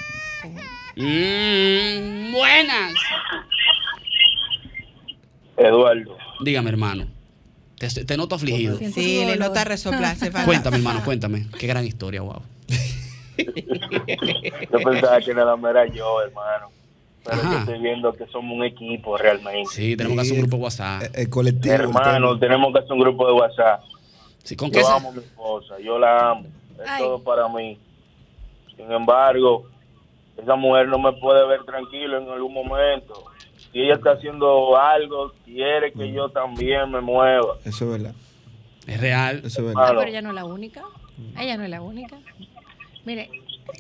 Speaker 4: Mm, buenas.
Speaker 16: Eduardo.
Speaker 4: Dígame, hermano. Te, te noto afligido.
Speaker 7: Sí, le nota resoplar, se falta.
Speaker 4: Cuéntame, hermano, cuéntame. Qué gran historia, wow.
Speaker 16: Yo pensaba que nada más era yo, hermano. Pero
Speaker 4: Ajá.
Speaker 16: yo estoy viendo que somos un equipo realmente.
Speaker 4: Sí, tenemos que hacer un grupo de
Speaker 5: Eh,
Speaker 4: WhatsApp.
Speaker 16: El colectivo. Hermano, tenemos que hacer un grupo de WhatsApp.
Speaker 4: ¿con
Speaker 16: yo
Speaker 4: qué se-
Speaker 16: amo a mi esposa, yo la amo. Es
Speaker 28: Ay.
Speaker 16: todo para mí. Sin embargo, esa mujer no me puede ver tranquilo en algún momento. Si ella está haciendo algo, quiere que yo también me mueva.
Speaker 14: Eso es verdad.
Speaker 4: Es real.
Speaker 14: Eso es
Speaker 28: Ah,
Speaker 14: verdad.
Speaker 28: pero ella no es la única. Ella no es la única. Mire,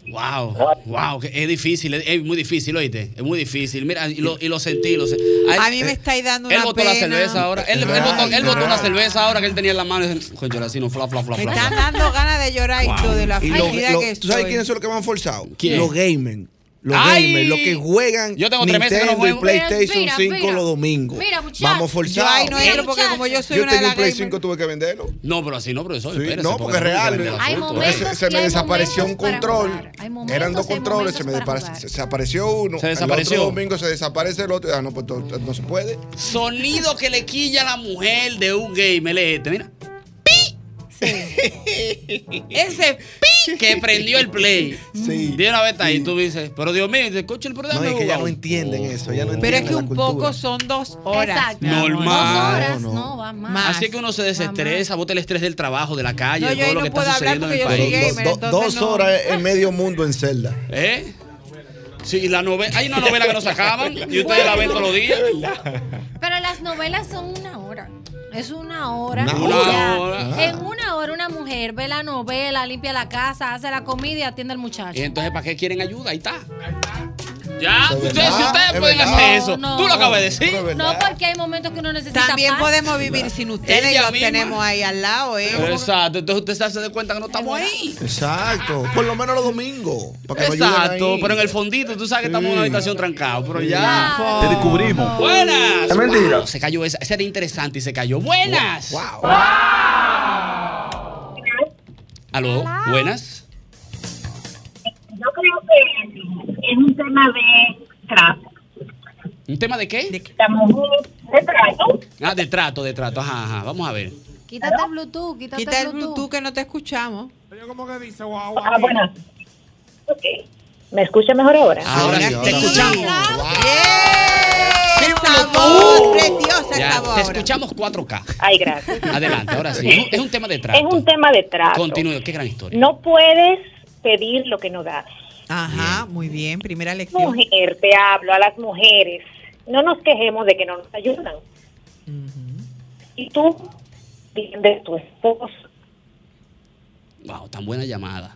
Speaker 4: Wow, wow, que es difícil, es, es muy difícil, oíste, es muy difícil. Mira, y lo, y lo sentí, lo se-
Speaker 7: A
Speaker 4: Ay,
Speaker 7: mí
Speaker 4: eh,
Speaker 7: me estáis dando
Speaker 4: Él
Speaker 7: una
Speaker 4: botó la
Speaker 7: pena.
Speaker 4: cerveza ahora, él, él botó, él botó una cerveza ahora que él tenía en la mano. y dice, Coño, así no, fla, fla, fla,
Speaker 7: Me
Speaker 4: fla.
Speaker 7: están dando ganas de llorar y todo de la
Speaker 4: Y lo-
Speaker 7: felicidad
Speaker 4: lo-
Speaker 7: que
Speaker 4: ¿tú sabes
Speaker 7: estoy.
Speaker 4: quiénes
Speaker 29: son los que van forzados?
Speaker 4: ¿Quién?
Speaker 5: Los gamers. Los
Speaker 4: ¡Ay!
Speaker 5: gamers, los que juegan
Speaker 4: Yo tengo tres meses que no
Speaker 5: Nintendo y
Speaker 4: juego.
Speaker 5: PlayStation
Speaker 28: Mira,
Speaker 5: 5
Speaker 28: mira.
Speaker 5: los domingos.
Speaker 28: Mira, muchacho.
Speaker 5: Vamos forzados.
Speaker 28: Yo ahí no entro porque como yo soy
Speaker 5: Yo
Speaker 28: una de
Speaker 5: tenía
Speaker 28: las
Speaker 5: un Play
Speaker 28: gamers.
Speaker 5: 5, tuve que venderlo.
Speaker 4: No, pero así no, profesor.
Speaker 5: Sí,
Speaker 4: espérese,
Speaker 5: no, porque es
Speaker 4: no se
Speaker 5: real.
Speaker 4: vende el
Speaker 28: Hay
Speaker 4: asunto,
Speaker 28: momentos
Speaker 4: ¿eh?
Speaker 5: se, se
Speaker 28: y
Speaker 5: me
Speaker 28: hay
Speaker 5: desapareció un
Speaker 28: momentos para
Speaker 5: control.
Speaker 28: jugar. Hay momentos,
Speaker 5: Eran dos
Speaker 28: hay
Speaker 5: controles, se me
Speaker 28: momentos para
Speaker 5: depare-
Speaker 28: jugar.
Speaker 5: se desapareció uno.
Speaker 4: Se
Speaker 5: El
Speaker 4: desapareció.
Speaker 5: otro domingo se desaparece el otro. Ah, no, pues to- to- no se puede.
Speaker 4: Sonido que le quilla a la mujer de un gamer, es este, mira. ¡Pi! Ese pi que prendió el play. Sí. De una vez está ahí, tú dices, pero Dios mío, te coche el programa.
Speaker 5: No, es que ya no
Speaker 4: jugado.
Speaker 5: entienden eso. Ya no
Speaker 7: Pero es
Speaker 5: entienden
Speaker 7: que
Speaker 5: la
Speaker 7: un
Speaker 5: cultura.
Speaker 7: poco son dos horas.
Speaker 28: Exacto.
Speaker 7: mi amor.
Speaker 4: Normal.
Speaker 28: Dos horas, no, va más.
Speaker 4: Así que uno se desestresa, bota el estrés del trabajo, de la calle,
Speaker 28: No,
Speaker 4: de
Speaker 28: yo
Speaker 4: todo
Speaker 28: ahí
Speaker 4: lo
Speaker 28: no
Speaker 4: que
Speaker 28: puedo
Speaker 4: está
Speaker 28: hablar
Speaker 4: sucediendo en el
Speaker 28: porque
Speaker 4: país.
Speaker 28: yo soy gamer.
Speaker 5: Do- dos
Speaker 28: no.
Speaker 5: horas en medio mundo en celda.
Speaker 4: ¿Eh? Sí, la novela, hay una novela que nos acaban y ustedes la ven todos los días.
Speaker 28: Pero las novelas son una hora. Es una hora.
Speaker 4: Una
Speaker 28: y ya.
Speaker 4: hora.
Speaker 28: En una hora una mujer ve la novela, limpia la casa, hace la comida y atiende al muchacho.
Speaker 4: Y entonces, ¿para qué quieren ayuda? Ahí está. Ya,
Speaker 28: Eso es
Speaker 4: ustedes,
Speaker 28: verdad,
Speaker 4: si ustedes
Speaker 28: es
Speaker 4: pueden
Speaker 28: verdad.
Speaker 4: hacer eso.
Speaker 28: No,
Speaker 4: Tú lo
Speaker 28: no.
Speaker 4: acabas de decir.
Speaker 28: No, porque hay momentos que uno necesita
Speaker 7: También
Speaker 28: paz.
Speaker 7: podemos vivir sin ustedes y
Speaker 4: Ella
Speaker 7: los
Speaker 4: misma.
Speaker 7: tenemos ahí al lado, ¿eh?
Speaker 28: pues.
Speaker 4: Exacto, entonces usted se hace de cuenta que no estamos ahí.
Speaker 5: Exacto. Por lo menos los domingos. Para que
Speaker 4: Exacto, pero en el fondito tú sabes que estamos en una habitación trancado, pero ya.
Speaker 5: Te descubrimos.
Speaker 4: Buenas.
Speaker 5: Es mentira.
Speaker 4: Wow, se cayó esa, esa era interesante y se cayó. Buenas.
Speaker 5: Wow.
Speaker 4: Aló, buenas.
Speaker 23: Yo creo que es un tema de trato.
Speaker 4: ¿Un tema de qué?
Speaker 23: La mujer de trato.
Speaker 4: Ah, de trato, de trato. Ajá, ajá. Vamos a ver.
Speaker 28: Quítate el Bluetooth, quítate
Speaker 7: Quita
Speaker 28: el
Speaker 7: el
Speaker 28: Bluetooth.
Speaker 7: Bluetooth que no te escuchamos.
Speaker 23: Ah, bueno. Ok. ¿Me escucha mejor ahora?
Speaker 4: Ahora sí, te escuchamos.
Speaker 7: sabor! ¡Preciosa
Speaker 4: Ya,
Speaker 23: sabor!
Speaker 4: te escuchamos 4K.
Speaker 23: Ay, gracias.
Speaker 4: Adelante, ahora sí. Es un- Es un tema de trato.
Speaker 23: Es un tema de trato.
Speaker 4: Continúe, qué gran historia.
Speaker 23: No puedes pedir lo que no das.
Speaker 7: Ajá, muy bien. Primera lección.
Speaker 23: Mujer, te hablo a las mujeres. No nos quejemos de que no nos ayudan. Y tú entiendes tu esposo.
Speaker 4: Wow, tan buena llamada.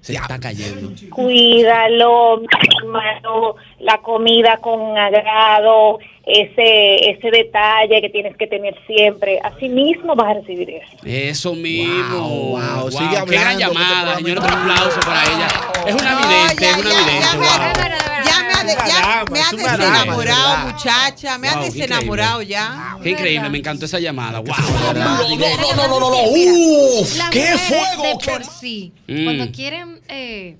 Speaker 4: Se está cayendo.
Speaker 23: cuídalo, mi hermano, la comida con agrado, ese, ese detalle que tienes que tener siempre. Así mismo vas a recibir eso.
Speaker 4: Eso mismo. Wow,
Speaker 5: sigue
Speaker 4: Qué gran
Speaker 5: hablando, que este
Speaker 4: llamada. Señor, otro aplauso para ella. Es una vidente, es una vidente. wow.
Speaker 7: Ya me, ha de- ya
Speaker 4: dama,
Speaker 7: me
Speaker 4: es
Speaker 7: has
Speaker 4: una dama, de
Speaker 7: desenamorado,
Speaker 4: verdad.
Speaker 7: muchacha. Me has
Speaker 4: Wow, increíble. Ah,
Speaker 7: desenamorado ya.
Speaker 4: Qué increíble, me encantó esa llamada. Wow.
Speaker 7: no,
Speaker 28: no, no, no.
Speaker 4: Uf,
Speaker 28: Las
Speaker 4: qué
Speaker 28: mujeres
Speaker 4: fuego.
Speaker 28: De por sí,
Speaker 4: Mm.
Speaker 28: cuando quieren, eh,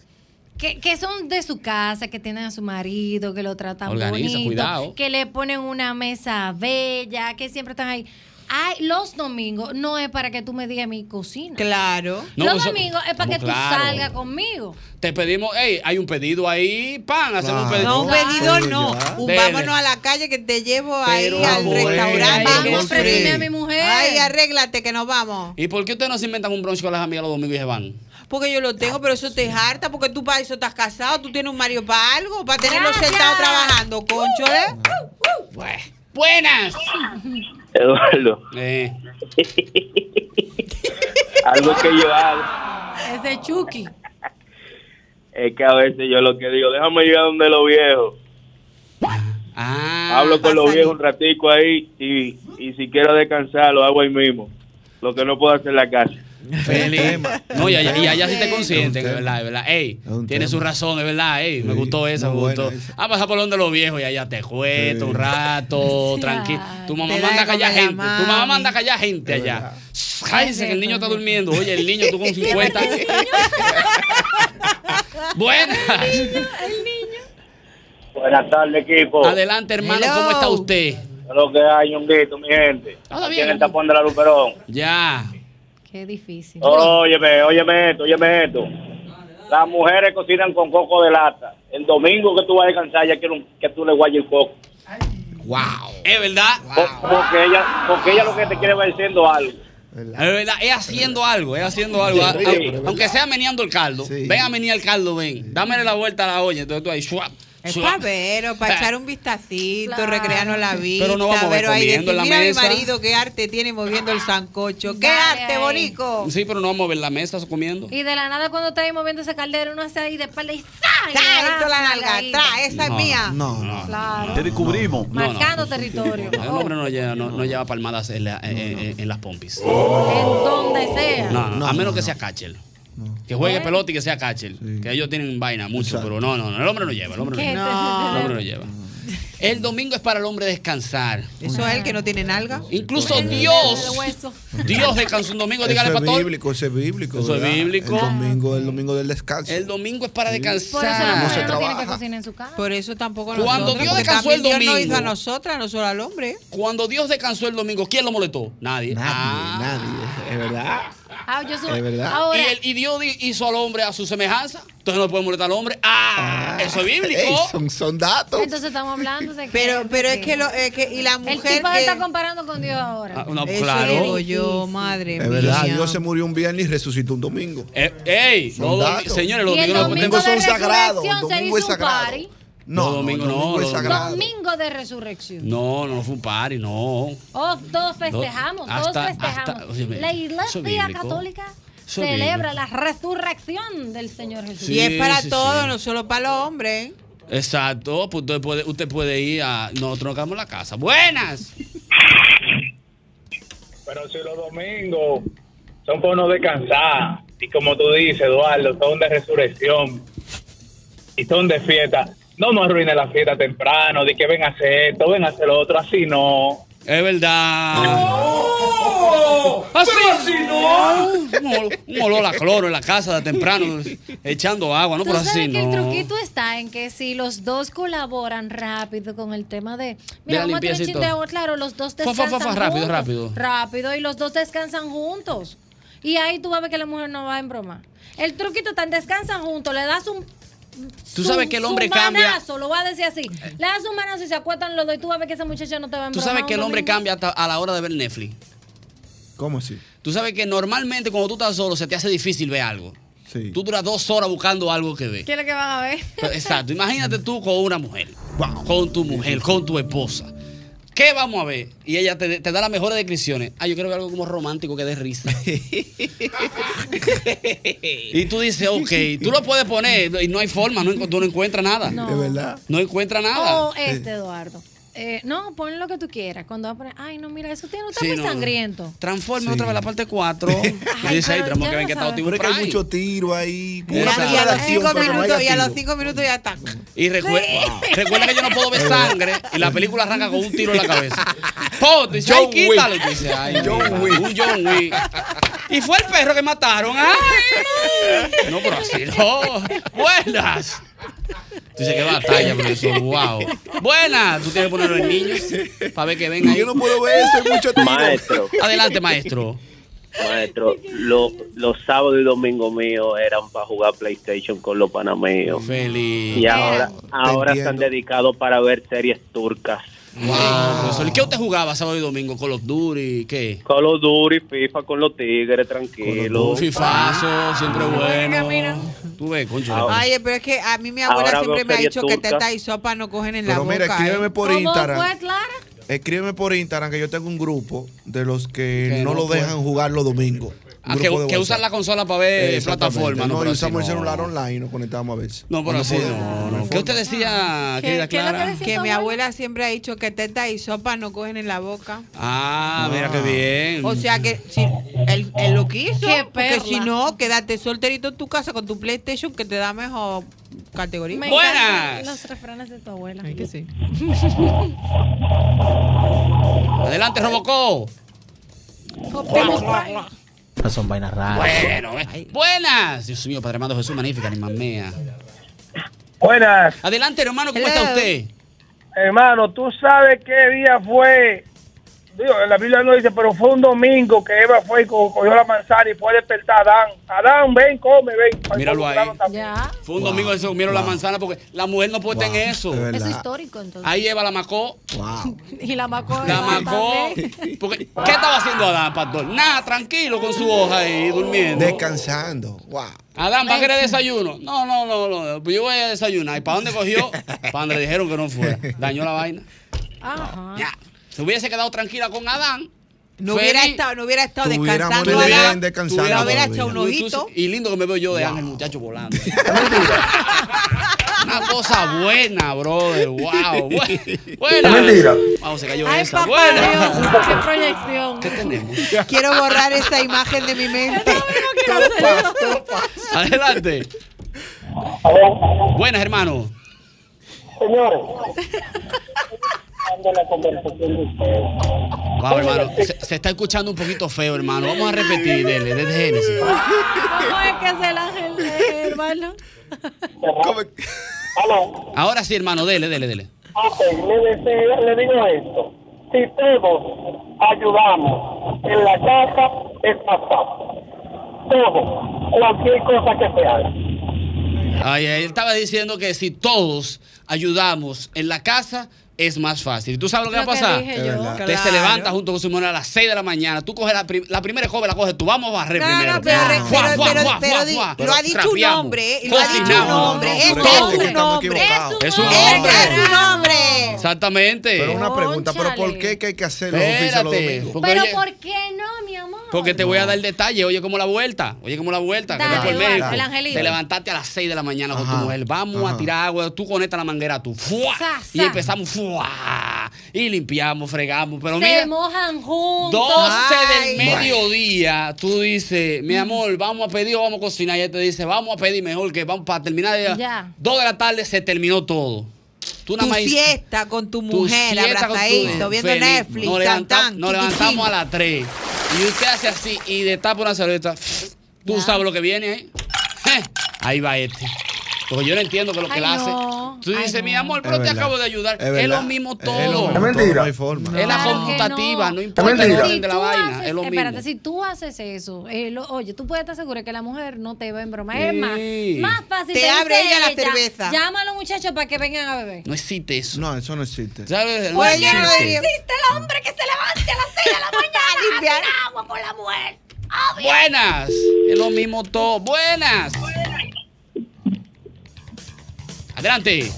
Speaker 28: que, que son de su casa, que tienen a su marido, que lo tratan
Speaker 4: Organiza,
Speaker 28: bonito,
Speaker 4: cuidado.
Speaker 28: que le ponen una mesa bella, que siempre están ahí. Ay, los domingos no es para que tú me digas mi cocina.
Speaker 7: Claro.
Speaker 4: No,
Speaker 28: los
Speaker 4: eso-
Speaker 28: domingos es para
Speaker 4: Vamos,
Speaker 28: que tú
Speaker 4: claro.
Speaker 28: salgas conmigo.
Speaker 4: Te pedimos, hey, hay un pedido ahí, pan, hacemos un pedido.
Speaker 7: No, un pedido no. Un
Speaker 4: Dele.
Speaker 7: vámonos a la calle que te llevo ahí
Speaker 4: Pero,
Speaker 7: al
Speaker 4: amor,
Speaker 7: restaurante.
Speaker 4: ay, Vamos, ¿por qué? prendime a mi
Speaker 28: mujer.
Speaker 7: Ay, arréglate que nos vamos.
Speaker 4: ¿Y por qué ustedes no se inventan un brunch con las amigas los domingos y se van?
Speaker 7: Porque yo lo tengo, pero eso te harta, porque tú para eso estás casado, tú tienes un marido para algo, para tenerlo
Speaker 4: Gracias. Uh.
Speaker 7: sentado trabajando, concho, ¿eh?
Speaker 4: Buenas.
Speaker 6: Eduardo.
Speaker 4: Eh.
Speaker 6: Algo que yo hago
Speaker 28: Es de Chucky.
Speaker 6: es que a veces yo lo que digo, déjame llegar donde los viejos.
Speaker 4: Ah,
Speaker 6: Hablo con los viejos un ratico ahí y, y si quiero descansar lo hago ahí mismo. Lo que no puedo hacer en la casa.
Speaker 4: Feliz. No, y allá, y allá sí te consienten, es verdad, es verdad. Ey, tiene su razón, es verdad, ey, me gustó esa, me gustó. Ah, pasa por donde los viejos y allá te cuento un rato, tranquilo. Tu mamá
Speaker 7: Te da
Speaker 4: manda a
Speaker 7: de comer
Speaker 4: callar
Speaker 7: la
Speaker 4: gente, tu mamá
Speaker 7: mami.
Speaker 4: manda a callar gente allá. Ay, dice que el niño está durmiendo. Oye, el niño tú con 50. Buenas.
Speaker 12: Buenas tardes, equipo.
Speaker 4: Adelante, hermano, ¿cómo está usted?
Speaker 12: Lo que hay, ñonguito, mi gente.
Speaker 28: Todo
Speaker 12: Aquí
Speaker 28: bien.
Speaker 12: en el tapón de la Luperón.
Speaker 4: Ya.
Speaker 28: Qué difícil.
Speaker 12: Óyeme, óyeme esto, óyeme esto. Las mujeres cocinan con coco de lata. El domingo que tú vas a descansar, ya quieren que tú le guayes el coco.
Speaker 4: Wow. Es verdad.
Speaker 12: Po- Porque ella, porque ella lo que te quiere va diciendo algo.
Speaker 4: Es verdad, es haciendo algo, es haciendo algo. Ah, eh,
Speaker 12: Sí,
Speaker 4: A-
Speaker 12: sí,
Speaker 4: a-
Speaker 12: sí.
Speaker 4: aunque sea meneando el caldo. Ven a menear el caldo, ven. Dámele la vuelta a la olla. Entonces tú ahí, shuap,
Speaker 7: Es para ver, o para echar un vistacito,
Speaker 9: Claro.
Speaker 7: recrearnos la vida.
Speaker 4: Ah. Pero no vamos a ver
Speaker 7: pero ahí
Speaker 4: comiendo en
Speaker 7: decir,
Speaker 4: la
Speaker 7: mira
Speaker 4: mesa".
Speaker 7: mi marido, qué arte tiene moviendo el sancocho. ¡Qué
Speaker 28: Dale
Speaker 7: arte,
Speaker 28: ahí.
Speaker 7: bonico!
Speaker 4: Sí, pero no vamos a ver la mesa comiendo.
Speaker 28: Y de la nada cuando está ahí moviendo ese caldero, uno hace ahí de espalda y ¡zas!
Speaker 7: Trae toda la nalga, trae, esa es
Speaker 4: No,
Speaker 7: mía.
Speaker 4: No, no.
Speaker 28: Claro.
Speaker 4: Te descubrimos.
Speaker 28: Marcando territorio.
Speaker 4: El hombre no lleva, no, no lleva palmadas en, la- en- en- en las pompis.
Speaker 7: Oh.
Speaker 28: En donde sea.
Speaker 4: No, no, a menos que sea Cachel. Que
Speaker 7: ¿Eh?
Speaker 4: juegue pelota y que sea Cachel. Que ellos tienen vaina mucho, pero no, no, no. El hombre no lleva. El hombre no
Speaker 7: ¿Qué?
Speaker 4: lleva.
Speaker 7: No.
Speaker 4: El hombre no lleva. El domingo es para el hombre descansar.
Speaker 7: Eso es el que no tiene nalga.
Speaker 4: Incluso Dios. Dios descansó un domingo. Dígale,
Speaker 14: eso es
Speaker 4: pastor.
Speaker 14: bíblico, eso es bíblico.
Speaker 4: Eso es
Speaker 14: ¿verdad?
Speaker 4: bíblico.
Speaker 14: El domingo, el domingo del descanso.
Speaker 4: El domingo es para descansar.
Speaker 28: Por eso la
Speaker 14: No
Speaker 28: mujer
Speaker 14: se
Speaker 28: no tiene que
Speaker 14: trabaja.
Speaker 28: cocinar en su casa.
Speaker 7: Por eso tampoco
Speaker 4: Cuando
Speaker 7: nosotros,
Speaker 4: Dios
Speaker 7: porque
Speaker 4: descansó el
Speaker 7: también Dios nos
Speaker 4: domingo.
Speaker 7: hizo a nosotras, no solo al hombre.
Speaker 4: Cuando Dios descansó el domingo, ¿quién lo molestó? Nadie. Nadie,
Speaker 14: nadie. Es verdad.
Speaker 28: Ah, yo soy-
Speaker 4: Es verdad.
Speaker 28: Ahora,
Speaker 4: y, el- y Dios di- hizo al hombre a su semejanza. Entonces no puede molestar al hombre. ¡Ah! eso es bíblico.
Speaker 14: Ey, son, son datos.
Speaker 28: entonces estamos hablando de que.
Speaker 7: Pero, pero es que, lo, es que y la
Speaker 28: El
Speaker 7: mujer
Speaker 28: tipo
Speaker 7: que...
Speaker 28: está comparando con Dios ahora.
Speaker 14: Ah, no,
Speaker 7: Eso
Speaker 14: claro.
Speaker 7: digo yo, madre
Speaker 14: Es verdad,
Speaker 7: mía.
Speaker 14: Dios se murió un viernes y resucitó un domingo.
Speaker 4: Eh, ¡Ey!
Speaker 14: Son
Speaker 4: los domi-
Speaker 14: datos.
Speaker 4: señores, los
Speaker 14: Y el
Speaker 4: domingos no
Speaker 14: domingo son
Speaker 4: Ah,
Speaker 14: sagrados.
Speaker 28: resurrección se
Speaker 14: Domingo es
Speaker 28: hizo un
Speaker 14: sagrado.
Speaker 28: party.
Speaker 4: No, domingo no.
Speaker 14: domingo es
Speaker 4: los domingos-
Speaker 28: Domingo de resurrección.
Speaker 4: No, no fue un party, no.
Speaker 28: Oh, todos festejamos,
Speaker 4: hasta-
Speaker 28: todos festejamos.
Speaker 4: hasta- óyeme,
Speaker 28: la
Speaker 4: eso es
Speaker 28: Iglesia
Speaker 4: bíblico.
Speaker 28: Católica
Speaker 4: Eso es
Speaker 28: celebra la resurrección del Señor Jesús.
Speaker 7: y es para
Speaker 4: sí,
Speaker 7: todos,
Speaker 4: sí.
Speaker 7: no solo para los hombres.
Speaker 4: Exacto, pues usted puede, usted puede ir a. Nosotros nos quedamos en la casa. ¡Buenas!
Speaker 15: Pero si los domingos son para uno descansar, y como tú dices, Eduardo, son de resurrección y son de fiesta, no nos arruines la fiesta temprano, de que ven a hacer esto, ven a hacer lo otro, así no.
Speaker 4: Es verdad.
Speaker 6: ¡Así!
Speaker 4: Un olor, un olor a cloro en la casa de temprano, echando agua, no
Speaker 28: Tú
Speaker 4: por
Speaker 28: sabes
Speaker 4: así,
Speaker 28: que el
Speaker 4: no.
Speaker 28: truquito está en que si los dos colaboran rápido con el tema de. Mira,
Speaker 4: la
Speaker 28: vamos a tener
Speaker 4: limpieza y
Speaker 28: chin de
Speaker 4: todo.
Speaker 28: agua, claro, los dos
Speaker 4: Fa, fa, fa,
Speaker 28: descansan.
Speaker 4: fa, rápido,
Speaker 28: juntos.
Speaker 4: rápido.
Speaker 28: Rápido, y los dos descansan juntos. Y ahí tú vas a ver que la mujer no va en broma. El truquito está en descansan juntos, le das un.
Speaker 4: Tú
Speaker 28: su-
Speaker 4: sabes que el
Speaker 28: su
Speaker 4: hombre cambia. Eh.
Speaker 28: manazo, lo voy a decir así. Le das un manazo y se acuestan los dos y tú vas a ver que esa muchacha no te va a
Speaker 4: Tú
Speaker 28: embromar.
Speaker 4: sabes que el
Speaker 28: un
Speaker 4: hombre
Speaker 28: domingo.
Speaker 4: cambia hasta a la hora de ver Netflix.
Speaker 14: ¿Cómo así?
Speaker 4: Tú sabes que normalmente cuando tú estás solo se te hace difícil ver algo. Tú duras dos horas buscando algo que ver.
Speaker 28: ¿Qué es lo que van a ver?
Speaker 4: Pero, Exacto. Imagínate tú con una mujer, con tu mujer, con tu esposa. ¿Qué vamos a ver? Y ella te, te da las mejores descripciones. Ah, yo quiero ver algo como romántico que dé risa. y tú dices, ok, tú lo puedes poner y no hay forma, no, encu- tú no encuentras nada.
Speaker 28: No.
Speaker 14: Es verdad.
Speaker 4: No encuentras nada.
Speaker 28: O este, Eduardo. Eh, no, pon lo que tú quieras. Cuando vas a poner, ay, no, mira, eso tiene, está
Speaker 4: Sí,
Speaker 28: muy
Speaker 4: no, no.
Speaker 28: sangriento.
Speaker 4: Transforma otra vez la parte 4. Y dice, ahí
Speaker 28: pero
Speaker 4: tenemos que ver
Speaker 28: ya lo
Speaker 4: que está
Speaker 28: sabes.
Speaker 4: Optimus
Speaker 14: Pero es que hay
Speaker 4: Prime".
Speaker 14: mucho tiro ahí.
Speaker 4: Y a- y a los cinco
Speaker 7: Cinco
Speaker 4: Pero no hay
Speaker 7: minutos, y a
Speaker 4: gatillo.
Speaker 7: los cinco minutos ya está.
Speaker 4: Y recue-
Speaker 7: Sí.
Speaker 4: recuerda que yo no puedo ver sangre y la película arranca con un tiro en la cabeza. Po, dice, ay,
Speaker 6: John Wick.
Speaker 4: quítalo. Y dice, ay,
Speaker 6: John
Speaker 4: mira,
Speaker 6: Wick.
Speaker 4: Un John Wick. Y fue el perro que mataron. ¡Ay! No, pero así no. Buenas. Dice, qué batalla, profesor. Wow. Buenas. Tú tienes que ponerlo en niños para ver que venga ahí. Yo no
Speaker 14: puedo ver eso, hay mucho
Speaker 4: tiro.
Speaker 30: Maestro.
Speaker 4: Adelante, maestro.
Speaker 30: Maestro, lo- los sábados y domingos míos eran para jugar PlayStation con los panameos.
Speaker 4: Feliz.
Speaker 30: Y ahora, ahora se han
Speaker 4: entiendo.
Speaker 30: dedicado para ver series turcas.
Speaker 4: Wow, profesor. ¿Y qué usted jugaba sábado y domingo? ¿Call of Duty? ¿Qué?
Speaker 30: Call of Duty, FIFA con los tigres, tranquilo. Ah.
Speaker 4: Un fifazo, siempre bueno.
Speaker 7: mira.
Speaker 4: Tú ves, concho.
Speaker 7: Ay, pero es que a mí mi
Speaker 14: Ah, Ahora
Speaker 7: abuela siempre
Speaker 14: veo
Speaker 7: me ha
Speaker 14: series
Speaker 7: dicho que
Speaker 14: turcas.
Speaker 7: teta y sopa no cogen en la
Speaker 14: Pero
Speaker 7: boca.
Speaker 14: mira, escríbeme
Speaker 7: ¿eh?
Speaker 14: por Instagram.
Speaker 28: Clara?
Speaker 14: Escríbeme por Instagram que yo tengo un grupo de los que,
Speaker 4: Que
Speaker 14: no,
Speaker 4: no
Speaker 14: lo
Speaker 4: pueden.
Speaker 14: dejan jugar los domingos.
Speaker 4: Ah, que, que usan la consola para ver plataforma.
Speaker 14: No,
Speaker 4: No,
Speaker 14: y
Speaker 4: pero así
Speaker 14: usamos el
Speaker 4: no.
Speaker 14: celular online y nos conectamos a veces.
Speaker 4: No, pero así no. no. ¿Qué usted decía, querida Clara?
Speaker 7: que mi abuela siempre ha dicho que teta y sopa no cogen en la boca.
Speaker 4: Ah, mira qué bien.
Speaker 7: O sea que si él, él lo quiso,
Speaker 28: Qué
Speaker 7: porque si
Speaker 28: perla.
Speaker 7: no, quédate solterito en tu casa con tu PlayStation que te da mejor categoría.
Speaker 28: Me encantan Los refranes de tu abuela. que sí.
Speaker 4: Adelante, Robocó.
Speaker 31: No son vainas raras.
Speaker 4: Bueno, eh. buenas. Dios mío, Padre Amado Jesús, magnífica, ni más mía.
Speaker 32: Buenas.
Speaker 4: Adelante, hermano, ¿cómo está usted?
Speaker 32: Hermano, ¿tú sabes qué día fue
Speaker 16: digo, en la Biblia no dice, pero fue un domingo que Eva fue y co- cogió la manzana y fue a despertar a Adán. Adán, ven, come, ven. Para
Speaker 4: Míralo ahí.
Speaker 16: involucrarlo también.
Speaker 4: Fue un domingo que se comieron la manzana porque la mujer no puede tener eso.
Speaker 28: Eso es histórico, entonces.
Speaker 4: Ahí Eva la macó.
Speaker 28: Y la macó.
Speaker 4: La macó. Porque, ¿Qué estaba haciendo Adán, pastor? Nada, tranquilo con su hoja ahí, durmiendo.
Speaker 8: Descansando. Wow.
Speaker 4: Adán, ¿va a querer desayuno? No, no, no, no. pues Yo voy a desayunar. ¿Y para dónde cogió? Para donde le dijeron que no fuera. Dañó la vaina.
Speaker 28: Ajá.
Speaker 4: Ya. Se hubiese quedado tranquila con Adán.
Speaker 7: No hubiera estado, no hubiera estado descansando.
Speaker 4: Tuviera-
Speaker 7: allá.
Speaker 4: tuviera-
Speaker 7: No hubiera hecho un
Speaker 4: Y tú-
Speaker 7: ojito.
Speaker 4: Y lindo que me veo yo de Ángel, muchacho, volando. Una cosa buena, brother. Wow. Bu- Buena.
Speaker 21: Mentira.
Speaker 4: Vamos, se cayó
Speaker 7: Ay,
Speaker 4: esa.
Speaker 7: papá
Speaker 4: buena.
Speaker 28: Qué proyección.
Speaker 7: Quiero borrar esa imagen de mi mente.
Speaker 4: Adelante. Buenas, hermano.
Speaker 16: Señores, cuando la conversación de ustedes.
Speaker 4: Wow, hermano. Se, se está escuchando un poquito feo, hermano. Vamos a repetir, dele, desde Génesis.
Speaker 28: ¿Cómo es que es el ángel, eh, hermano?
Speaker 4: Ahora sí, hermano, dele, dele, dele.
Speaker 16: Ok, le, deseo- Ah, le digo esto. Si todos ayudamos en la casa, es más fácil. Todo, cualquier cosa que se haga.
Speaker 4: Ay, ay, él estaba diciendo que si todos ayudamos en la casa, es más fácil. ¿Tú sabes lo que
Speaker 21: Lo
Speaker 4: va a
Speaker 21: que
Speaker 4: pasar?
Speaker 21: dije Es yo. verdad.
Speaker 4: Usted se
Speaker 21: Claro.
Speaker 4: levanta junto con su hermano a las 6 de la mañana. Tú coges la, prim- la primera joven, la coges tú. Vamos a barrer
Speaker 7: No, no,
Speaker 4: primero.
Speaker 7: pero- pero-
Speaker 4: Fuá, fuá,
Speaker 7: pero-
Speaker 4: fuá,
Speaker 7: pero
Speaker 4: fuá,
Speaker 7: di-
Speaker 4: fuá.
Speaker 7: lo ha dicho un
Speaker 4: Trapeamos,
Speaker 7: hombre, eh, lo ha dicho un
Speaker 4: cocinamos.
Speaker 7: hombre, No, no, es pero un hombre.
Speaker 4: Es un hombre.
Speaker 7: ¡Es un hombre!
Speaker 4: Exactamente.
Speaker 8: Pero una pregunta, ¿pero por qué que hay que hacer los oficios los
Speaker 4: Espérate,
Speaker 8: domingos?
Speaker 4: porque
Speaker 28: Pero
Speaker 4: oye-
Speaker 28: ¿por qué no, mi amor?
Speaker 4: Porque te voy a dar detalle. Oye, como la vuelta. Oye, como la vuelta. que
Speaker 28: Dale,
Speaker 4: no por
Speaker 28: Eduardo,
Speaker 4: México.
Speaker 28: el angelito.
Speaker 4: Te levantaste a las 6 de la mañana con
Speaker 21: Ajá,
Speaker 4: tu mujer. Vamos
Speaker 21: ajá.
Speaker 4: a tirar agua. Tú conectas la manguera tú. ¡Fua!
Speaker 28: Sa,
Speaker 4: Y
Speaker 28: sa.
Speaker 4: empezamos. ¡Fua! Y limpiamos, fregamos. Pero
Speaker 28: Se
Speaker 4: mira,
Speaker 28: mojan juntos.
Speaker 4: 12 del
Speaker 28: Ay. Mm.
Speaker 4: mediodía, tú dices, mi amor, vamos a pedir o vamos a cocinar. Y ella te dice, vamos a pedir mejor que vamos para terminar.
Speaker 7: Ya.
Speaker 4: 2 de la tarde se terminó todo. Tú
Speaker 7: tu
Speaker 4: nada más
Speaker 7: siesta con tu
Speaker 4: tu
Speaker 7: mujer,
Speaker 4: siesta con tu-
Speaker 7: abrazadito, viendo
Speaker 4: feliz.
Speaker 7: Netflix,
Speaker 4: Nos,
Speaker 7: tan,
Speaker 4: levanta-
Speaker 7: tan,
Speaker 4: nos
Speaker 7: tiquitín.
Speaker 4: levantamos a las 3. Y usted hace así y destapa una cerveza. Tú sabes lo que viene ahí. Je, Ahí va este. Porque yo no entiendo que lo que
Speaker 21: Ay,
Speaker 4: él hace.
Speaker 21: no.
Speaker 4: Tú
Speaker 21: Ay,
Speaker 4: dices, mi amor,
Speaker 21: Es
Speaker 4: pero te
Speaker 21: verdad.
Speaker 4: acabo de ayudar.
Speaker 21: Es
Speaker 4: Es,
Speaker 21: verdad.
Speaker 4: lo mismo
Speaker 21: Es
Speaker 4: todo.
Speaker 21: lo mismo
Speaker 8: Es mentira. No hay forma.
Speaker 4: Es la
Speaker 28: Claro que
Speaker 4: conmutativa, no,
Speaker 28: no.
Speaker 4: importa el
Speaker 8: mentira.
Speaker 4: orden de la
Speaker 28: tú
Speaker 4: vaina.
Speaker 28: haces-
Speaker 4: es lo mismo.
Speaker 28: espérate, si tú haces eso, eh, lo- oye, tú puedes estar segura que la mujer no te va a embromar. Es más,
Speaker 4: Sí.
Speaker 28: más fácil.
Speaker 7: Te
Speaker 28: dice
Speaker 7: abre ella la cerveza.
Speaker 28: Llama a los muchachos para que vengan a beber.
Speaker 4: No existe eso.
Speaker 8: No, eso no existe.
Speaker 4: ¿Sabes?
Speaker 28: ¿Por
Speaker 7: Pues
Speaker 28: qué no existe el hombre que se levante a las 6 de la mañana a limpiar agua por la mujer? Obvio.
Speaker 4: Buenas. Es lo mismo todo. Buenas. Adelante.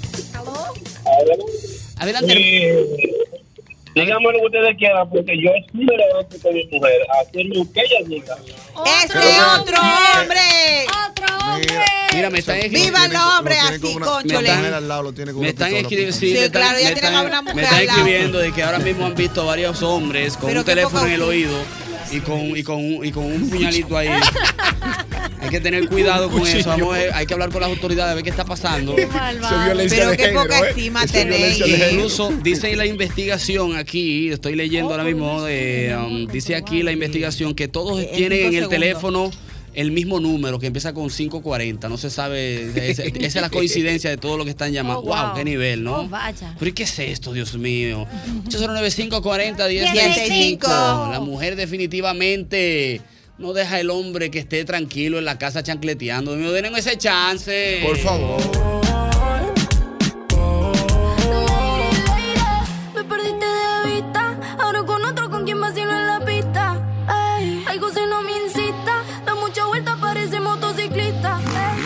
Speaker 4: Adelante.
Speaker 33: Díganme lo que ustedes quieran, porque yo sí me levanto con mi mujer a hacer lo que ella diga.
Speaker 7: ¡Este otro hombre!
Speaker 4: Mira, me están escribiendo.
Speaker 7: ¡Viva el hombre
Speaker 8: tienen
Speaker 7: así,
Speaker 8: una- me
Speaker 7: cónchole!
Speaker 8: están- al lado, lo tiene con
Speaker 4: Me
Speaker 8: una
Speaker 4: están
Speaker 8: pistola
Speaker 4: escribiendo.
Speaker 8: apuntada.
Speaker 4: sí,
Speaker 7: Sí,
Speaker 4: me están-
Speaker 7: claro, ya
Speaker 4: me
Speaker 7: tienen
Speaker 4: están-
Speaker 7: a una mujer
Speaker 4: Me están
Speaker 7: al lado.
Speaker 4: escribiendo de que ahora mismo han visto varios hombres con
Speaker 7: Pero
Speaker 4: un
Speaker 7: qué
Speaker 4: teléfono en el
Speaker 7: poca-
Speaker 4: oído y con, y con, un- y con un puñalito ahí. Hay que tener cuidado con eso. Vamos a- hay que hablar con las autoridades a ver qué está pasando.
Speaker 7: malvado. violencia Pero de qué género, poca ¿eh? estima Eso es tenéis. violencia de género.
Speaker 4: Incluso dice la investigación aquí, estoy leyendo ahora mismo, de, um, dice aquí la investigación que todos
Speaker 7: en
Speaker 4: tienen en
Speaker 7: cinco
Speaker 4: el
Speaker 7: segundos.
Speaker 4: teléfono el mismo número que empieza con 540. No se sabe, esa, esa es la coincidencia de todo lo que están llamando.
Speaker 28: Oh,
Speaker 4: wow.
Speaker 28: wow.
Speaker 4: qué nivel, ¿no?
Speaker 28: Oh, vaya.
Speaker 4: ¿Pero y qué es esto, Dios mío? 809-540-1065.
Speaker 28: 1065.
Speaker 4: La mujer definitivamente no deja el hombre que esté tranquilo en la casa chancleteando. Me den ese chance. Por favor.
Speaker 6: Me perdiste de vista. Ahora con otro con quien vacilo en la pista. Ey, algo se no me insista. Da mucha vuelta, parece motociclista. Ey,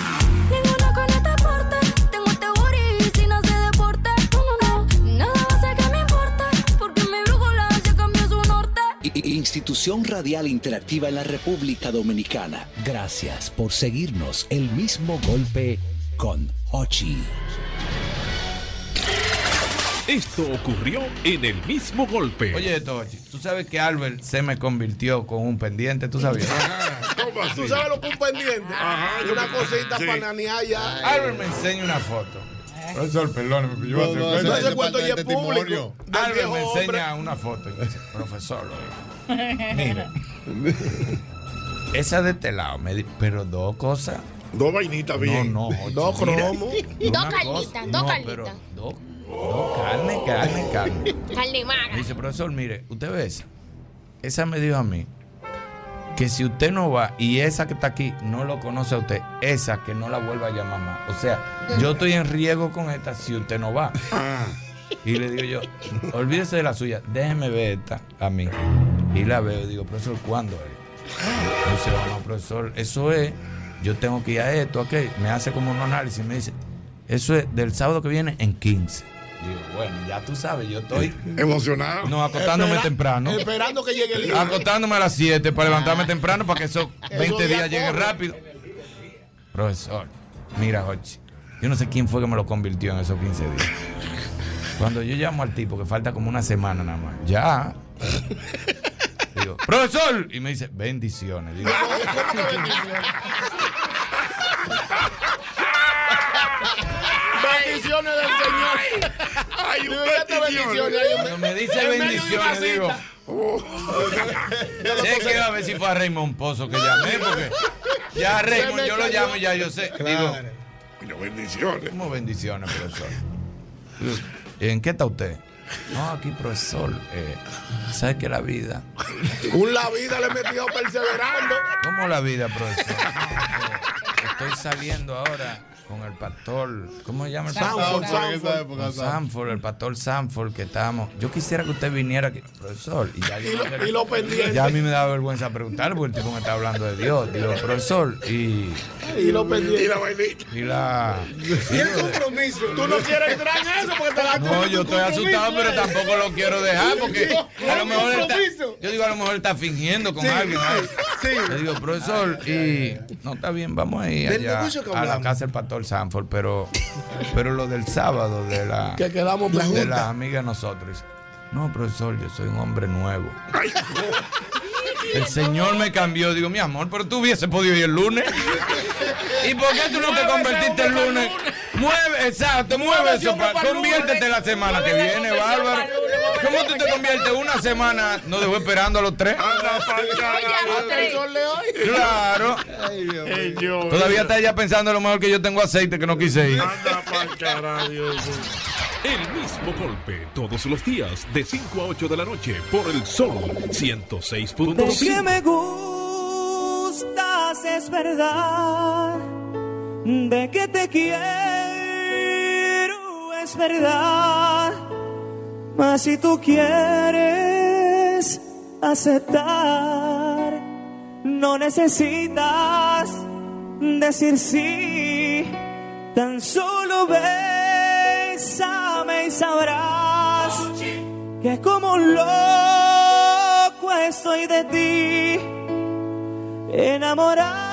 Speaker 6: ninguno con este porte. Tengo este booty si no se deporte. No, no, no. Nada va a hacer que me importe. Porque mi brújula ya cambió su norte.
Speaker 26: I- I- Institución Radial Interactiva en la República Dominicana. Gracias por seguirnos el mismo golpe con Hochi.
Speaker 34: Esto ocurrió en el mismo golpe.
Speaker 35: Oye, esto, tú sabes que Albert se me convirtió con un pendiente, tú sabías.
Speaker 5: ¿Tú sabes lo que un pendiente? una cosita
Speaker 35: sí.
Speaker 5: pananeada ya.
Speaker 35: Albert me enseña una foto. Profesor, perdóneme, pero yo voy a hacer-
Speaker 5: Entonces, cuando ya
Speaker 14: este
Speaker 5: es público, del
Speaker 35: Albert
Speaker 5: viejo
Speaker 35: me
Speaker 5: hombre.
Speaker 35: enseña una foto. y me dice, Profesor, oiga, mire. Esa de este lado, me di- pero dos cosas. Dos vainitas bien. No, no. oye,
Speaker 5: Dos
Speaker 35: mira,
Speaker 5: cromos.
Speaker 35: una
Speaker 5: Dos
Speaker 35: cosa-
Speaker 5: carnitas, dos
Speaker 35: no,
Speaker 5: carnitas.
Speaker 35: pero Dos Carne, carne, carne.
Speaker 9: Carne magra.
Speaker 35: Me dice, profesor, mire, usted ve esa. Esa me dijo a mí que si usted no va y esa que está aquí no lo conoce a usted, esa que no la vuelva a llamar más. O sea, yo estoy en riesgo con esta si usted no va. Y le digo yo, olvídese de la suya, déjeme ver esta a mí. Y la veo y digo, profesor, ¿cuándo es? Me dice, "Oh, no, profesor, eso es, yo tengo que ir a esto, a aquello. Me hace como un análisis y me dice, eso es del sábado que viene en 15. Digo, bueno, ya tú sabes, yo estoy
Speaker 21: Emocionado.
Speaker 35: No, acostándome
Speaker 5: Espera-
Speaker 35: temprano.
Speaker 5: Esperando que llegue el día.
Speaker 35: Acostándome a las
Speaker 8: este,
Speaker 35: 7 para levantarme temprano para que esos
Speaker 5: Eso
Speaker 35: 20
Speaker 5: ya
Speaker 35: días lleguen
Speaker 5: corre.
Speaker 35: rápido. Profesor, mira, Jochi, yo no sé quién fue que me lo convirtió en esos 15 días. Cuando yo llamo al tipo, que falta como una semana nada más, ya. Digo, profesor. Y me dice, bendiciones. Digo,
Speaker 5: Bendiciones del Señor. Ay, un bendiciones.
Speaker 35: Cuando me dice bendiciones, digo.
Speaker 8: "Oh".
Speaker 35: Sé que a ver si fue a Raymond Pozo que llamé, porque ya a Raymond yo lo llamo y ya yo sé. Digo, bendiciones. ¿Cómo bendiciones, profesor? ¿En qué está usted? No, aquí, profesor. Eh, ¿Sabe que la vida?
Speaker 5: Un la vida le metió perseverando.
Speaker 35: ¿Cómo la vida, profesor? No, eh, Estoy saliendo ahora con el pastor. ¿Cómo se llama el
Speaker 5: Sanford,
Speaker 35: pastor?
Speaker 5: Sanford. En esa época,
Speaker 35: Con Sanford, el pastor Sanford que estábamos. Yo quisiera que usted viniera aquí, profesor. Y ya, yo-
Speaker 5: Y lo- y lo pendiente.
Speaker 35: Ya a mí me daba vergüenza preguntar porque el tipo me está hablando de Dios. Digo, profesor, y,
Speaker 5: Y lo pendiente.
Speaker 35: y la.
Speaker 5: Y el compromiso. Tú no quieres entrar en eso porque te la
Speaker 35: No, yo estoy asustado, pero tampoco lo quiero dejar porque a lo mejor él está, yo digo a lo mejor él está fingiendo con alguien. ¿no? Le digo, profesor, y no está bien, vamos a ir
Speaker 5: Del
Speaker 35: allá
Speaker 5: negocio que
Speaker 35: a la
Speaker 5: hablamos.
Speaker 35: casa del pastor Sanford, pero, pero lo del sábado de la
Speaker 5: Que quedamos
Speaker 35: de
Speaker 5: preguntas.
Speaker 35: la amiga de nosotros. Dice, No, profesor, yo soy un hombre nuevo. El Señor me cambió. Digo, mi amor, pero tú hubiese podido ir el lunes. ¿Y por qué tú no te convertiste el lunes? Mueve, exacto, mueve eso. pa- Conviértete la semana que viene, bárbaro. ¿Cómo tú te conviertes una semana? No dejó esperando a los tres. Claro. Todavía está ella pensando a lo mejor que yo tengo aceite que no quise ir.
Speaker 26: El mismo golpe todos los días de 5 a 8 de la noche por el Sol 106.5.
Speaker 11: me gustas es verdad. De que te quiero es verdad. Mas si tú quieres aceptar, no necesitas decir sí. Tan solo bésame y sabrás que como un loco estoy de ti, enamorado.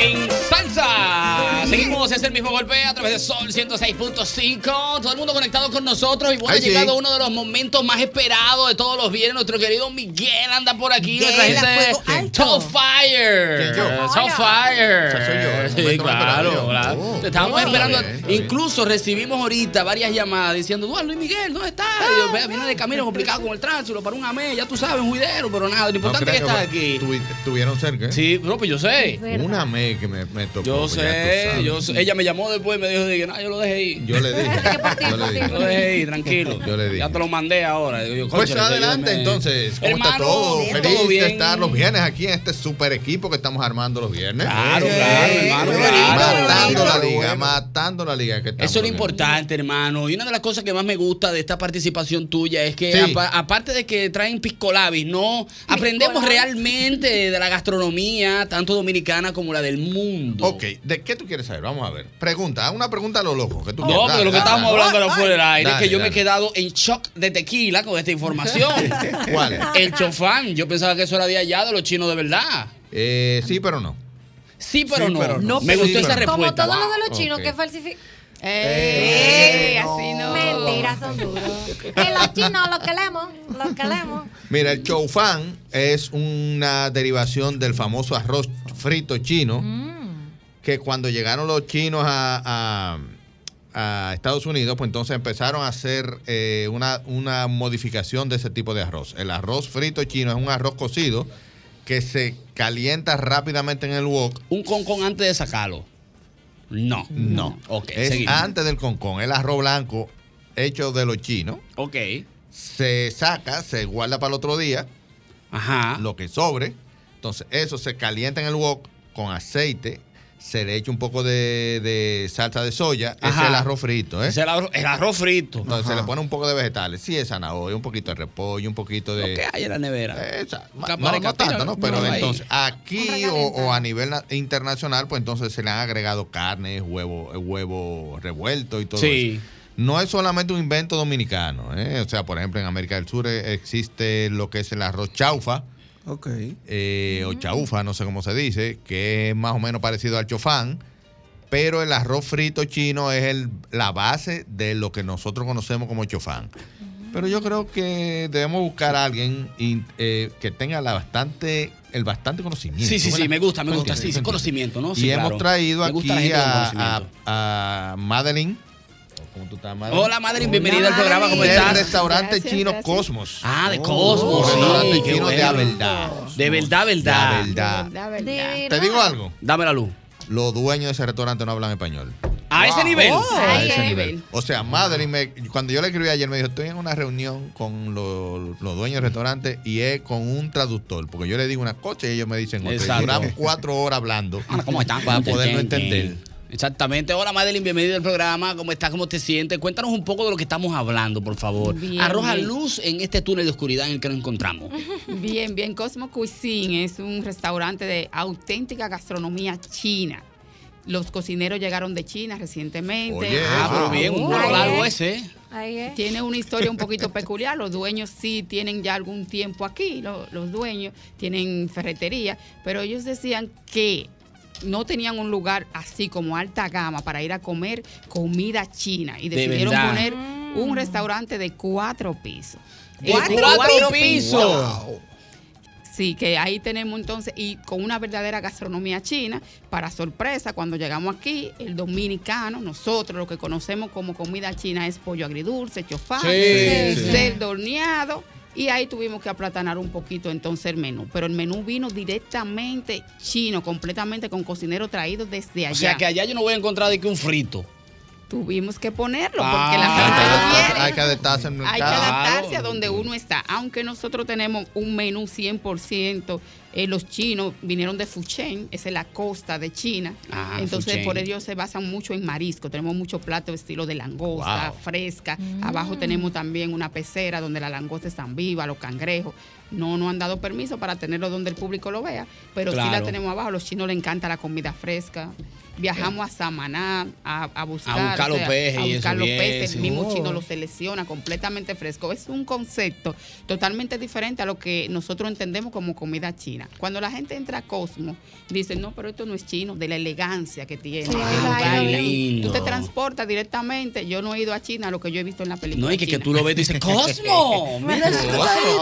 Speaker 4: En salsa. Seguimos, este es el mismo golpe a través de Sol 106.5. Todo el mundo conectado con nosotros. Y bueno,
Speaker 8: Ay,
Speaker 4: ha
Speaker 8: sí.
Speaker 4: llegado uno de los momentos más esperados de todos los viernes. Nuestro querido Miguel anda por aquí.
Speaker 8: Miguel,
Speaker 4: Nuestra
Speaker 8: a
Speaker 4: gente.
Speaker 8: fuego
Speaker 4: Top Fire.
Speaker 8: ¿Quién, yo?
Speaker 4: Top Fire.
Speaker 8: sea, soy yo, el momento
Speaker 4: Sí,
Speaker 8: más
Speaker 4: claro,
Speaker 8: esperado.
Speaker 4: claro.
Speaker 8: Oh.
Speaker 4: Te estábamos
Speaker 8: Bueno,
Speaker 4: esperando.
Speaker 8: está bien, está
Speaker 4: Incluso recibimos ahorita varias llamadas diciendo: Duarte Luis Miguel, ¿dónde estás? Y yo, "Vea, Viene de camino complicado con el tránsito para un amén. Ya tú sabes, un juidero, pero nada. Lo importante es que estás aquí.
Speaker 8: Estuvieron cerca. ¿eh?
Speaker 4: Sí, no, pues yo sé.
Speaker 8: Una me que me, me tocó.
Speaker 4: Yo
Speaker 8: pues ya tú
Speaker 4: sé,
Speaker 8: sabes.
Speaker 4: yo sé. Ella me llamó después y me dijo, dije, no, yo lo dejé ir.
Speaker 8: Yo le dije. yo le dije.
Speaker 4: Lo dejé ir, tranquilo.
Speaker 8: Yo le dije.
Speaker 4: Ya te lo mandé ahora. Yo, yo,
Speaker 8: Pues
Speaker 4: cónchale,
Speaker 8: adelante
Speaker 4: ayúdame.
Speaker 8: entonces, ¿cómo está
Speaker 4: Hermano,
Speaker 8: todo?
Speaker 4: bien,
Speaker 8: Feliz
Speaker 4: todo bien.
Speaker 8: de estar los viernes aquí en este super equipo que estamos armando los viernes.
Speaker 4: Claro, claro, hermano, claro.
Speaker 8: Matando la liga,
Speaker 4: Bueno.
Speaker 8: matando la liga que estamos.
Speaker 4: Eso es lo
Speaker 8: bien.
Speaker 4: importante, hermano. Y una de las cosas que más me gusta de esta participación tuya es que,
Speaker 8: Sí.
Speaker 4: apa- aparte de que traen piscolabis, ¿no? Aprendemos realmente de la gastronomía, tanto dominicana como la del mundo.
Speaker 8: Ok, ¿de qué tú quieres saber? Vamos a ver. Pregunta, una pregunta a lo loco. Que tú
Speaker 4: No,
Speaker 8: quieras.
Speaker 4: pero lo
Speaker 8: Dale,
Speaker 4: que estábamos
Speaker 8: dale.
Speaker 4: hablando ahora fuera del aire es
Speaker 8: Dale,
Speaker 4: que yo me
Speaker 8: dale.
Speaker 4: he quedado en shock de tequila con esta información.
Speaker 8: ¿Cuál?
Speaker 4: El chofán. Yo pensaba que eso era de allá, de los chinos de verdad.
Speaker 8: Eh, sí, pero no.
Speaker 4: Sí, pero
Speaker 8: Sí,
Speaker 4: no.
Speaker 8: pero no.
Speaker 4: Me
Speaker 8: Sí,
Speaker 4: gustó
Speaker 8: pero
Speaker 4: esa
Speaker 8: no.
Speaker 28: Como
Speaker 4: respuesta.
Speaker 28: todos los de
Speaker 8: Wow,
Speaker 28: los chinos
Speaker 8: ok.
Speaker 28: que falsifican.
Speaker 7: Eh,
Speaker 4: Eh,
Speaker 9: Ey, así no.
Speaker 28: Mentiras son duros. Que los chinos los queremos, los queremos.
Speaker 8: Mira, el choufán es una derivación del famoso arroz
Speaker 4: Mm.
Speaker 8: frito chino que cuando llegaron los chinos a, a- a Estados Unidos, pues entonces empezaron a hacer eh, una, una modificación de ese tipo de arroz. El arroz frito chino es un arroz cocido que se calienta rápidamente en el wok.
Speaker 4: Un concón antes de sacarlo. No.
Speaker 8: No.
Speaker 4: Ok,
Speaker 8: es
Speaker 4: seguimos.
Speaker 8: antes del concón. El arroz blanco hecho de los chinos.
Speaker 4: Ok.
Speaker 8: Se saca, se guarda para el otro día.
Speaker 4: Ajá.
Speaker 8: Lo que sobre. Entonces, eso se calienta en el wok con aceite. Se le echa un poco de, de salsa de soya. Ese
Speaker 4: Ajá.
Speaker 8: es el arroz frito, ¿eh?
Speaker 4: Es el arroz- el arroz frito.
Speaker 8: Entonces
Speaker 4: Ajá.
Speaker 8: se le pone un poco de vegetales. Sí, es zanahoria, un poquito de repollo, un poquito de.
Speaker 4: Lo que hay en la nevera.
Speaker 8: Esa.
Speaker 4: Capaz
Speaker 8: No,
Speaker 4: de
Speaker 8: no
Speaker 4: catira,
Speaker 8: tanto, ¿no? Pero
Speaker 4: ahí.
Speaker 8: entonces, aquí o, o a nivel na- internacional, pues entonces se le han agregado carnes, huevo, eh, huevo revuelto y todo eso.
Speaker 4: Sí.
Speaker 8: No es solamente un invento dominicano, ¿eh? O sea, por ejemplo, en América del Sur eh, existe lo que es el arroz chaufa. eh, O chaufa, no sé cómo se dice, que es más o menos parecido al chofán. Pero el arroz frito chino es el- la base de lo que nosotros conocemos como chofán. Pero yo creo que debemos buscar a alguien in- eh, que tenga la bastante, el bastante conocimiento.
Speaker 4: Sí, sí, sí,
Speaker 8: ¿verdad?
Speaker 4: me gusta, me
Speaker 8: ¿Tú
Speaker 4: gusta.
Speaker 8: entiendes?
Speaker 4: Sí, sí, conocimiento, ¿no?
Speaker 8: Y
Speaker 4: Sí,
Speaker 8: hemos
Speaker 4: claro.
Speaker 8: traído
Speaker 4: Me
Speaker 8: aquí
Speaker 4: gusta la gente con
Speaker 8: a,
Speaker 4: conocimiento.
Speaker 8: a, a Madeline. Oh, ¿Cómo tú estás, Madeline?
Speaker 4: Hola, Madeline, bienvenida al programa, ¿cómo
Speaker 8: Del
Speaker 4: estás?
Speaker 8: restaurante
Speaker 4: Gracias,
Speaker 8: chino
Speaker 4: gracias.
Speaker 8: Cosmos.
Speaker 4: Ah, de Cosmos, sí,
Speaker 8: restaurante
Speaker 4: qué
Speaker 8: chino de
Speaker 4: bueno.
Speaker 8: la verdad.
Speaker 4: De verdad, verdad.
Speaker 8: De verdad.
Speaker 28: De
Speaker 8: ¿Te digo algo?
Speaker 4: Dame la luz.
Speaker 8: Los dueños de ese restaurante no hablan español.
Speaker 4: ¿A ese nivel? Oh.
Speaker 8: a
Speaker 4: A
Speaker 8: ese
Speaker 4: ese
Speaker 8: nivel.
Speaker 4: nivel.
Speaker 8: O sea, Madeline, me- cuando yo le escribí ayer, me dijo: Estoy en una reunión con lo- los dueños del restaurante y es con un traductor. Porque yo le digo una cosa y ellos me dicen otra. Y
Speaker 4: Exacto. Ah,
Speaker 8: duramos cuatro horas hablando
Speaker 4: ¿Cómo están?
Speaker 8: para
Speaker 4: ¿Cómo te
Speaker 8: poderlo
Speaker 4: sientes?
Speaker 8: entender.
Speaker 4: Exactamente. Hola, Madeline, bienvenida al programa. ¿Cómo estás? ¿Cómo te sientes? Cuéntanos un poco de lo que estamos hablando, por favor.
Speaker 21: Bien,
Speaker 4: Arroja
Speaker 21: bien.
Speaker 4: luz en este túnel de oscuridad en el que nos encontramos.
Speaker 21: Bien, bien. Cosmo Cuisine es un restaurante de auténtica gastronomía china. Los cocineros llegaron de China recientemente.
Speaker 4: Oye, Ah, pero bien, un vuelo
Speaker 8: eh.
Speaker 4: largo ese. ¿eh?
Speaker 21: Tiene una historia un poquito peculiar. Los dueños sí tienen ya algún tiempo aquí, lo- los dueños tienen ferretería, pero ellos decían que no tenían un lugar así como alta gama para ir a comer comida china y
Speaker 4: De
Speaker 21: decidieron
Speaker 4: verdad.
Speaker 21: poner un restaurante de cuatro pisos.
Speaker 4: ¡De
Speaker 21: Eh,
Speaker 4: cuatro pisos! Wow.
Speaker 21: Sí, que ahí tenemos entonces, y con una verdadera gastronomía china, para sorpresa, cuando llegamos aquí, el dominicano, nosotros lo que conocemos como comida china es pollo agridulce, chofán,
Speaker 10: Sí, sí.
Speaker 21: cerdo horneado, y ahí tuvimos que aplatanar un poquito entonces el menú. Pero el menú vino directamente chino, completamente con cocineros traídos desde allá.
Speaker 4: O sea, que allá yo no voy a encontrar de que un frito.
Speaker 21: Tuvimos que ponerlo,
Speaker 4: Ah.
Speaker 21: porque la gente lo quiere.
Speaker 8: Hay que adaptarse al
Speaker 21: Hay que
Speaker 8: mercado.
Speaker 21: adaptarse a donde uno está. Aunque nosotros tenemos un menú 100%, eh, los chinos vinieron de Fucheng, esa es la costa de China.
Speaker 10: Ah,
Speaker 21: Entonces,
Speaker 10: Fucheng.
Speaker 21: por ello se basan mucho en marisco. Tenemos muchos platos estilo de langosta,
Speaker 10: Wow.
Speaker 21: fresca. Abajo tenemos también una pecera donde la langosta están viva, los cangrejos. No nos han dado permiso para tenerlo donde el público lo vea, pero sí la
Speaker 4: Claro.
Speaker 21: tenemos abajo. Los chinos les encanta la comida fresca. Viajamos a Samaná a, a buscar,
Speaker 4: buscar los peces
Speaker 21: a
Speaker 4: y eso,
Speaker 21: buscar los
Speaker 4: bien,
Speaker 21: peces.
Speaker 4: sí.
Speaker 21: El mismo
Speaker 4: Oh.
Speaker 21: chino los selecciona completamente fresco. Es un concepto totalmente diferente a lo que nosotros entendemos como comida china. Cuando la gente entra a Cosmo, dicen, no, pero esto no es chino, de la elegancia que tiene.
Speaker 4: Ah,
Speaker 21: del lugar".
Speaker 4: qué lindo.
Speaker 21: Tú te transportas directamente. Yo no he ido a China, lo que yo he visto en la película.
Speaker 4: No, y que, que
Speaker 21: china.
Speaker 4: tú lo ves y dices, ¡Cosmo! ¡Mira eso!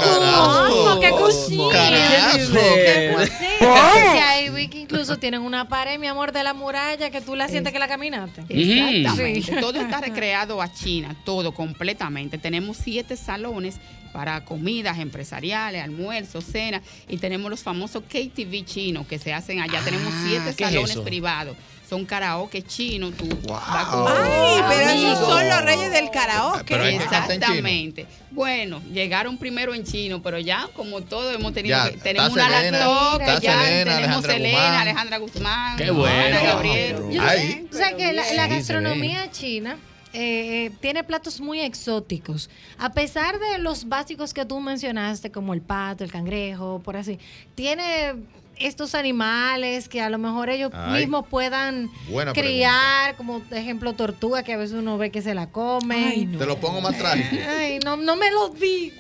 Speaker 28: Cosmo, qué
Speaker 4: Cosmo,
Speaker 28: cocina.
Speaker 4: qué nivel.
Speaker 28: Sí, ahí vi que incluso tienen una pared, mi amor, de la muralla que tú la sientes que la caminaste.
Speaker 21: Exactamente.
Speaker 28: Sí.
Speaker 21: Todo está recreado a China, todo completamente. Tenemos siete salones para comidas empresariales, almuerzos, cenas y tenemos los famosos KTV chinos que se hacen
Speaker 7: Ah,
Speaker 21: allá. tenemos siete
Speaker 10: ¿qué es
Speaker 21: salones
Speaker 10: eso?
Speaker 21: privados. Son karaoke chino, tú vas con
Speaker 7: Ay,
Speaker 21: tus
Speaker 7: pero esos
Speaker 21: amigos.
Speaker 7: son los reyes del karaoke.
Speaker 21: Pero hay que cantar en chino. Exactamente. Bueno, llegaron primero en chino, pero ya como todos hemos tenido
Speaker 10: Ya,
Speaker 21: que- tenemos
Speaker 10: está
Speaker 21: una
Speaker 10: Selena,
Speaker 21: lactoca,
Speaker 10: está
Speaker 21: ya
Speaker 10: Selena,
Speaker 21: tenemos
Speaker 10: Alejandra
Speaker 21: Selena,
Speaker 10: Guzmán.
Speaker 21: Alejandra Guzmán,
Speaker 10: Qué
Speaker 21: Ana
Speaker 10: bueno.
Speaker 21: Gabriel.
Speaker 28: Yo
Speaker 10: Ay.
Speaker 28: sé, o sea que la,
Speaker 10: Sí,
Speaker 28: la
Speaker 10: se ve.
Speaker 28: gastronomía china eh, eh, tiene platos muy exóticos. A pesar de los básicos que tú mencionaste, como el pato, el cangrejo, por así, tiene estos animales que a lo mejor ellos
Speaker 10: Ay.
Speaker 28: mismos puedan
Speaker 8: Buena
Speaker 28: criar, como por ejemplo tortuga, que a veces uno ve que se la come.
Speaker 8: Te lo pongo más trágico.
Speaker 28: Ay, no, no me lo di.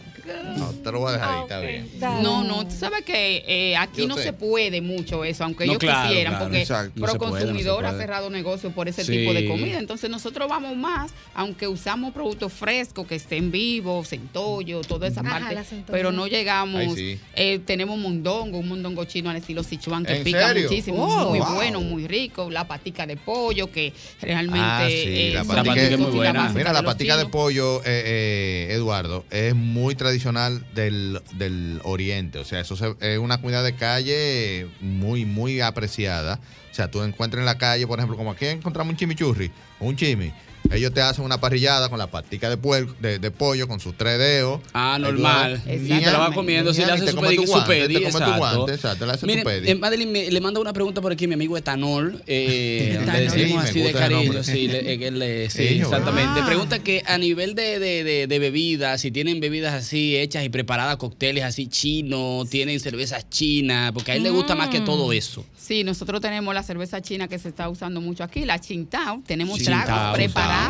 Speaker 8: No, te lo voy a dejar ahí, está bien.
Speaker 21: No, no, tú sabes que eh, aquí
Speaker 8: Yo
Speaker 21: no
Speaker 8: sé.
Speaker 21: se puede mucho eso, aunque
Speaker 8: No,
Speaker 21: ellos
Speaker 8: claro,
Speaker 21: quisieran,
Speaker 8: claro,
Speaker 21: porque
Speaker 8: exacto. No se puede, no se
Speaker 21: Proconsumidor ha
Speaker 8: puede.
Speaker 21: cerrado negocios por ese
Speaker 8: Sí.
Speaker 21: tipo de comida. Entonces nosotros vamos más, aunque usamos productos frescos que estén vivos, centollo, toda esa
Speaker 28: Ajá, la
Speaker 21: parte,
Speaker 28: centollo.
Speaker 21: pero no llegamos.
Speaker 28: Ay, sí.
Speaker 21: eh, tenemos mondongo, un mondongo chino al estilo Sichuan que
Speaker 28: ¿En
Speaker 21: pica
Speaker 28: serio?
Speaker 21: muchísimo,
Speaker 28: Oh,
Speaker 21: muy
Speaker 28: wow.
Speaker 21: bueno, muy rico. La patica de pollo que realmente
Speaker 8: Ah, sí,
Speaker 21: eh,
Speaker 8: la
Speaker 21: son
Speaker 8: patica
Speaker 21: productos
Speaker 8: es muy
Speaker 21: sin
Speaker 8: buena.
Speaker 21: base
Speaker 8: Mira,
Speaker 21: para
Speaker 8: la
Speaker 21: los
Speaker 8: patica de pollo, eh, eh, Eduardo, es muy tradicional del, del oriente. O sea, eso se- es una comida de calle muy, muy apreciada. O sea, tú encuentras en la calle, por ejemplo, como aquí encontramos un chimichurri, un chimi. Ellos te hacen una parrillada con la patica de, puerco- de, de pollo, con sus tres dedos.
Speaker 4: Ah, normal.
Speaker 8: Ahí tú-
Speaker 4: Y te la vas comiendo. Si
Speaker 8: Ñami,
Speaker 4: le haces
Speaker 8: te
Speaker 4: su
Speaker 8: comes tu
Speaker 4: pedi, su
Speaker 8: guante,
Speaker 4: pedi,
Speaker 8: Te comes tu
Speaker 4: exacto.
Speaker 8: guante, exacto. Le haces
Speaker 4: Miren,
Speaker 8: tu pedi.
Speaker 4: eh, Madeline, me- le manda una pregunta por aquí mi amigo Etanol. eh,
Speaker 8: Etanol.
Speaker 4: le decimos
Speaker 8: Sí,
Speaker 4: así
Speaker 8: me gusta
Speaker 4: de
Speaker 8: el
Speaker 4: cariño.
Speaker 8: nombre.
Speaker 4: Sí, le- eh, que le- sí,
Speaker 8: Ellos,
Speaker 4: exactamente.
Speaker 8: ah.
Speaker 4: Pregunta que a nivel de, de, de- de bebidas, si tienen bebidas así hechas y preparadas, cócteles así chinos, tienen cervezas chinas, porque a él le gusta más que
Speaker 21: Mm.
Speaker 4: todo eso.
Speaker 21: Sí, nosotros tenemos la cerveza china que se está usando mucho aquí, la Qingtao. Tenemos
Speaker 4: Qingtao,
Speaker 21: tragos
Speaker 4: Qingtao.
Speaker 21: preparados,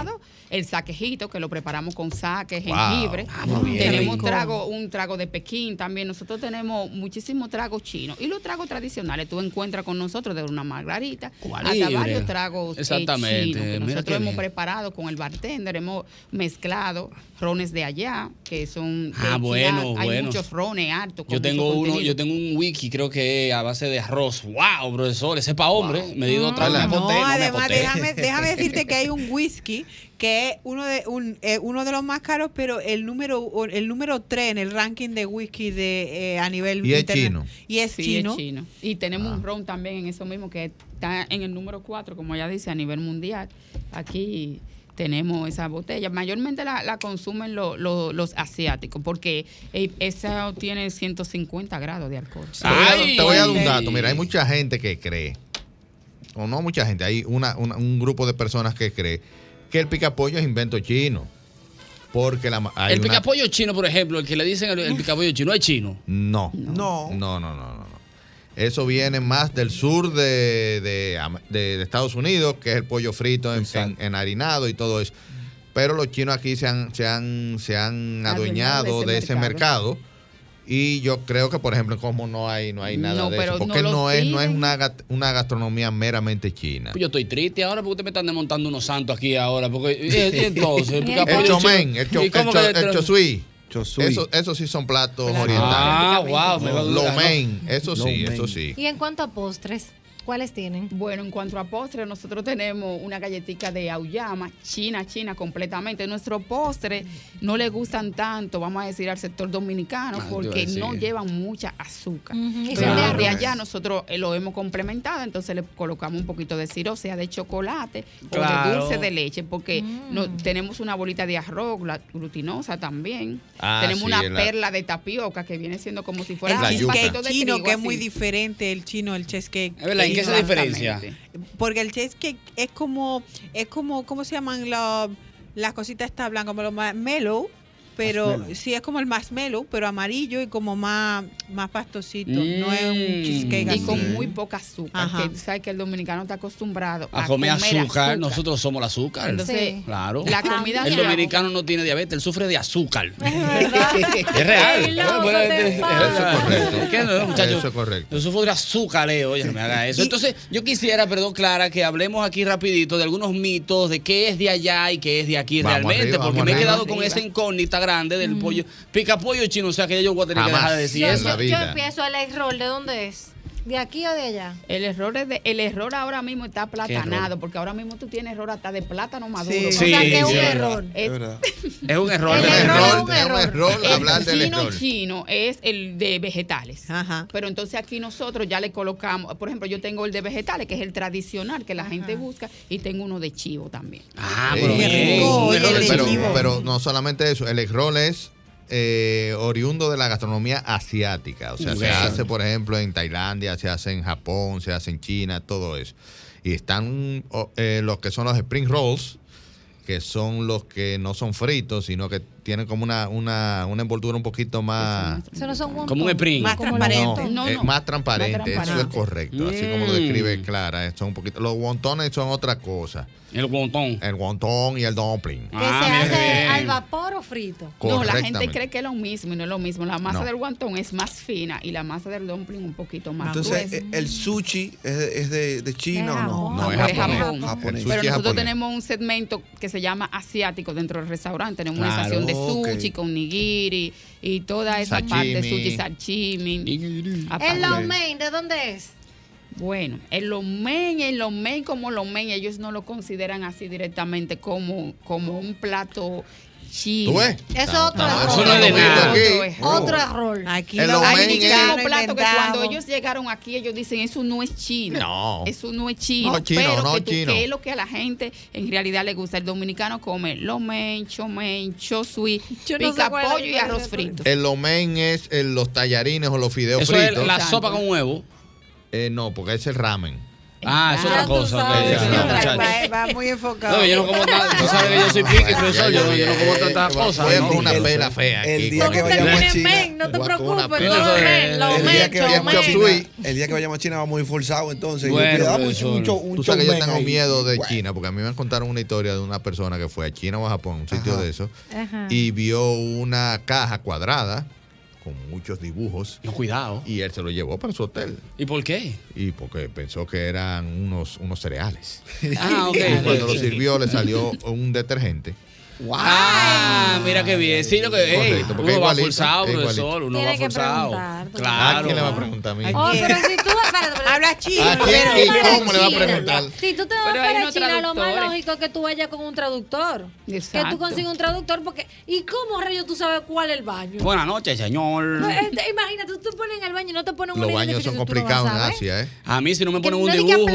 Speaker 21: el saquejito que lo preparamos con saque,
Speaker 4: Wow.
Speaker 21: jengibre.
Speaker 4: Ah, muy bien.
Speaker 21: tenemos
Speaker 4: Rico.
Speaker 21: trago, un trago de Pekín también. Nosotros tenemos muchísimos tragos chinos. Y los tragos tradicionales tú encuentras con nosotros de una margarita hasta
Speaker 4: libre.
Speaker 21: varios tragos eh,
Speaker 4: Exactamente.
Speaker 21: chinos que
Speaker 4: Mira qué
Speaker 21: nosotros hemos
Speaker 4: bien.
Speaker 21: preparado con el bartender, hemos mezclado rones de allá, que son de
Speaker 4: Ah,
Speaker 21: equidad.
Speaker 4: bueno,
Speaker 21: Hay
Speaker 4: bueno.
Speaker 21: muchos rones hartos. con
Speaker 4: Yo
Speaker 21: mucho
Speaker 4: tengo uno,
Speaker 21: contenido.
Speaker 4: yo tengo un wiki, creo que a base de arroz. ¡Wow, profesor! Ese es para hombre. eh. Medido otra vez.
Speaker 7: No, además, déjame, déjame decirte que hay un whisky que es uno de un, eh, uno de los más caros, pero el número el número 3 en el ranking de whisky de eh, a nivel
Speaker 8: Y es
Speaker 7: interna-
Speaker 8: chino. Ah.
Speaker 7: Y es
Speaker 21: Sí,
Speaker 7: chino.
Speaker 21: Y tenemos un ron también en eso mismo que está en el número 4, como ya dice, a nivel mundial. Aquí tenemos esa botella. Mayormente la, la consumen lo- lo- los asiáticos porque eh, esa tiene 150 grados de alcohol.
Speaker 8: Te voy, a, te voy a dar un dato. Mira, hay mucha gente que cree, o no mucha gente, hay una- una- un grupo de personas que cree que el picapollo es invento chino. Porque la, ma- hay
Speaker 4: el
Speaker 8: una-
Speaker 4: picapollo chino, por ejemplo, el que le dicen el, el picapollo chino es chino.
Speaker 8: No. No. No, no, no, no. Eso viene más del sur de, de Am- de- de Estados Unidos, que es el pollo frito en, en- enharinado y todo eso. Pero los chinos aquí se han, se han, se han adueñado de ese mercado. Y yo creo que, por ejemplo, como no hay, no hay nada
Speaker 4: No,
Speaker 8: de
Speaker 4: pero
Speaker 8: eso.
Speaker 4: no
Speaker 8: Porque no,
Speaker 4: lo
Speaker 8: es, no es
Speaker 4: piden.
Speaker 8: una, gat- una gastronomía meramente china.
Speaker 4: Pues Yo estoy triste ahora porque ustedes me están desmontando unos santos aquí ahora. Porque, y- y entonces,
Speaker 8: el
Speaker 4: picapollo
Speaker 8: chomen,
Speaker 4: chino-
Speaker 8: el, cho-
Speaker 4: ¿y cómo
Speaker 8: el cho-
Speaker 4: que-
Speaker 8: el chosui. Eso, eso sí son platos orientales.
Speaker 4: Ah, guau, me va a
Speaker 8: Lo
Speaker 4: durar, ¿no?
Speaker 8: men, eso sí,
Speaker 4: Lo
Speaker 8: eso sí.
Speaker 28: ¿Y en cuanto a postres? ¿Cuáles tienen?
Speaker 21: Bueno, en cuanto a postre, nosotros tenemos una galletita de auyama, china, china, completamente. Nuestro postre no le gustan tanto, vamos a decir, al sector
Speaker 4: Ah, te
Speaker 21: dominicano,
Speaker 4: iba a
Speaker 21: porque
Speaker 4: decir.
Speaker 21: no llevan mucha azúcar.
Speaker 28: Ujú, y
Speaker 21: Pero
Speaker 28: son de
Speaker 21: los de
Speaker 28: arroz.
Speaker 21: allá nosotros eh, lo hemos complementado, entonces le colocamos un poquito de siro, sea de chocolate o de
Speaker 4: Claro.
Speaker 21: dulce de leche, porque
Speaker 28: Mm.
Speaker 21: no, tenemos una bolita de arroz gla- glutinosa también.
Speaker 7: Ah,
Speaker 21: tenemos
Speaker 7: sí,
Speaker 21: una
Speaker 7: la-
Speaker 21: perla de tapioca que viene siendo como si fuera
Speaker 7: El
Speaker 21: un
Speaker 7: cheesecake
Speaker 21: pasito de
Speaker 7: chino,
Speaker 21: trigo
Speaker 7: que es
Speaker 21: así.
Speaker 7: muy diferente el chino, el cheesecake.
Speaker 4: Es verdad, ¿en qué se diferencia?
Speaker 7: Porque el cheesecake es como, es como, ¿cómo se llaman la- las cositas estas blancas? Como los marshmallow, pero
Speaker 4: Marshmallow.
Speaker 7: sí es como el marshmallow, pero amarillo y como más, más pastosito. No es un
Speaker 4: Mm.
Speaker 7: cheesecake
Speaker 4: Y
Speaker 7: así.
Speaker 4: con
Speaker 21: muy poca azúcar.
Speaker 7: Ajá.
Speaker 21: Que tú sabes que el dominicano está acostumbrado
Speaker 4: A comer azúcar, nosotros somos el azúcar.
Speaker 21: Entonces, Sí.
Speaker 4: claro.
Speaker 21: la comida
Speaker 4: el
Speaker 21: que hago-
Speaker 4: dominicano no tiene diabetes, él sufre de azúcar.
Speaker 21: es
Speaker 4: Es real.
Speaker 21: Qué loco
Speaker 4: Bueno,
Speaker 21: te
Speaker 4: es
Speaker 21: pasa.
Speaker 4: verdad. ¿Qué no, muchacho?
Speaker 8: Eso es correcto.
Speaker 4: Yo sufro de azúcar, eh, oye, no me haga eso. Entonces, yo quisiera, perdón, Clara, que hablemos aquí rapidito de algunos mitos de qué es de allá y qué es de aquí
Speaker 8: Vamos
Speaker 4: realmente,
Speaker 8: arriba,
Speaker 4: porque
Speaker 8: vamos
Speaker 4: me he
Speaker 8: arriba.
Speaker 4: quedado con esa incógnita grande del pollo, pica pollo chino, o sea que ya yo voy a tener
Speaker 8: Jamás
Speaker 4: que dejar de decir
Speaker 8: en
Speaker 4: eso.
Speaker 8: la
Speaker 28: Mm. Yo empiezo el egg roll, ¿de dónde es? ¿De aquí o de allá?
Speaker 21: El error, es de- el error ahora mismo está platanado, porque ahora mismo tú tienes error hasta de plátano maduro.
Speaker 4: Sí,
Speaker 21: O sea, que es un
Speaker 4: sí, es
Speaker 21: error.
Speaker 4: verdad.
Speaker 21: Es-
Speaker 4: Es un error.
Speaker 21: El
Speaker 4: de verdad.
Speaker 21: error es un error.
Speaker 4: error hablar
Speaker 21: el
Speaker 4: del
Speaker 21: chino
Speaker 4: error.
Speaker 21: chino es el de vegetales. Pero entonces aquí nosotros ya le colocamos, por ejemplo, yo tengo el de vegetales, que es el tradicional que la gente busca, y tengo uno de chivo también.
Speaker 4: Ah,
Speaker 8: Sí.
Speaker 4: pero bien. Un error de
Speaker 8: pero,
Speaker 4: chivo.
Speaker 8: pero no solamente eso, el egg roll es eh, oriundo de la gastronomía asiática. O sea, se
Speaker 4: Bueno.
Speaker 8: hace, por ejemplo, en Tailandia, se hace en Japón, se hace en China, todo eso. Y están o- eh, los que son los spring rolls, que son los que no son fritos, sino que tienen como una, una, una envoltura un poquito más.
Speaker 28: Eso no son
Speaker 8: Como un spring.
Speaker 28: Como los-
Speaker 8: No, eh, más transparente,
Speaker 28: Más
Speaker 8: eso es el
Speaker 28: transparente.
Speaker 8: correcto. Así como
Speaker 4: Mm.
Speaker 8: lo describe Clara. eh, Son un poquito, los wontones son otra cosa.
Speaker 4: El Ah, wonton.
Speaker 8: El wonton y el dumpling.
Speaker 28: Que se hace al vapor o frito.
Speaker 21: No, la gente
Speaker 8: Correctamente.
Speaker 21: cree que es lo mismo y no es lo mismo. La masa
Speaker 8: No.
Speaker 21: del guantón es más fina y la masa del dumpling un poquito más
Speaker 14: Entonces,
Speaker 21: gruesa.
Speaker 14: eh, ¿el sushi es de, es de- de China o no?
Speaker 8: No, es
Speaker 21: Pero
Speaker 8: japonés.
Speaker 21: Japón.
Speaker 8: Japonés. El sushi
Speaker 21: Pero
Speaker 8: es
Speaker 21: nosotros
Speaker 8: japonés.
Speaker 21: tenemos un segmento que se llama asiático dentro del restaurante. Tenemos una
Speaker 8: Claro,
Speaker 21: estación de
Speaker 8: ok.
Speaker 21: sushi con nigiri y toda esa
Speaker 8: Sashimi.
Speaker 21: parte sushi, sashimi. aparte.
Speaker 28: El lo mein, ¿de dónde es?
Speaker 21: Bueno, el lomen, el lomen como lomen, ellos no lo consideran así directamente como, como un plato chino.
Speaker 8: ¿Tú ves?
Speaker 28: Eso es otro
Speaker 8: no,
Speaker 28: error.
Speaker 8: eso no es de nada.
Speaker 21: Otro
Speaker 8: Aquí.
Speaker 21: error.
Speaker 28: Otro error.
Speaker 7: Aquí
Speaker 8: El lo-
Speaker 21: Hay
Speaker 8: lomen
Speaker 21: muchísimos
Speaker 8: es-
Speaker 21: platos que cuando
Speaker 7: inventado.
Speaker 21: ellos llegaron aquí, ellos dicen, eso no es chino.
Speaker 8: No.
Speaker 21: Eso no es chino.
Speaker 8: No es chino,
Speaker 21: pero
Speaker 8: no
Speaker 21: que
Speaker 8: es
Speaker 21: tú-
Speaker 8: chino.
Speaker 21: que es lo que a la gente en realidad le gusta. El dominicano come lomen, chomen, chosui,
Speaker 28: Yo no sé
Speaker 21: pica
Speaker 28: cuál es la
Speaker 21: pollo y arroz
Speaker 28: diferencia.
Speaker 21: frito.
Speaker 8: El lomen es eh, los tallarines o los fideos
Speaker 4: Eso es
Speaker 8: fritos.
Speaker 4: la sopa con huevo.
Speaker 8: Eh, no, porque es el ramen.
Speaker 4: Ah, es otra cosa. ok. No, muchacho.
Speaker 7: Va, va muy enfocado.
Speaker 4: No, yo no como nada. Tú sabes que yo soy pique, profesor. Yo, yo no como tantas cosas.
Speaker 8: Voy a
Speaker 4: ¿no?
Speaker 8: con una pela fea aquí.
Speaker 14: El día que vayamos a China.
Speaker 28: No te
Speaker 14: El
Speaker 28: preocupes,
Speaker 14: día-
Speaker 28: lo
Speaker 14: el día que vayamos a China-
Speaker 28: men.
Speaker 14: el día que vayamos a China vamos muy forzados entonces. Y
Speaker 8: Bueno,
Speaker 4: pues,
Speaker 14: cuidado,
Speaker 8: profesor.
Speaker 14: un cho- pues, un
Speaker 8: Tú sabes que yo
Speaker 14: showman
Speaker 8: tengo
Speaker 14: ahí.
Speaker 8: miedo de China, porque a mí me contaron una historia de una persona que fue a China o a Japón, un sitio de eso,
Speaker 28: Ajá.
Speaker 8: y vio una caja cuadrada con muchos dibujos.
Speaker 4: cuidado.
Speaker 8: Y él se lo llevó para su hotel.
Speaker 4: ¿Y por qué?
Speaker 8: Y porque pensó que eran unos, unos cereales.
Speaker 4: Ah, ok.
Speaker 8: Y cuando lo sirvió le salió un detergente.
Speaker 4: Ah, mira qué bien. Sí, lo que ey,
Speaker 8: Correcto, porque
Speaker 4: Uno va
Speaker 8: igualito,
Speaker 4: forzado,
Speaker 8: igualito.
Speaker 4: profesor. Uno va
Speaker 28: Tiene que
Speaker 4: forzado.
Speaker 28: preguntar, tú
Speaker 8: Ah,
Speaker 4: Claro.
Speaker 8: ¿quién le va a preguntar a mí?
Speaker 28: Oh, pero si tú vas para
Speaker 7: Hablas chino.
Speaker 4: Ah,
Speaker 8: ¿A quién
Speaker 7: pero-
Speaker 8: y cómo le va a preguntar?
Speaker 28: Si tú te vas
Speaker 21: Pero hay
Speaker 28: para
Speaker 21: unos
Speaker 28: China, lo más
Speaker 21: traductores.
Speaker 28: lógico es que tú vayas con un traductor. Que
Speaker 21: Exacto.
Speaker 28: tú consigas un traductor porque... ¿Y cómo, Rayo, tú sabes cuál es el baño?
Speaker 4: Buenas noches, señor.
Speaker 28: No, eh, te- imagínate, tú te pones en el baño y no te ponen un
Speaker 8: Los baños son complicados en Asia, ¿eh?
Speaker 4: A mí si no me ponen un
Speaker 28: no diga
Speaker 4: dibujo.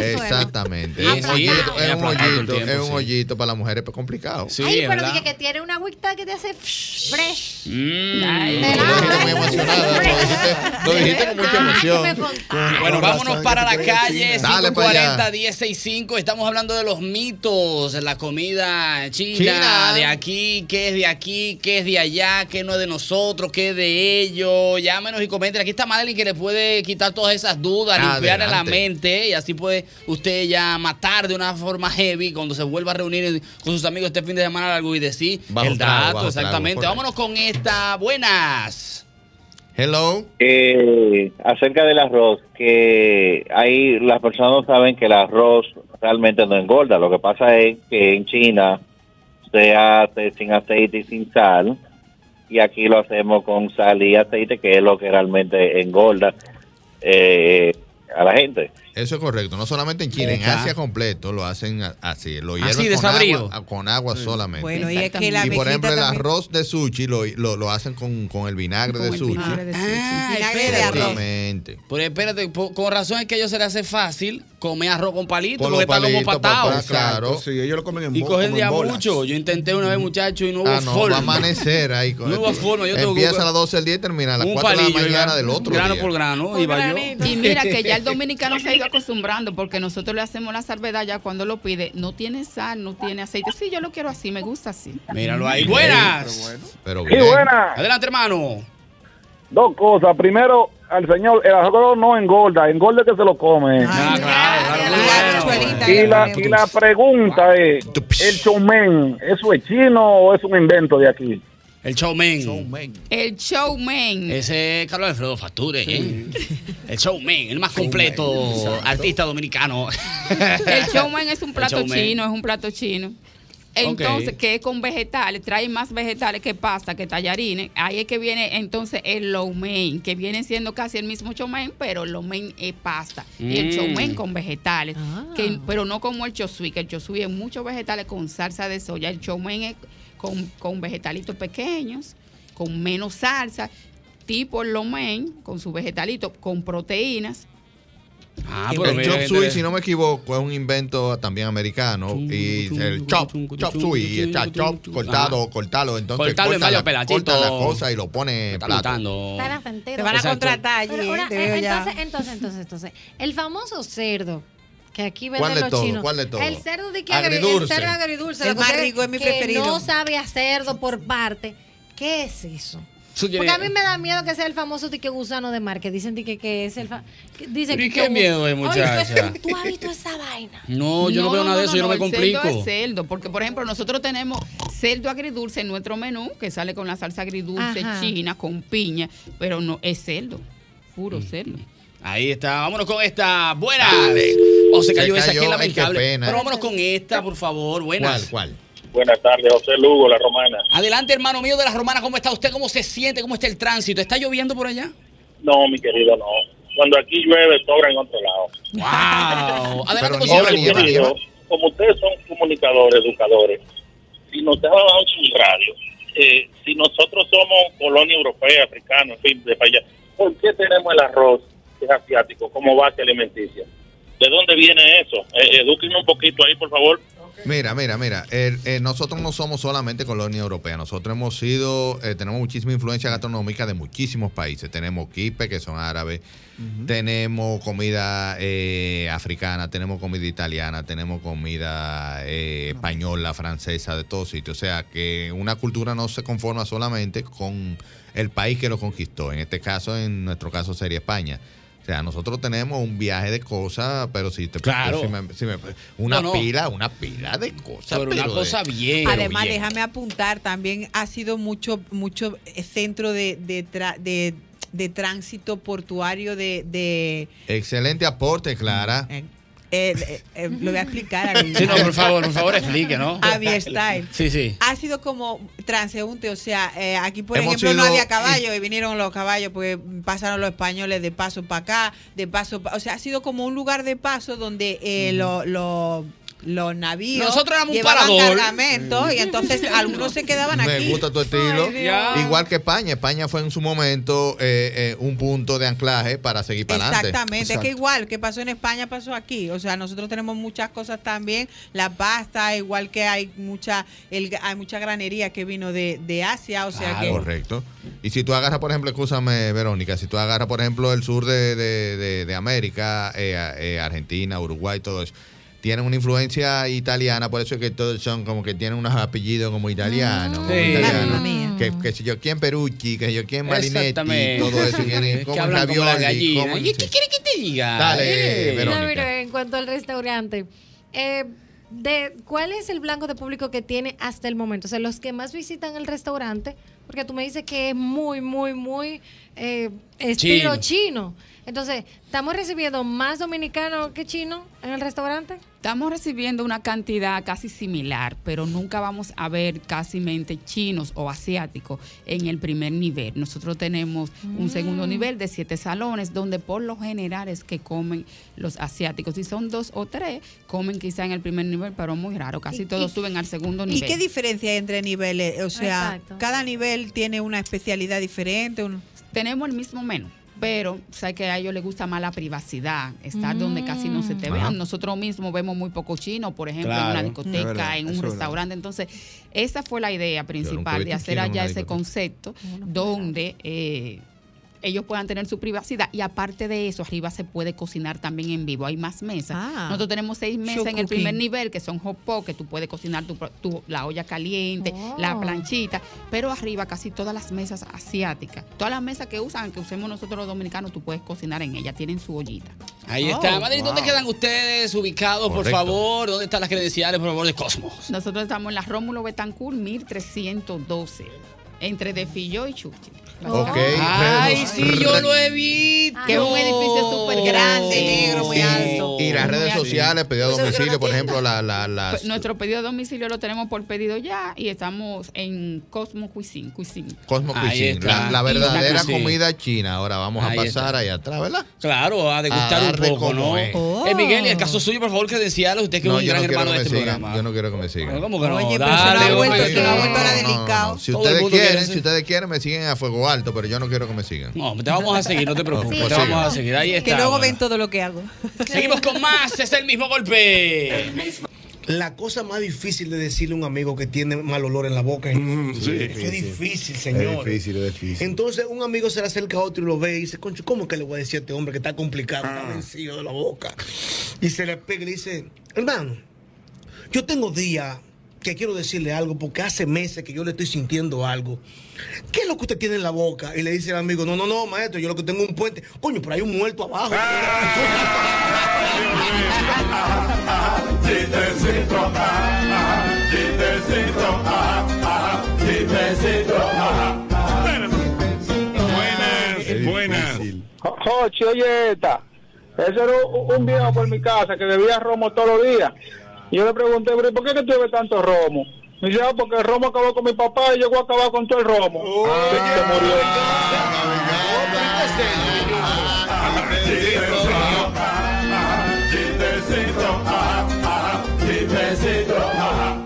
Speaker 8: Exactamente.
Speaker 4: Y
Speaker 8: Es
Speaker 4: sí,
Speaker 8: hoyito,
Speaker 4: es
Speaker 8: es un
Speaker 4: apretado el
Speaker 8: hoyito,
Speaker 4: tiempo,
Speaker 8: es un
Speaker 4: sí.
Speaker 8: hoyito para las mujeres pues, complicado.
Speaker 4: Sí,
Speaker 28: Ay, pero dije que tiene una agüita que te hace fresh.
Speaker 8: Mm.
Speaker 21: Mm.
Speaker 8: Lo dijiste con mucha emoción.
Speaker 4: Bueno,
Speaker 8: Con razón,
Speaker 4: vámonos para
Speaker 8: que
Speaker 4: la
Speaker 8: tú eres
Speaker 4: calle
Speaker 8: china. Dale pues, para allá.
Speaker 4: 540-1065. Estamos hablando de los mitos, la comida china,
Speaker 8: China.
Speaker 4: de aquí, qué es de aquí, qué es de allá, qué no es de nosotros, qué es de ellos. Llámenos y comenten. Aquí está Madeline que le puede quitar todas esas dudas, limpiarle la
Speaker 8: Adelante.
Speaker 4: mente y así puede usted ya matar de una forma heavy cuando se vuelva a reunir con sus amigos este fin de semana algo y decir
Speaker 8: Bajo
Speaker 4: el
Speaker 8: trago,
Speaker 4: dato
Speaker 8: bajo trago,
Speaker 4: exactamente.
Speaker 8: correcto.
Speaker 4: Vámonos con esta. Buenas.
Speaker 8: Hello.
Speaker 30: Eh, acerca del arroz, que ahí las personas no saben que el arroz realmente no engorda. Lo que pasa es que en China se hace sin aceite y sin sal, y aquí lo hacemos con sal y aceite, que es lo que realmente engorda eh, a la gente.
Speaker 8: Eso es correcto. No solamente en China, en Asia completo lo hacen a- así. Lo hierven
Speaker 4: Así,
Speaker 8: con
Speaker 4: desabrido.
Speaker 8: agua, a- con agua solamente.
Speaker 7: Bueno, y es que la
Speaker 8: Y, por
Speaker 7: mezquita
Speaker 8: ejemplo, el
Speaker 7: también-
Speaker 8: arroz de sushi lo, lo, lo hacen con, con el vinagre de sushi.
Speaker 7: Vinagre de arroz.
Speaker 8: Exactamente.
Speaker 4: Pero espérate, po- con razón es que a ellos se les hace fácil comer arroz con palitos,
Speaker 8: Con
Speaker 4: porque
Speaker 8: los
Speaker 4: está como
Speaker 8: palitos,
Speaker 4: patado.
Speaker 8: papá, claro.
Speaker 4: Exacto.
Speaker 14: Sí, ellos lo comen en
Speaker 4: Y
Speaker 14: bo-
Speaker 4: coger
Speaker 14: como
Speaker 4: de
Speaker 14: en
Speaker 4: a
Speaker 14: bolas.
Speaker 4: mucho. Yo intenté una vez, muchacho, y no hubo
Speaker 8: Ah, no, va
Speaker 4: forma.
Speaker 8: a amanecer ahí. con-
Speaker 4: No hubo forma, yo tengo
Speaker 8: Empieza
Speaker 4: que-
Speaker 8: a las 12 del día y termina a las
Speaker 4: Un
Speaker 8: 4 de la
Speaker 4: palillo,
Speaker 8: mañana
Speaker 4: grano-
Speaker 8: del otro
Speaker 4: grano
Speaker 8: día.
Speaker 4: por grano, iba yo.
Speaker 21: Y mira que ya el dominicano se ha ido acostumbrando porque nosotros le hacemos la salvedad ya cuando lo pide. No tiene sal, no tiene aceite. Sí, yo lo quiero así, me gusta así.
Speaker 4: Míralo ahí.
Speaker 8: Sí,
Speaker 4: Buenas.
Speaker 8: Pero
Speaker 10: Sí, buenas.
Speaker 4: Adelante, hermano.
Speaker 10: Dos cosas. Primero, al señor, el arroz no engorda, engorda el que se lo come. y, la, y la pregunta es, ¿el chomen, eso es chino o es un invento de aquí?
Speaker 4: El showman.
Speaker 21: El showman.
Speaker 4: Ese es Carlos Alfredo Fature, ¿eh? El showman, el más completo artista dominicano.
Speaker 21: El showman es un plato
Speaker 4: showman.
Speaker 21: chino, es un plato chino. Entonces, que es con vegetales, trae más vegetales que pasta, que tallarines. Ahí es que viene entonces el lo mein, que viene siendo casi el mismo chomen, pero el lo mein es pasta. Y el
Speaker 4: Mm.
Speaker 21: chomen con vegetales, que,
Speaker 28: Ah.
Speaker 21: pero no como el chosui, que el chosui es muchos vegetales con salsa de soya. El chomen es con, con vegetalitos pequeños, con menos salsa, tipo el lo mein, con su vegetalito, con proteínas.
Speaker 4: Ah,
Speaker 8: El
Speaker 4: pero mira,
Speaker 8: chop suey,
Speaker 4: entonces-
Speaker 8: si no me equivoco, es un invento también americano. Y el chop, chop suey, el cha- chop, cortado, cortalo. Entonces,
Speaker 4: Cortalo en
Speaker 8: corta la-
Speaker 4: varios pedacitos.
Speaker 8: corta la cosa y lo pone en
Speaker 4: Está
Speaker 8: plato.
Speaker 4: gustando.
Speaker 28: Te
Speaker 4: van a Exacto. contratar
Speaker 7: allí,
Speaker 28: Pero ahora,
Speaker 7: te veo
Speaker 28: eh,
Speaker 7: ya.
Speaker 28: entonces, entonces, entonces, entonces. El famoso cerdo Que aquí venden
Speaker 8: ¿Cuál de
Speaker 28: los
Speaker 8: todo?
Speaker 28: chinos.
Speaker 8: ¿Cuál de todo?
Speaker 28: El cerdo de que
Speaker 8: Agridulce.
Speaker 28: El cerdo agridulce.
Speaker 7: El
Speaker 28: lo que
Speaker 7: más
Speaker 28: usted-
Speaker 7: rico es mi
Speaker 28: que
Speaker 7: preferido.
Speaker 28: no sabe a cerdo por parte. ¿Qué es eso?
Speaker 4: Eso quiere-
Speaker 28: Porque a mí me da miedo que sea el famoso tique gusano de mar, que dicen tique que es el fa- que dicen
Speaker 4: Pero ¿y
Speaker 28: que-
Speaker 4: qué miedo de
Speaker 28: Oye,
Speaker 4: muchacha?
Speaker 28: ¿Tú has visto esa vaina?
Speaker 4: No, yo no, veo nada de eso, yo no, me
Speaker 21: el cerdo
Speaker 4: complico.
Speaker 21: es cerdo, porque por ejemplo nosotros tenemos cerdo agridulce en nuestro menú, que sale con la salsa agridulce
Speaker 4: Ajá.
Speaker 21: china, con piña, pero no, es cerdo, puro
Speaker 4: Mm.
Speaker 21: cerdo.
Speaker 4: Ahí está, vámonos con esta. Buenas. O se cayó,
Speaker 8: Se
Speaker 4: esa,
Speaker 8: cayó,
Speaker 4: que
Speaker 8: ay,
Speaker 4: es
Speaker 8: qué
Speaker 4: lamentable.
Speaker 8: pena.
Speaker 4: Pero vámonos con esta, por favor. Buenas.
Speaker 8: ¿Cuál?
Speaker 15: Buenas tardes, José Lugo, la romana.
Speaker 4: Adelante, hermano mío de las romanas, ¿cómo está usted? ¿Cómo se siente? ¿Cómo está el tránsito? ¿Está lloviendo por allá?
Speaker 15: No, mi querido, no. Cuando aquí llueve, sobra en otro lado.
Speaker 4: ¡Wow! Adelante con su
Speaker 15: Ahora, mi
Speaker 4: pregunta.
Speaker 15: querido, como ustedes son comunicadores, educadores, si nos daba un radio, eh, si nosotros somos colonia europea, africana, en fin, de allá, ¿por qué tenemos el arroz que es asiático como base alimenticia? ¿De dónde viene eso? Eh, edúquenme un poquito ahí, por favor.
Speaker 8: Mira, mira, mira, el- eh, nosotros no somos solamente colonia europea, nosotros hemos sido, eh, tenemos muchísima influencia gastronómica de muchísimos países, tenemos quipe, que son árabes, tenemos comida eh, africana, tenemos comida italiana, tenemos comida eh, española, francesa, de todos sitios, o sea que una cultura no se conforma solamente con el país que lo conquistó, en este caso, en nuestro caso sería España. O sea, nosotros tenemos un viaje de cosas, pero si te
Speaker 4: Claro.
Speaker 8: si me- si me- una
Speaker 4: No, no.
Speaker 8: pila, una pila de cosas.
Speaker 4: Pero una cosa bien.
Speaker 7: Además, déjame apuntar, también ha sido mucho, mucho eh, centro de, de, tra- de- de tránsito portuario de... de-
Speaker 8: Excelente aporte, Clara.
Speaker 7: eh, eh, eh, lo voy a explicar. Agri.
Speaker 4: Sí, no, por favor, por favor, explique, ¿no?
Speaker 7: A mi style.
Speaker 4: Sí, sí.
Speaker 7: Ha sido como transeúnte, o sea, eh, aquí por
Speaker 4: Hemos
Speaker 7: ejemplo no
Speaker 4: sido-
Speaker 7: había caballo y vinieron los caballos, pues pasaron los españoles de paso para acá, de paso, pa- o sea, ha sido como un lugar de paso donde eh, lo- lo- los navíos
Speaker 4: Nosotros éramos un
Speaker 7: llevaban
Speaker 4: parador.
Speaker 7: cargamento y entonces algunos se quedaban
Speaker 8: Me
Speaker 7: aquí.
Speaker 8: gusta tu estilo.
Speaker 7: Ay, Dios.
Speaker 8: Igual que España. España fue en su momento eh, eh, un punto de anclaje para seguir para adelante.
Speaker 7: Exactamente, es que igual que pasó en España pasó aquí, o sea, nosotros tenemos muchas cosas también, la pasta, igual que hay mucha el, hay mucha granería que vino de, de Asia, o sea
Speaker 8: Ah,
Speaker 7: que
Speaker 8: correcto. Y si tú agarras, por ejemplo, escúchame, Verónica, si tú agarras, por ejemplo, el sur de, de- de- de América, eh, eh, Argentina, Uruguay, todo eso, tienen una influencia italiana, por eso es que todos son como que tienen unos apellidos como italianos. como
Speaker 4: Ah, Sí.
Speaker 8: italianos.
Speaker 4: Mamma
Speaker 8: Que, que si yo quién Perucci, que si yo quién Marinetti,
Speaker 4: Exactamente.
Speaker 8: todo eso viene
Speaker 4: Que
Speaker 8: como
Speaker 4: hablan como la
Speaker 8: ravioli,
Speaker 4: gallina.
Speaker 8: como-
Speaker 4: ¿Y qué quiere que te diga?
Speaker 8: Dale,
Speaker 4: Eh.
Speaker 8: Verónica.
Speaker 28: No, mira, en cuanto al restaurante, eh, de, ¿cuál es el blanco de público que tiene hasta el momento? O sea, los que más visitan el restaurante, porque tú me dices que es muy, muy, muy eh, estilo
Speaker 4: Chino.
Speaker 28: chino. Entonces, ¿estamos recibiendo más dominicanos que chinos en el restaurante?
Speaker 21: Estamos recibiendo una cantidad casi similar, pero nunca vamos a ver casi mente chinos o asiáticos en el primer nivel. Nosotros tenemos un
Speaker 7: Mm.
Speaker 21: segundo nivel de siete salones donde por lo general es que comen los asiáticos. Si son dos o tres, comen quizá en el primer nivel, pero muy raro. Casi
Speaker 7: Y-
Speaker 21: todos
Speaker 7: y-
Speaker 21: suben al segundo
Speaker 7: ¿Y
Speaker 21: nivel.
Speaker 7: qué diferencia hay entre niveles? O sea,
Speaker 21: Exacto.
Speaker 7: cada nivel tiene una especialidad diferente. un-
Speaker 21: Tenemos el mismo menú. Pero sé que a ellos les gusta más la privacidad, estar
Speaker 7: Mm.
Speaker 21: donde casi no se te
Speaker 7: Ajá.
Speaker 21: vean. Nosotros mismos vemos muy poco chino, por ejemplo, en una
Speaker 7: Claro,
Speaker 21: discoteca,
Speaker 7: es verdad,
Speaker 21: en
Speaker 7: eso
Speaker 21: un
Speaker 7: es verdad.
Speaker 21: restaurante. Entonces, esa fue la idea principal
Speaker 7: vi
Speaker 21: de
Speaker 7: un
Speaker 21: hacer
Speaker 7: chino en
Speaker 21: allá
Speaker 7: una
Speaker 21: ese
Speaker 7: discoteca.
Speaker 21: concepto donde eh, ellos puedan tener su privacidad. Y aparte de eso, arriba se puede cocinar también en vivo. Hay más mesas.
Speaker 7: Ah.
Speaker 21: Nosotros tenemos seis mesas
Speaker 7: Show
Speaker 21: en el primer
Speaker 7: cooking.
Speaker 21: nivel, que son hot pot, que tú puedes cocinar tu, pro- tu- la olla caliente,
Speaker 7: Oh.
Speaker 21: la planchita. Pero arriba casi todas las mesas asiáticas, todas las mesas que usan, que usemos nosotros los dominicanos, tú puedes cocinar en ellas. Tienen su ollita.
Speaker 4: Ahí
Speaker 21: Oh,
Speaker 4: está. Madrid, ¿dónde
Speaker 21: wow.
Speaker 4: quedan ustedes ubicados, por
Speaker 21: Correcto.
Speaker 4: favor? ¿Dónde están las credenciales, por favor, de Cosmos?
Speaker 21: Nosotros estamos en la Rómulo Betancourt 1312, entre De Filló y Chuchi.
Speaker 8: Ok.
Speaker 4: Ay,
Speaker 8: Re-
Speaker 4: sí, yo lo he visto.
Speaker 21: Que es un edificio súper grande, negro, muy alto.
Speaker 8: Y las redes sociales, pedido a domicilio, por ejemplo, la, la- las...
Speaker 21: Pues, Nuestro pedido de domicilio lo tenemos por pedido ya y estamos en Cosmo Cuisine. Cuisine.
Speaker 8: Cosmo
Speaker 4: Ahí
Speaker 8: Cuisine,
Speaker 4: está.
Speaker 8: la, la verdadera
Speaker 4: Sí.
Speaker 8: comida china. Ahora vamos
Speaker 4: Ahí
Speaker 8: a pasar
Speaker 4: está.
Speaker 8: ahí atrás, ¿verdad?
Speaker 4: Claro, a degustar
Speaker 8: A
Speaker 4: un
Speaker 8: darle
Speaker 4: poco,
Speaker 8: como
Speaker 4: ¿no?
Speaker 8: es.
Speaker 4: Eh, Miguel, y el caso suyo, por favor, credenciales. Usted que es un
Speaker 8: Oh. yo
Speaker 4: gran
Speaker 8: quiero
Speaker 4: hermano de
Speaker 8: que me
Speaker 4: este
Speaker 8: sigan,
Speaker 4: programa.
Speaker 8: Yo no quiero que me sigan.
Speaker 4: ¿Cómo que no?
Speaker 8: Oye,
Speaker 7: pero se lo ha
Speaker 4: Dale,
Speaker 7: vuelto-
Speaker 4: hombre.
Speaker 7: se lo ha vuelto
Speaker 4: No,
Speaker 7: la
Speaker 4: no, no.
Speaker 7: delicado.
Speaker 8: Si
Speaker 4: Todo el
Speaker 8: ustedes
Speaker 4: mundo quiere
Speaker 8: quieren,
Speaker 4: ser-
Speaker 8: si ustedes quieren, me siguen a fuego alto, pero yo no quiero que me sigan. pues
Speaker 4: No, te vamos a seguir, no te preocupes, te vamos a seguir. Ahí
Speaker 7: que
Speaker 4: está.
Speaker 7: luego
Speaker 4: bueno.
Speaker 7: ven todo lo que hago.
Speaker 4: Seguimos con más, es el mismo golpe.
Speaker 24: La cosa más difícil de decirle a un amigo que tiene mal olor en la boca es,
Speaker 5: Mm,
Speaker 12: sí,
Speaker 24: "Eso
Speaker 12: sí,
Speaker 24: es
Speaker 12: sí.
Speaker 24: difícil,
Speaker 12: Es
Speaker 24: señor. Eh,
Speaker 12: difícil, es difícil.
Speaker 24: Entonces un amigo se le acerca a otro y lo ve y dice, concho, ¿cómo es que le voy a decir a este hombre que está complicado,
Speaker 6: Ah.
Speaker 24: está vencido de la boca? Y se le pega y le dice, hermano, yo tengo días que quiero decirle algo porque hace meses que yo le estoy sintiendo algo. ¿Qué es lo que usted tiene en la boca? Y le dice el amigo, no, no, no, maestro, yo lo que tengo es un puente. Coño, pero hay un muerto abajo.
Speaker 6: Ah. Chistecito, ah, ah, chistecito, ah, ah, chistecito, ah, ah. Buenas, buenas.
Speaker 16: Jochi, oye esta. Ese era un, un viejo por mi casa que bebía romo todos los días. Y yo le pregunté, "Pero, ¿y ¿por qué que tú bebes tanto romo? Me dice, "Ah, porque el romo acabó con mi papá y yo voy a acabar con todo el romo. Se- se murió.
Speaker 6: Chistecito, ah, ah, chistecito, ah,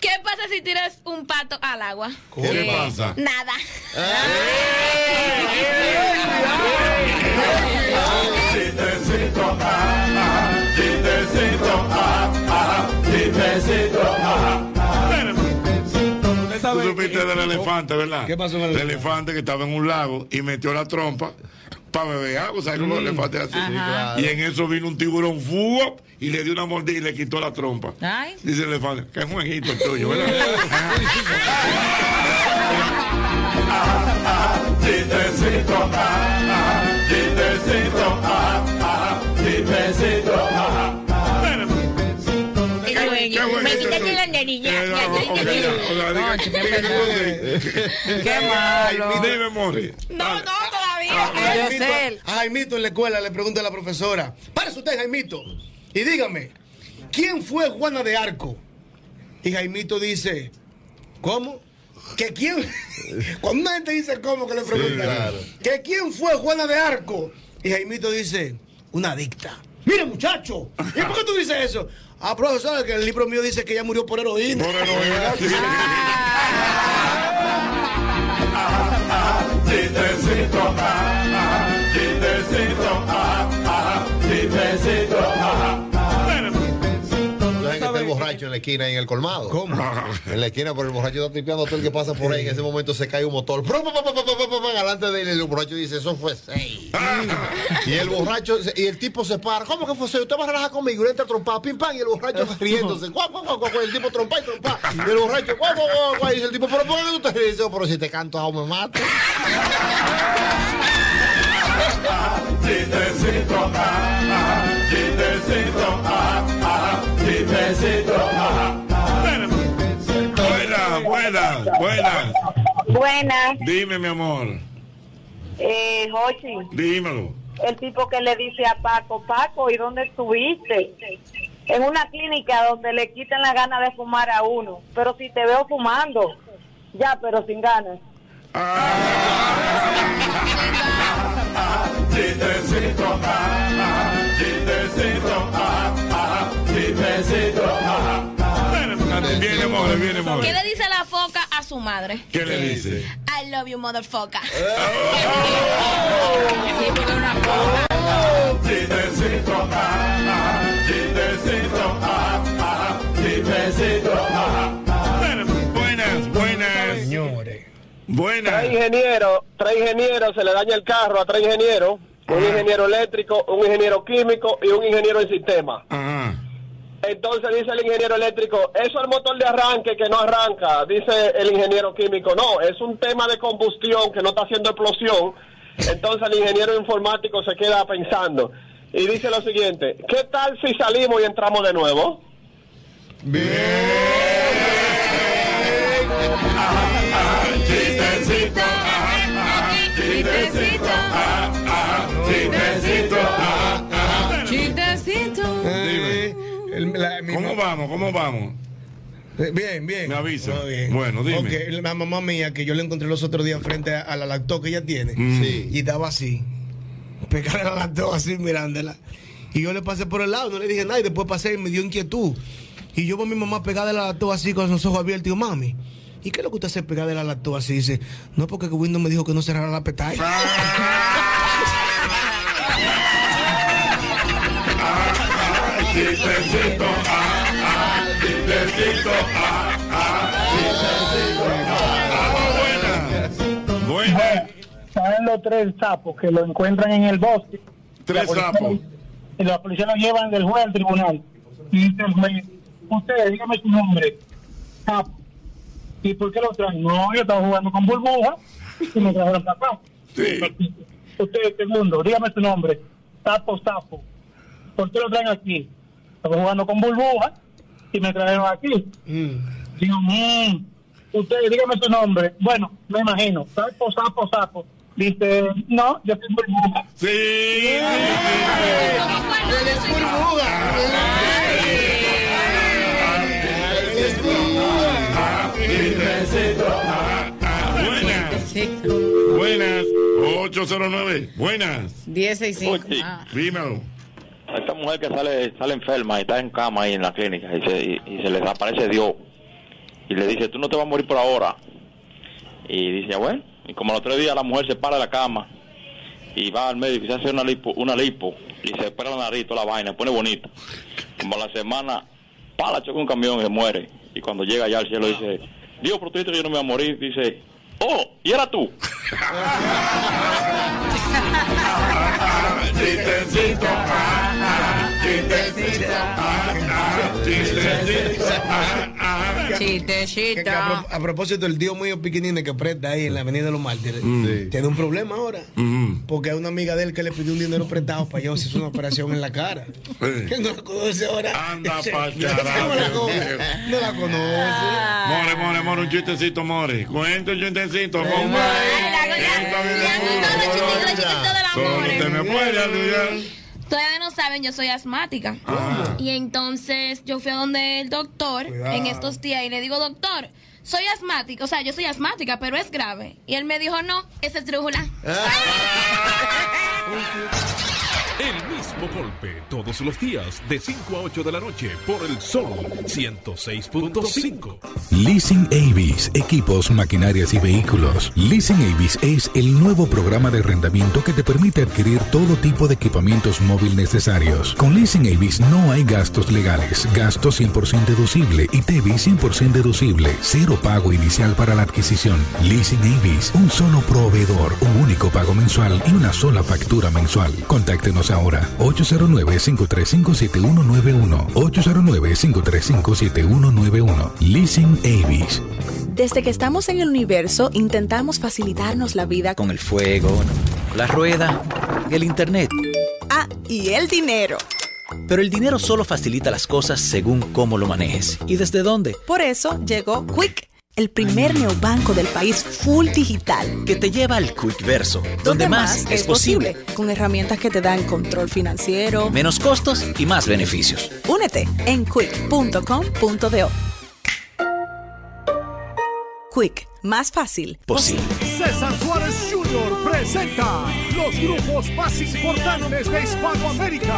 Speaker 9: ¿Qué pasa si tiras un pato al agua?
Speaker 6: ¿Qué le pasa?
Speaker 9: Eh, Nada.
Speaker 6: Chistecito, ah, ah, chistecito, ah, ah, chistecito, ah,
Speaker 5: Tú supiste del elefante, ¿verdad? ¿Qué pasó con el elefante? El elefante que estaba en un lago y metió la trompa para beber agua, ¿sabes cómo el elefante hace?
Speaker 6: Ajá. Sí, claro.
Speaker 5: Y en eso vino un tiburón ¡fuop! y le dio una mordida y le quitó la trompa.
Speaker 6: Ay.
Speaker 5: Dice el elefante, que es un ejito el tuyo, ¿verdad?
Speaker 6: chistecito, ah, ah, chistecito, ah, ah, chistecito, ah,
Speaker 9: Me quitaste la nerilla.
Speaker 6: Qué malo.
Speaker 5: Dime, More.
Speaker 6: No, no, Ah,
Speaker 24: A Jaimito, a Jaimito en la escuela le pregunta a la profesora, párese usted, Jaimito, y dígame, ¿quién fue Juana de Arco? Y Jaimito dice, ¿cómo? ¿Que quién? Cuando una gente dice cómo que le preguntan,
Speaker 6: claro.
Speaker 24: ¿que quién fue Juana de Arco? Y Jaimito dice, una adicta. Mire, muchacho, ¿y por qué tú dices eso? Ah, profesor, que el libro mío dice que ella murió por heroína. Por heroína.
Speaker 6: Chistecito, ah, ah, chistecito, ah, ah, chistecito, ah,
Speaker 32: La gente está el borracho en la esquina y en el colmado. ¿Cómo? En la esquina, pero el borracho está tripeando todo el que pasa por ahí. En ese momento se cae un motor. ¡Prum, pum, pum, pum, pum, pum, pum, pum! Adelante de él, el borracho dice, eso fue seis. y el borracho, se- y el tipo se para. ¿Cómo que fue seis? Usted va a relajar conmigo. Y le entra trompado, pim, pam, y el borracho riéndose. Guau, guau, guau, guau, el tipo trompa y trompa. Y el borracho, guau, guau, guau, guau. Y dice el tipo, pero ¿por qué tú te ríes? Y dice, pero si te canto, aún me mato.
Speaker 6: ah, chistecito, ah, ah, chistecito, ah, ah, chistecito, ah,
Speaker 5: Buenas, buenas, buenas.
Speaker 23: Buenas,
Speaker 5: Dime, mi amor.
Speaker 23: eh, Jochi,
Speaker 5: Dímelo.
Speaker 23: el tipo que le dice a Paco, Paco, ¿y dónde estuviste? En una clínica donde le quitan la gana de fumar a uno, pero si te veo fumando, ya, pero sin ganas.
Speaker 6: chistecito, ah, ah, chistecito, ah, ah, chistecito, ah,
Speaker 5: Viene, More, viene, More.
Speaker 9: ¿Qué le dice la foca a su
Speaker 6: ah.
Speaker 9: madre?
Speaker 5: ¿Qué le dice?
Speaker 9: I love you, motherfucker.
Speaker 6: Eh. chistecito, ah, ah, chistecito, ah, ah, chistecito, ah,
Speaker 5: Buenas, buenas.
Speaker 6: Señores.
Speaker 5: Buenas.
Speaker 16: Tres ingenieros, tres ingenieros, se le daña el carro a tres ingenieros. Un ingeniero eléctrico, un ingeniero químico y un ingeniero en sistema. Entonces dice el ingeniero eléctrico, eso es el motor de arranque que no arranca. Dice el ingeniero químico, no, es un tema de combustión que no está haciendo explosión. Entonces el ingeniero informático se queda pensando y dice lo siguiente, ¿qué tal si salimos y entramos de nuevo?
Speaker 6: Chistecito, ah, chistecito, ah, ah, chistecito, ah, ah.
Speaker 28: Chistecito.
Speaker 5: Eh, ¿Cómo vamos? ¿Cómo vamos?
Speaker 24: Eh, Bien, bien.
Speaker 5: Me avisa.
Speaker 24: Todo bien.
Speaker 5: Bueno, dime.
Speaker 24: Ok, La mamá mía, que yo la encontré los otros días frente a, a la lacto que ella tiene,
Speaker 5: Mm.
Speaker 24: y estaba así, pegada a la lacto, así mirándola. Y yo le pasé por el lado, no le dije nada, y después pasé y me dio inquietud. Y yo con mi mamá pegada a la lacto así, con los ojos abiertos, y digo, mami. ¿Y qué es lo que usted hace pegada a la lacto así? Dice, no, porque
Speaker 5: Ah.
Speaker 24: Windows me dijo que no cerrara la petaca.
Speaker 36: chistecito, ah, ah, chistecito, ah, ah, chistecito, ah, ah, buena. Buena.
Speaker 16: Saben los tres sapos que lo encuentran en el bosque.
Speaker 6: Tres sapos.
Speaker 16: Y la policía lo llevan del juez al tribunal. Y dice el juez, usted, dígame su nombre. Sapo. ¿Y por qué lo traen? No, yo estaba jugando con burbuja y me trajeron para acá. Usted, segundo, este dígame su nombre. Sapo, sapo. ¿Por qué lo traen aquí? Estaba jugando con burbuja y me trajeron aquí. Digo, "Mm, usted, dígame su nombre. Bueno, me imagino. Sapo, sapo, sapo. Dice, no, yo soy burbuja.
Speaker 36: Sí. Él es burbuja.
Speaker 6: Buenas. 809. Buenas.
Speaker 37: 165.
Speaker 30: Ah.
Speaker 6: Dímelo.
Speaker 30: Esta mujer que sale sale enferma y está en cama ahí en la clínica y se, y, y se le aparece Dios y le dice, tú no te vas a morir por ahora. Y dice, bueno, y como a los tres días la mujer se para de la cama y va al médico y se hace una lipo, una lipo y se espera la nariz, toda la vaina, pone bonita. Como a la semana, pala, choca un camión y se muere. Y cuando llega allá al cielo dice, Dios, por tu hijo, yo no me voy a morir. Dice, oh, y era tú.
Speaker 36: Chistecito, ah, ah, chistecito, ah, ah, chistecito, ah, ah.
Speaker 24: Que a, pro- a propósito, el tío mío Piquinini que presta ahí en la Avenida de los Mártires
Speaker 5: Mm.
Speaker 24: tiene un problema ahora.
Speaker 6: Mm.
Speaker 24: Porque hay una amiga de él que le pidió un dinero prestado para yo hacer una operación en la cara. Que no la conoce ahora.
Speaker 6: Anda
Speaker 24: Sí.
Speaker 6: pa'l
Speaker 24: No la
Speaker 6: carajo.
Speaker 24: conoce. No la conoce.
Speaker 6: More, more, more, un chistecito, more. Cuenta un chistecito, con Solo te me puede ayudar.
Speaker 9: Todavía no saben, yo soy asmática. Y entonces yo fui a donde el doctor
Speaker 6: Cuidado.
Speaker 9: en estos días y le digo, doctor, soy asmática. O sea, yo soy asmática, pero es grave. Y él me dijo, no, es esdrújula.
Speaker 19: Ah. El mismo golpe todos los días de 5 a 8 de la noche por el Sol 106.5.
Speaker 13: Leasing Avis, equipos, maquinarias y vehículos. Leasing Avis es el nuevo programa de arrendamiento que te permite adquirir todo tipo de equipamientos móvil necesarios. Con Leasing Avis no hay gastos legales, gasto 100% deducible y TV 100% deducible, cero pago inicial para la adquisición. Leasing Avis, un solo proveedor, un único pago mensual y una sola factura mensual. Contáctenos ahora 809-535-7191, 809-535-7191. Leasing Avis.
Speaker 7: Desde que estamos en el universo, intentamos facilitarnos la vida con...
Speaker 1: con el fuego, la rueda y el internet.
Speaker 7: Ah, y el dinero.
Speaker 1: Pero el dinero solo facilita las cosas según cómo lo manejes. ¿Y desde dónde?
Speaker 7: Por eso llegó Quick, el primer neobanco del país full digital.
Speaker 1: Que te lleva al Quick Verso, donde, más, es posible.
Speaker 7: Con herramientas que te dan control financiero.
Speaker 1: Menos costos y más beneficios.
Speaker 7: Únete en quick.com.do. Quick, más fácil.
Speaker 1: Posible.
Speaker 38: César Suárez Jr. presenta los grupos más importantes de Hispanoamérica.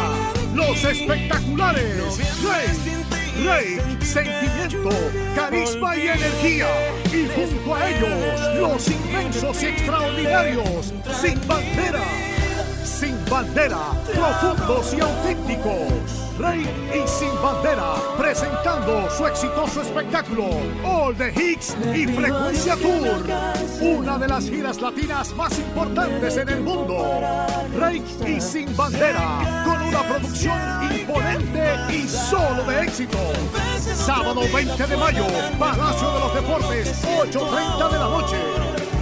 Speaker 38: Los espectaculares. Rey, Rey, Sentimiento, Carisma y Energía. Y junto a ellos, los inmensos y extraordinarios. Sin bandera. Sin bandera, profundos y auténticos. Rey y Sin Bandera, presentando su exitoso espectáculo, All the Hits y Frecuencia Tour. Una de las giras latinas más importantes en el mundo. Rey y Sin Bandera, con una producción imponente y solo de éxito. Sábado 20 de mayo, Palacio de los Deportes, 8.30 de la noche.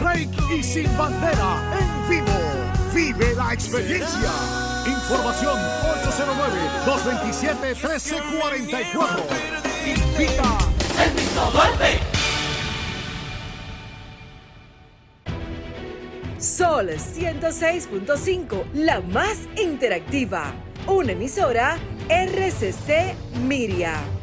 Speaker 38: Rey y Sin Bandera, en vivo. Vive la experiencia. Información 809-227-1344. Invita el mismo golpe.
Speaker 28: Sol 106.5, la más interactiva. Una emisora RCC Miria.